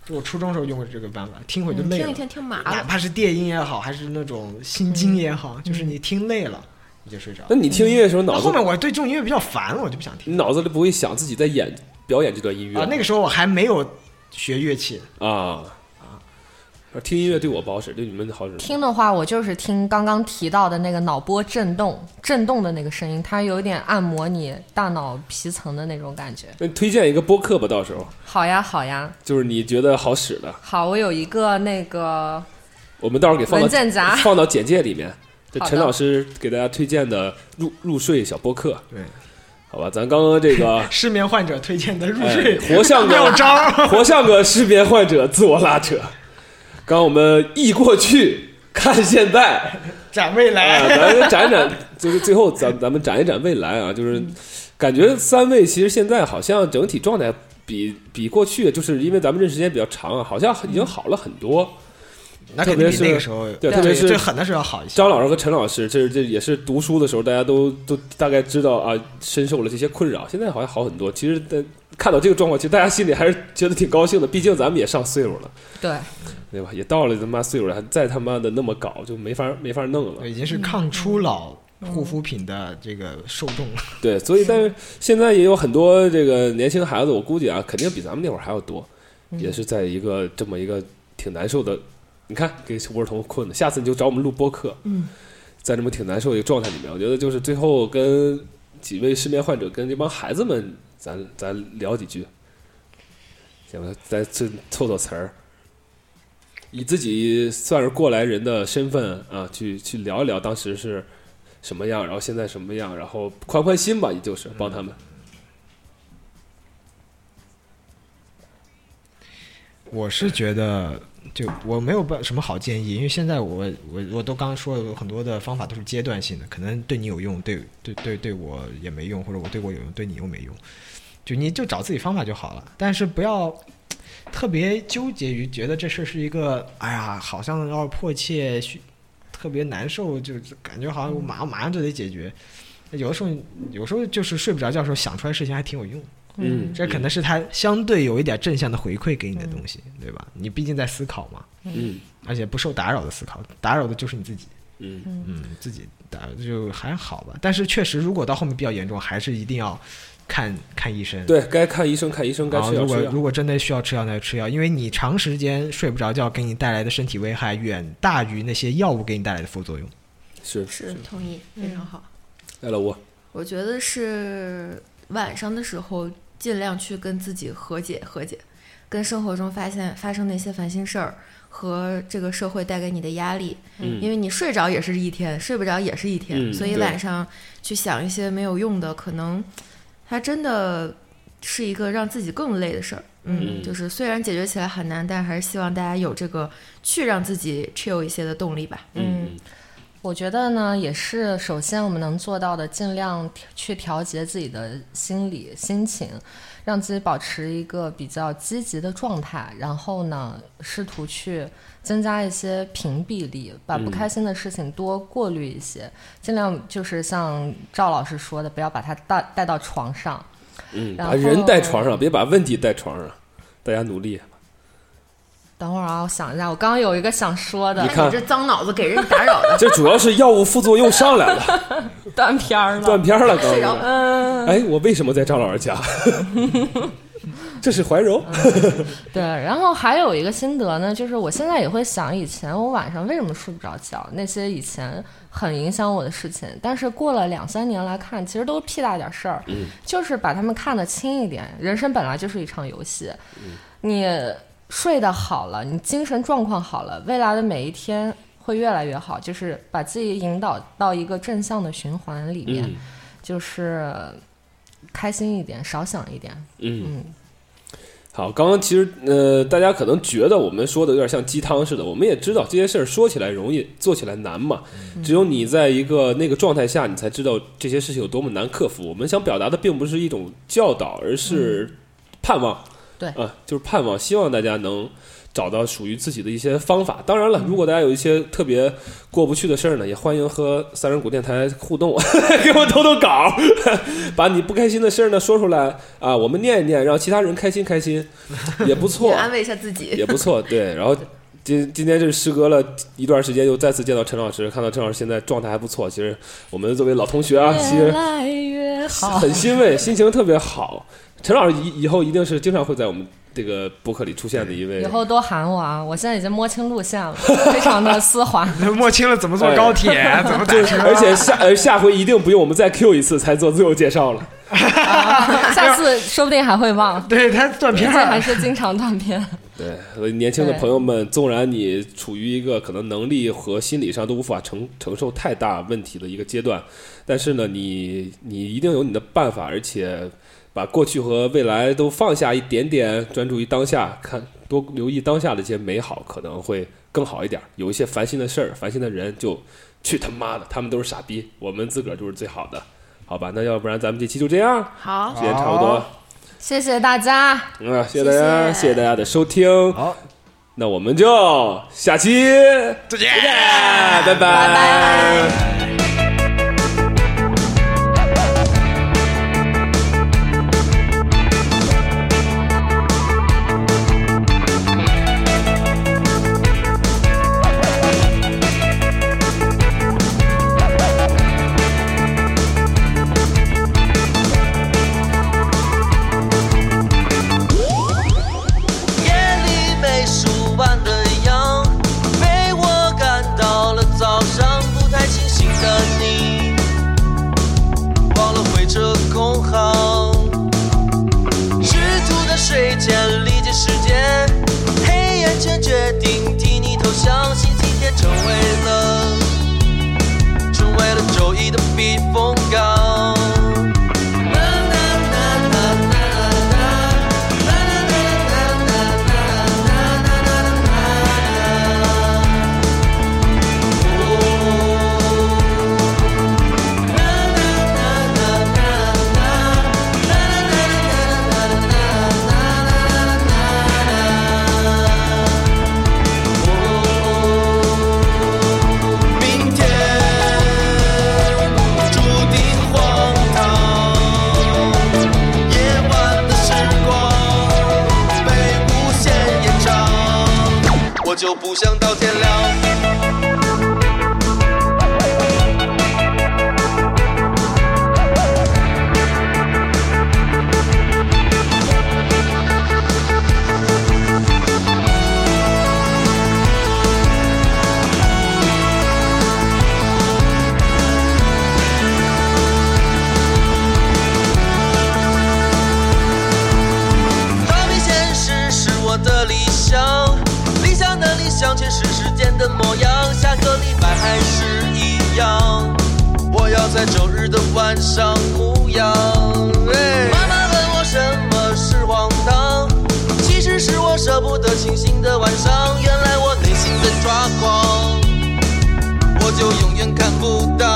[SPEAKER 3] 就我初中时候用过这个办法，听会就
[SPEAKER 4] 嗯
[SPEAKER 3] 累了。
[SPEAKER 4] 听一听听麻
[SPEAKER 3] 哪
[SPEAKER 4] 了。
[SPEAKER 3] 怕是电音也好，还是那种心经也好，
[SPEAKER 4] 嗯
[SPEAKER 3] 就是你听累了你就睡着。
[SPEAKER 2] 那你听音乐的时候，
[SPEAKER 3] 那
[SPEAKER 2] 脑
[SPEAKER 3] 后
[SPEAKER 2] 子
[SPEAKER 3] 面我对这种音乐比较烦，我就不想听
[SPEAKER 2] 你脑子里不会想自己在演表演这段音乐
[SPEAKER 3] 啊。那个时候我还没有学乐器，
[SPEAKER 2] 啊啊！听音乐对我不好使，对你们好使吗。
[SPEAKER 5] 听的话，我就是听刚刚提到的那个脑波震动，震动的那个声音，它有点按摩你大脑皮层的那种感觉。
[SPEAKER 2] 那你推荐一个播客吧，到时候
[SPEAKER 5] 好呀，好呀，
[SPEAKER 2] 就是你觉得好使的，
[SPEAKER 5] 好，我有一个那个
[SPEAKER 2] 我们到时候给放到
[SPEAKER 5] 文件夹，
[SPEAKER 2] 放到简介里面。这
[SPEAKER 5] 好的
[SPEAKER 2] 陈老师给大家推荐的入入睡小播客，
[SPEAKER 3] 对，
[SPEAKER 2] 好吧，咱刚刚这个 (laughs)
[SPEAKER 3] 失眠患者推荐的入
[SPEAKER 2] 哎
[SPEAKER 3] 睡、
[SPEAKER 2] 活像
[SPEAKER 3] 妙
[SPEAKER 2] 个
[SPEAKER 3] 招
[SPEAKER 2] (laughs)
[SPEAKER 3] 儿。
[SPEAKER 2] 活像个失眠患者，自我拉扯。刚刚我们忆过去，看现在，
[SPEAKER 3] 展未来。
[SPEAKER 2] 啊，咱展一展，就是最后咱咱们展一展未来啊，就是感觉三位其实现在好像整体状态比比过去，就是因为咱们认识时间比较长啊，好像已经好了很多。
[SPEAKER 3] 那肯定比那个时候
[SPEAKER 2] 对，特别是
[SPEAKER 3] 最狠的时候要好一些。
[SPEAKER 2] 张老师和陈老师，这这也是读书的时候，大家都都大概知道啊，深受了这些困扰。现在好像好很多。其实，但看到这个状况，其实大家心里还是觉得挺高兴的，毕竟咱们也上岁数了，
[SPEAKER 5] 对，
[SPEAKER 2] 对吧？也到了他妈岁数了，还再他妈的那么搞，就没法没法弄了。
[SPEAKER 3] 对已经是抗初老护肤品的这个受众了。
[SPEAKER 2] 对，所以但是现在也有很多这个年轻孩子，我估计啊，肯定比咱们那会儿还要多，也是在一个这么一个挺难受的，你看给无儿童困的，下次你就找我们录播客，
[SPEAKER 4] 嗯，
[SPEAKER 2] 在这么挺难受的一个状态里面，我觉得就是最后跟几位失眠患者跟这帮孩子们，咱咱聊几句，行吧，咱这凑凑词儿。以自己算是过来人的身份啊，去去聊一聊当时是什么样，然后现在什么样，然后宽宽心吧，也就是
[SPEAKER 3] 嗯
[SPEAKER 2] 帮他们。
[SPEAKER 3] 我是觉得，就我没有办什么好建议，因为现在我我我都刚刚说了，有很多的方法都是阶段性的，可能对你有用，对对对对我也没用，或者我对我有用，对你又没用，就你就找自己方法就好了，但是不要。特别纠结于觉得这事儿是一个，哎呀，好像要迫切需，特别难受，就是感觉好像我马马上就得解决。有的时候，有时候就是睡不着觉的时候想出来事情还挺有用。
[SPEAKER 2] 嗯
[SPEAKER 3] 这可能是它相对有一点正向的回馈给你的东西，对吧？你毕竟在思考嘛，
[SPEAKER 2] 嗯
[SPEAKER 3] 而且不受打扰的思考，打扰的就是你自己，
[SPEAKER 2] 嗯
[SPEAKER 3] 嗯，自己打扰就还好吧。但是确实，如果到后面比较严重，还是一定要看看医生。
[SPEAKER 2] 对该看医生看医生，该
[SPEAKER 3] 然后
[SPEAKER 2] 吃药
[SPEAKER 3] 如果
[SPEAKER 2] 吃药。
[SPEAKER 3] 如果真的需要吃药，那就吃药，因为你长时间睡不着觉给你带来的身体危害远大于那些药物给你带来的副作用。 (laughs)
[SPEAKER 2] 是
[SPEAKER 4] 是同意，非常好。
[SPEAKER 2] 来了我，
[SPEAKER 4] 我觉得是晚上的时候尽量去跟自己和解和解，跟生活中发现发生的一些烦心事儿和这个社会带给你的压力，因
[SPEAKER 2] 嗯
[SPEAKER 4] 为你睡着也是一天，睡不着也是一天，
[SPEAKER 2] 嗯
[SPEAKER 4] 所以
[SPEAKER 2] 对
[SPEAKER 4] 晚上去想一些没有用的，可能它真的是一个让自己更累的事儿。嗯，
[SPEAKER 2] 嗯
[SPEAKER 4] 就是虽然解决起来很难，但还是希望大家有这个去让自己 chill 一些的动力吧。
[SPEAKER 2] 嗯
[SPEAKER 5] 我觉得呢，也是首先我们能做到的，尽量调去调节自己的心理心情，让自己保持一个比较积极的状态，然后呢，试图去增加一些屏蔽力，把不开心的事情多过滤一些，尽量就是像赵老师说的，不要把它带带到床上。
[SPEAKER 2] 嗯，
[SPEAKER 5] 然
[SPEAKER 2] 把
[SPEAKER 5] 后
[SPEAKER 2] 人带床上，别把问题带床上，大家努力。
[SPEAKER 5] 等会儿啊，我想一下，我刚刚有一个想说的
[SPEAKER 2] 你看
[SPEAKER 4] 哎这脏脑子给人打扰的，
[SPEAKER 2] 这主要是药物副作用上来了，
[SPEAKER 5] 断片儿了
[SPEAKER 2] 断。片儿了，刚
[SPEAKER 4] 睡着
[SPEAKER 2] 刚。哎，我为什么在张老师家？ (laughs) 这是怀柔。
[SPEAKER 5] 对，然后还有一个心得呢，就是我现在也会想，以前我晚上为什么睡不着觉？那些以前很影响我的事情，但是过了两三年来看，其实都是屁大点事儿，就是把他们看得轻一点。人生本来就是一场游戏，你睡得好了，你精神状况好了，未来的每一天会越来越好，就是把自己引导到一个正向的循环里面，
[SPEAKER 2] 嗯
[SPEAKER 5] 就是开心一点，少想一点，
[SPEAKER 2] 嗯
[SPEAKER 5] 嗯。
[SPEAKER 2] 好，刚刚其实呃，大家可能觉得我们说的有点像鸡汤似的，我们也知道这些事儿说起来容易，做起来难嘛。只有你在一个那个状态下，你才知道这些事情有多么难克服。我们想表达的并不是一种教导，而是盼望。
[SPEAKER 5] 对
[SPEAKER 2] 啊，就是盼望，希望大家能找到属于自己的一些方法。当然了，如果大家有一些特别过不去的事儿呢，也欢迎和三人谷电台互动， (laughs) 给我投投稿， (laughs) 把你不开心的事儿呢说出来啊，我们念一念，让其他人开心开心，也不 (laughs) 错
[SPEAKER 4] 也，安慰一下
[SPEAKER 5] (laughs)
[SPEAKER 4] 自己。
[SPEAKER 2] 也不错。对，然后。今今天这时隔了一段时间，又再次见到陈老师，看到陈老师现在状态还不错。其实我们作为老同学啊，其
[SPEAKER 5] 越
[SPEAKER 2] 实
[SPEAKER 5] 来越好。
[SPEAKER 2] 很欣慰，心情特别好。陈老师以以后一定是经常会在我们这个博客里出现的一位。
[SPEAKER 5] 以后多喊我啊！我现在已经摸清路线 (laughs) 了，非常的丝 (laughs) 滑。
[SPEAKER 3] 那摸清了怎么坐高
[SPEAKER 2] (laughs)
[SPEAKER 3] 铁，怎么打车，
[SPEAKER 2] 哎而且下呃下回一定不用我们再 Q 一次才做自我介绍了。
[SPEAKER 5] 下次说不定还会 (laughs) 忘，
[SPEAKER 3] 对他断
[SPEAKER 5] 毕
[SPEAKER 3] 片
[SPEAKER 5] 竟
[SPEAKER 3] 儿
[SPEAKER 5] 还，是经常断片。
[SPEAKER 2] 对，所以年轻的朋友们，纵然你处于一个可能能力和心理上都无法承承受太大问题的一个阶段，但是呢，你你一定有你的办法，而且把过去和未来都放下一点点，专注于当下，看多留意当下的一些美好，可能会更好一点。有一些烦心的事儿、烦心的人，就去他妈的，他们都是傻逼，我们自个儿就是最好的，好吧？那要不然咱们这期就这样，
[SPEAKER 4] 好
[SPEAKER 2] 时，间差不多。
[SPEAKER 5] 谢谢大家。
[SPEAKER 2] 嗯，谢谢大家，谢
[SPEAKER 4] 谢谢
[SPEAKER 2] 谢大家的收听。
[SPEAKER 3] 好，
[SPEAKER 2] 那我们就下期
[SPEAKER 3] 再见。
[SPEAKER 2] 拜拜
[SPEAKER 4] 拜
[SPEAKER 1] 夜里没梳完的羊，被我赶到了早上不太清醒的你，忘了回车空航。试图在睡前理解世界，黑眼圈决定替你投降。星期天成为了，成为了周一的避风港。啦啦啦啦啦啦啦。明天注定荒唐，夜晚的时光被无限延长，我就不想到天亮。逃避现实是我的理想，理想的理想却是时间的模样。下个礼拜还是一样，我要在周日的晚上牧羊。哎妈妈问我什么是荒唐，其实是我舍不得清醒的晚上。原来我内心在抓狂，我就永远看不到。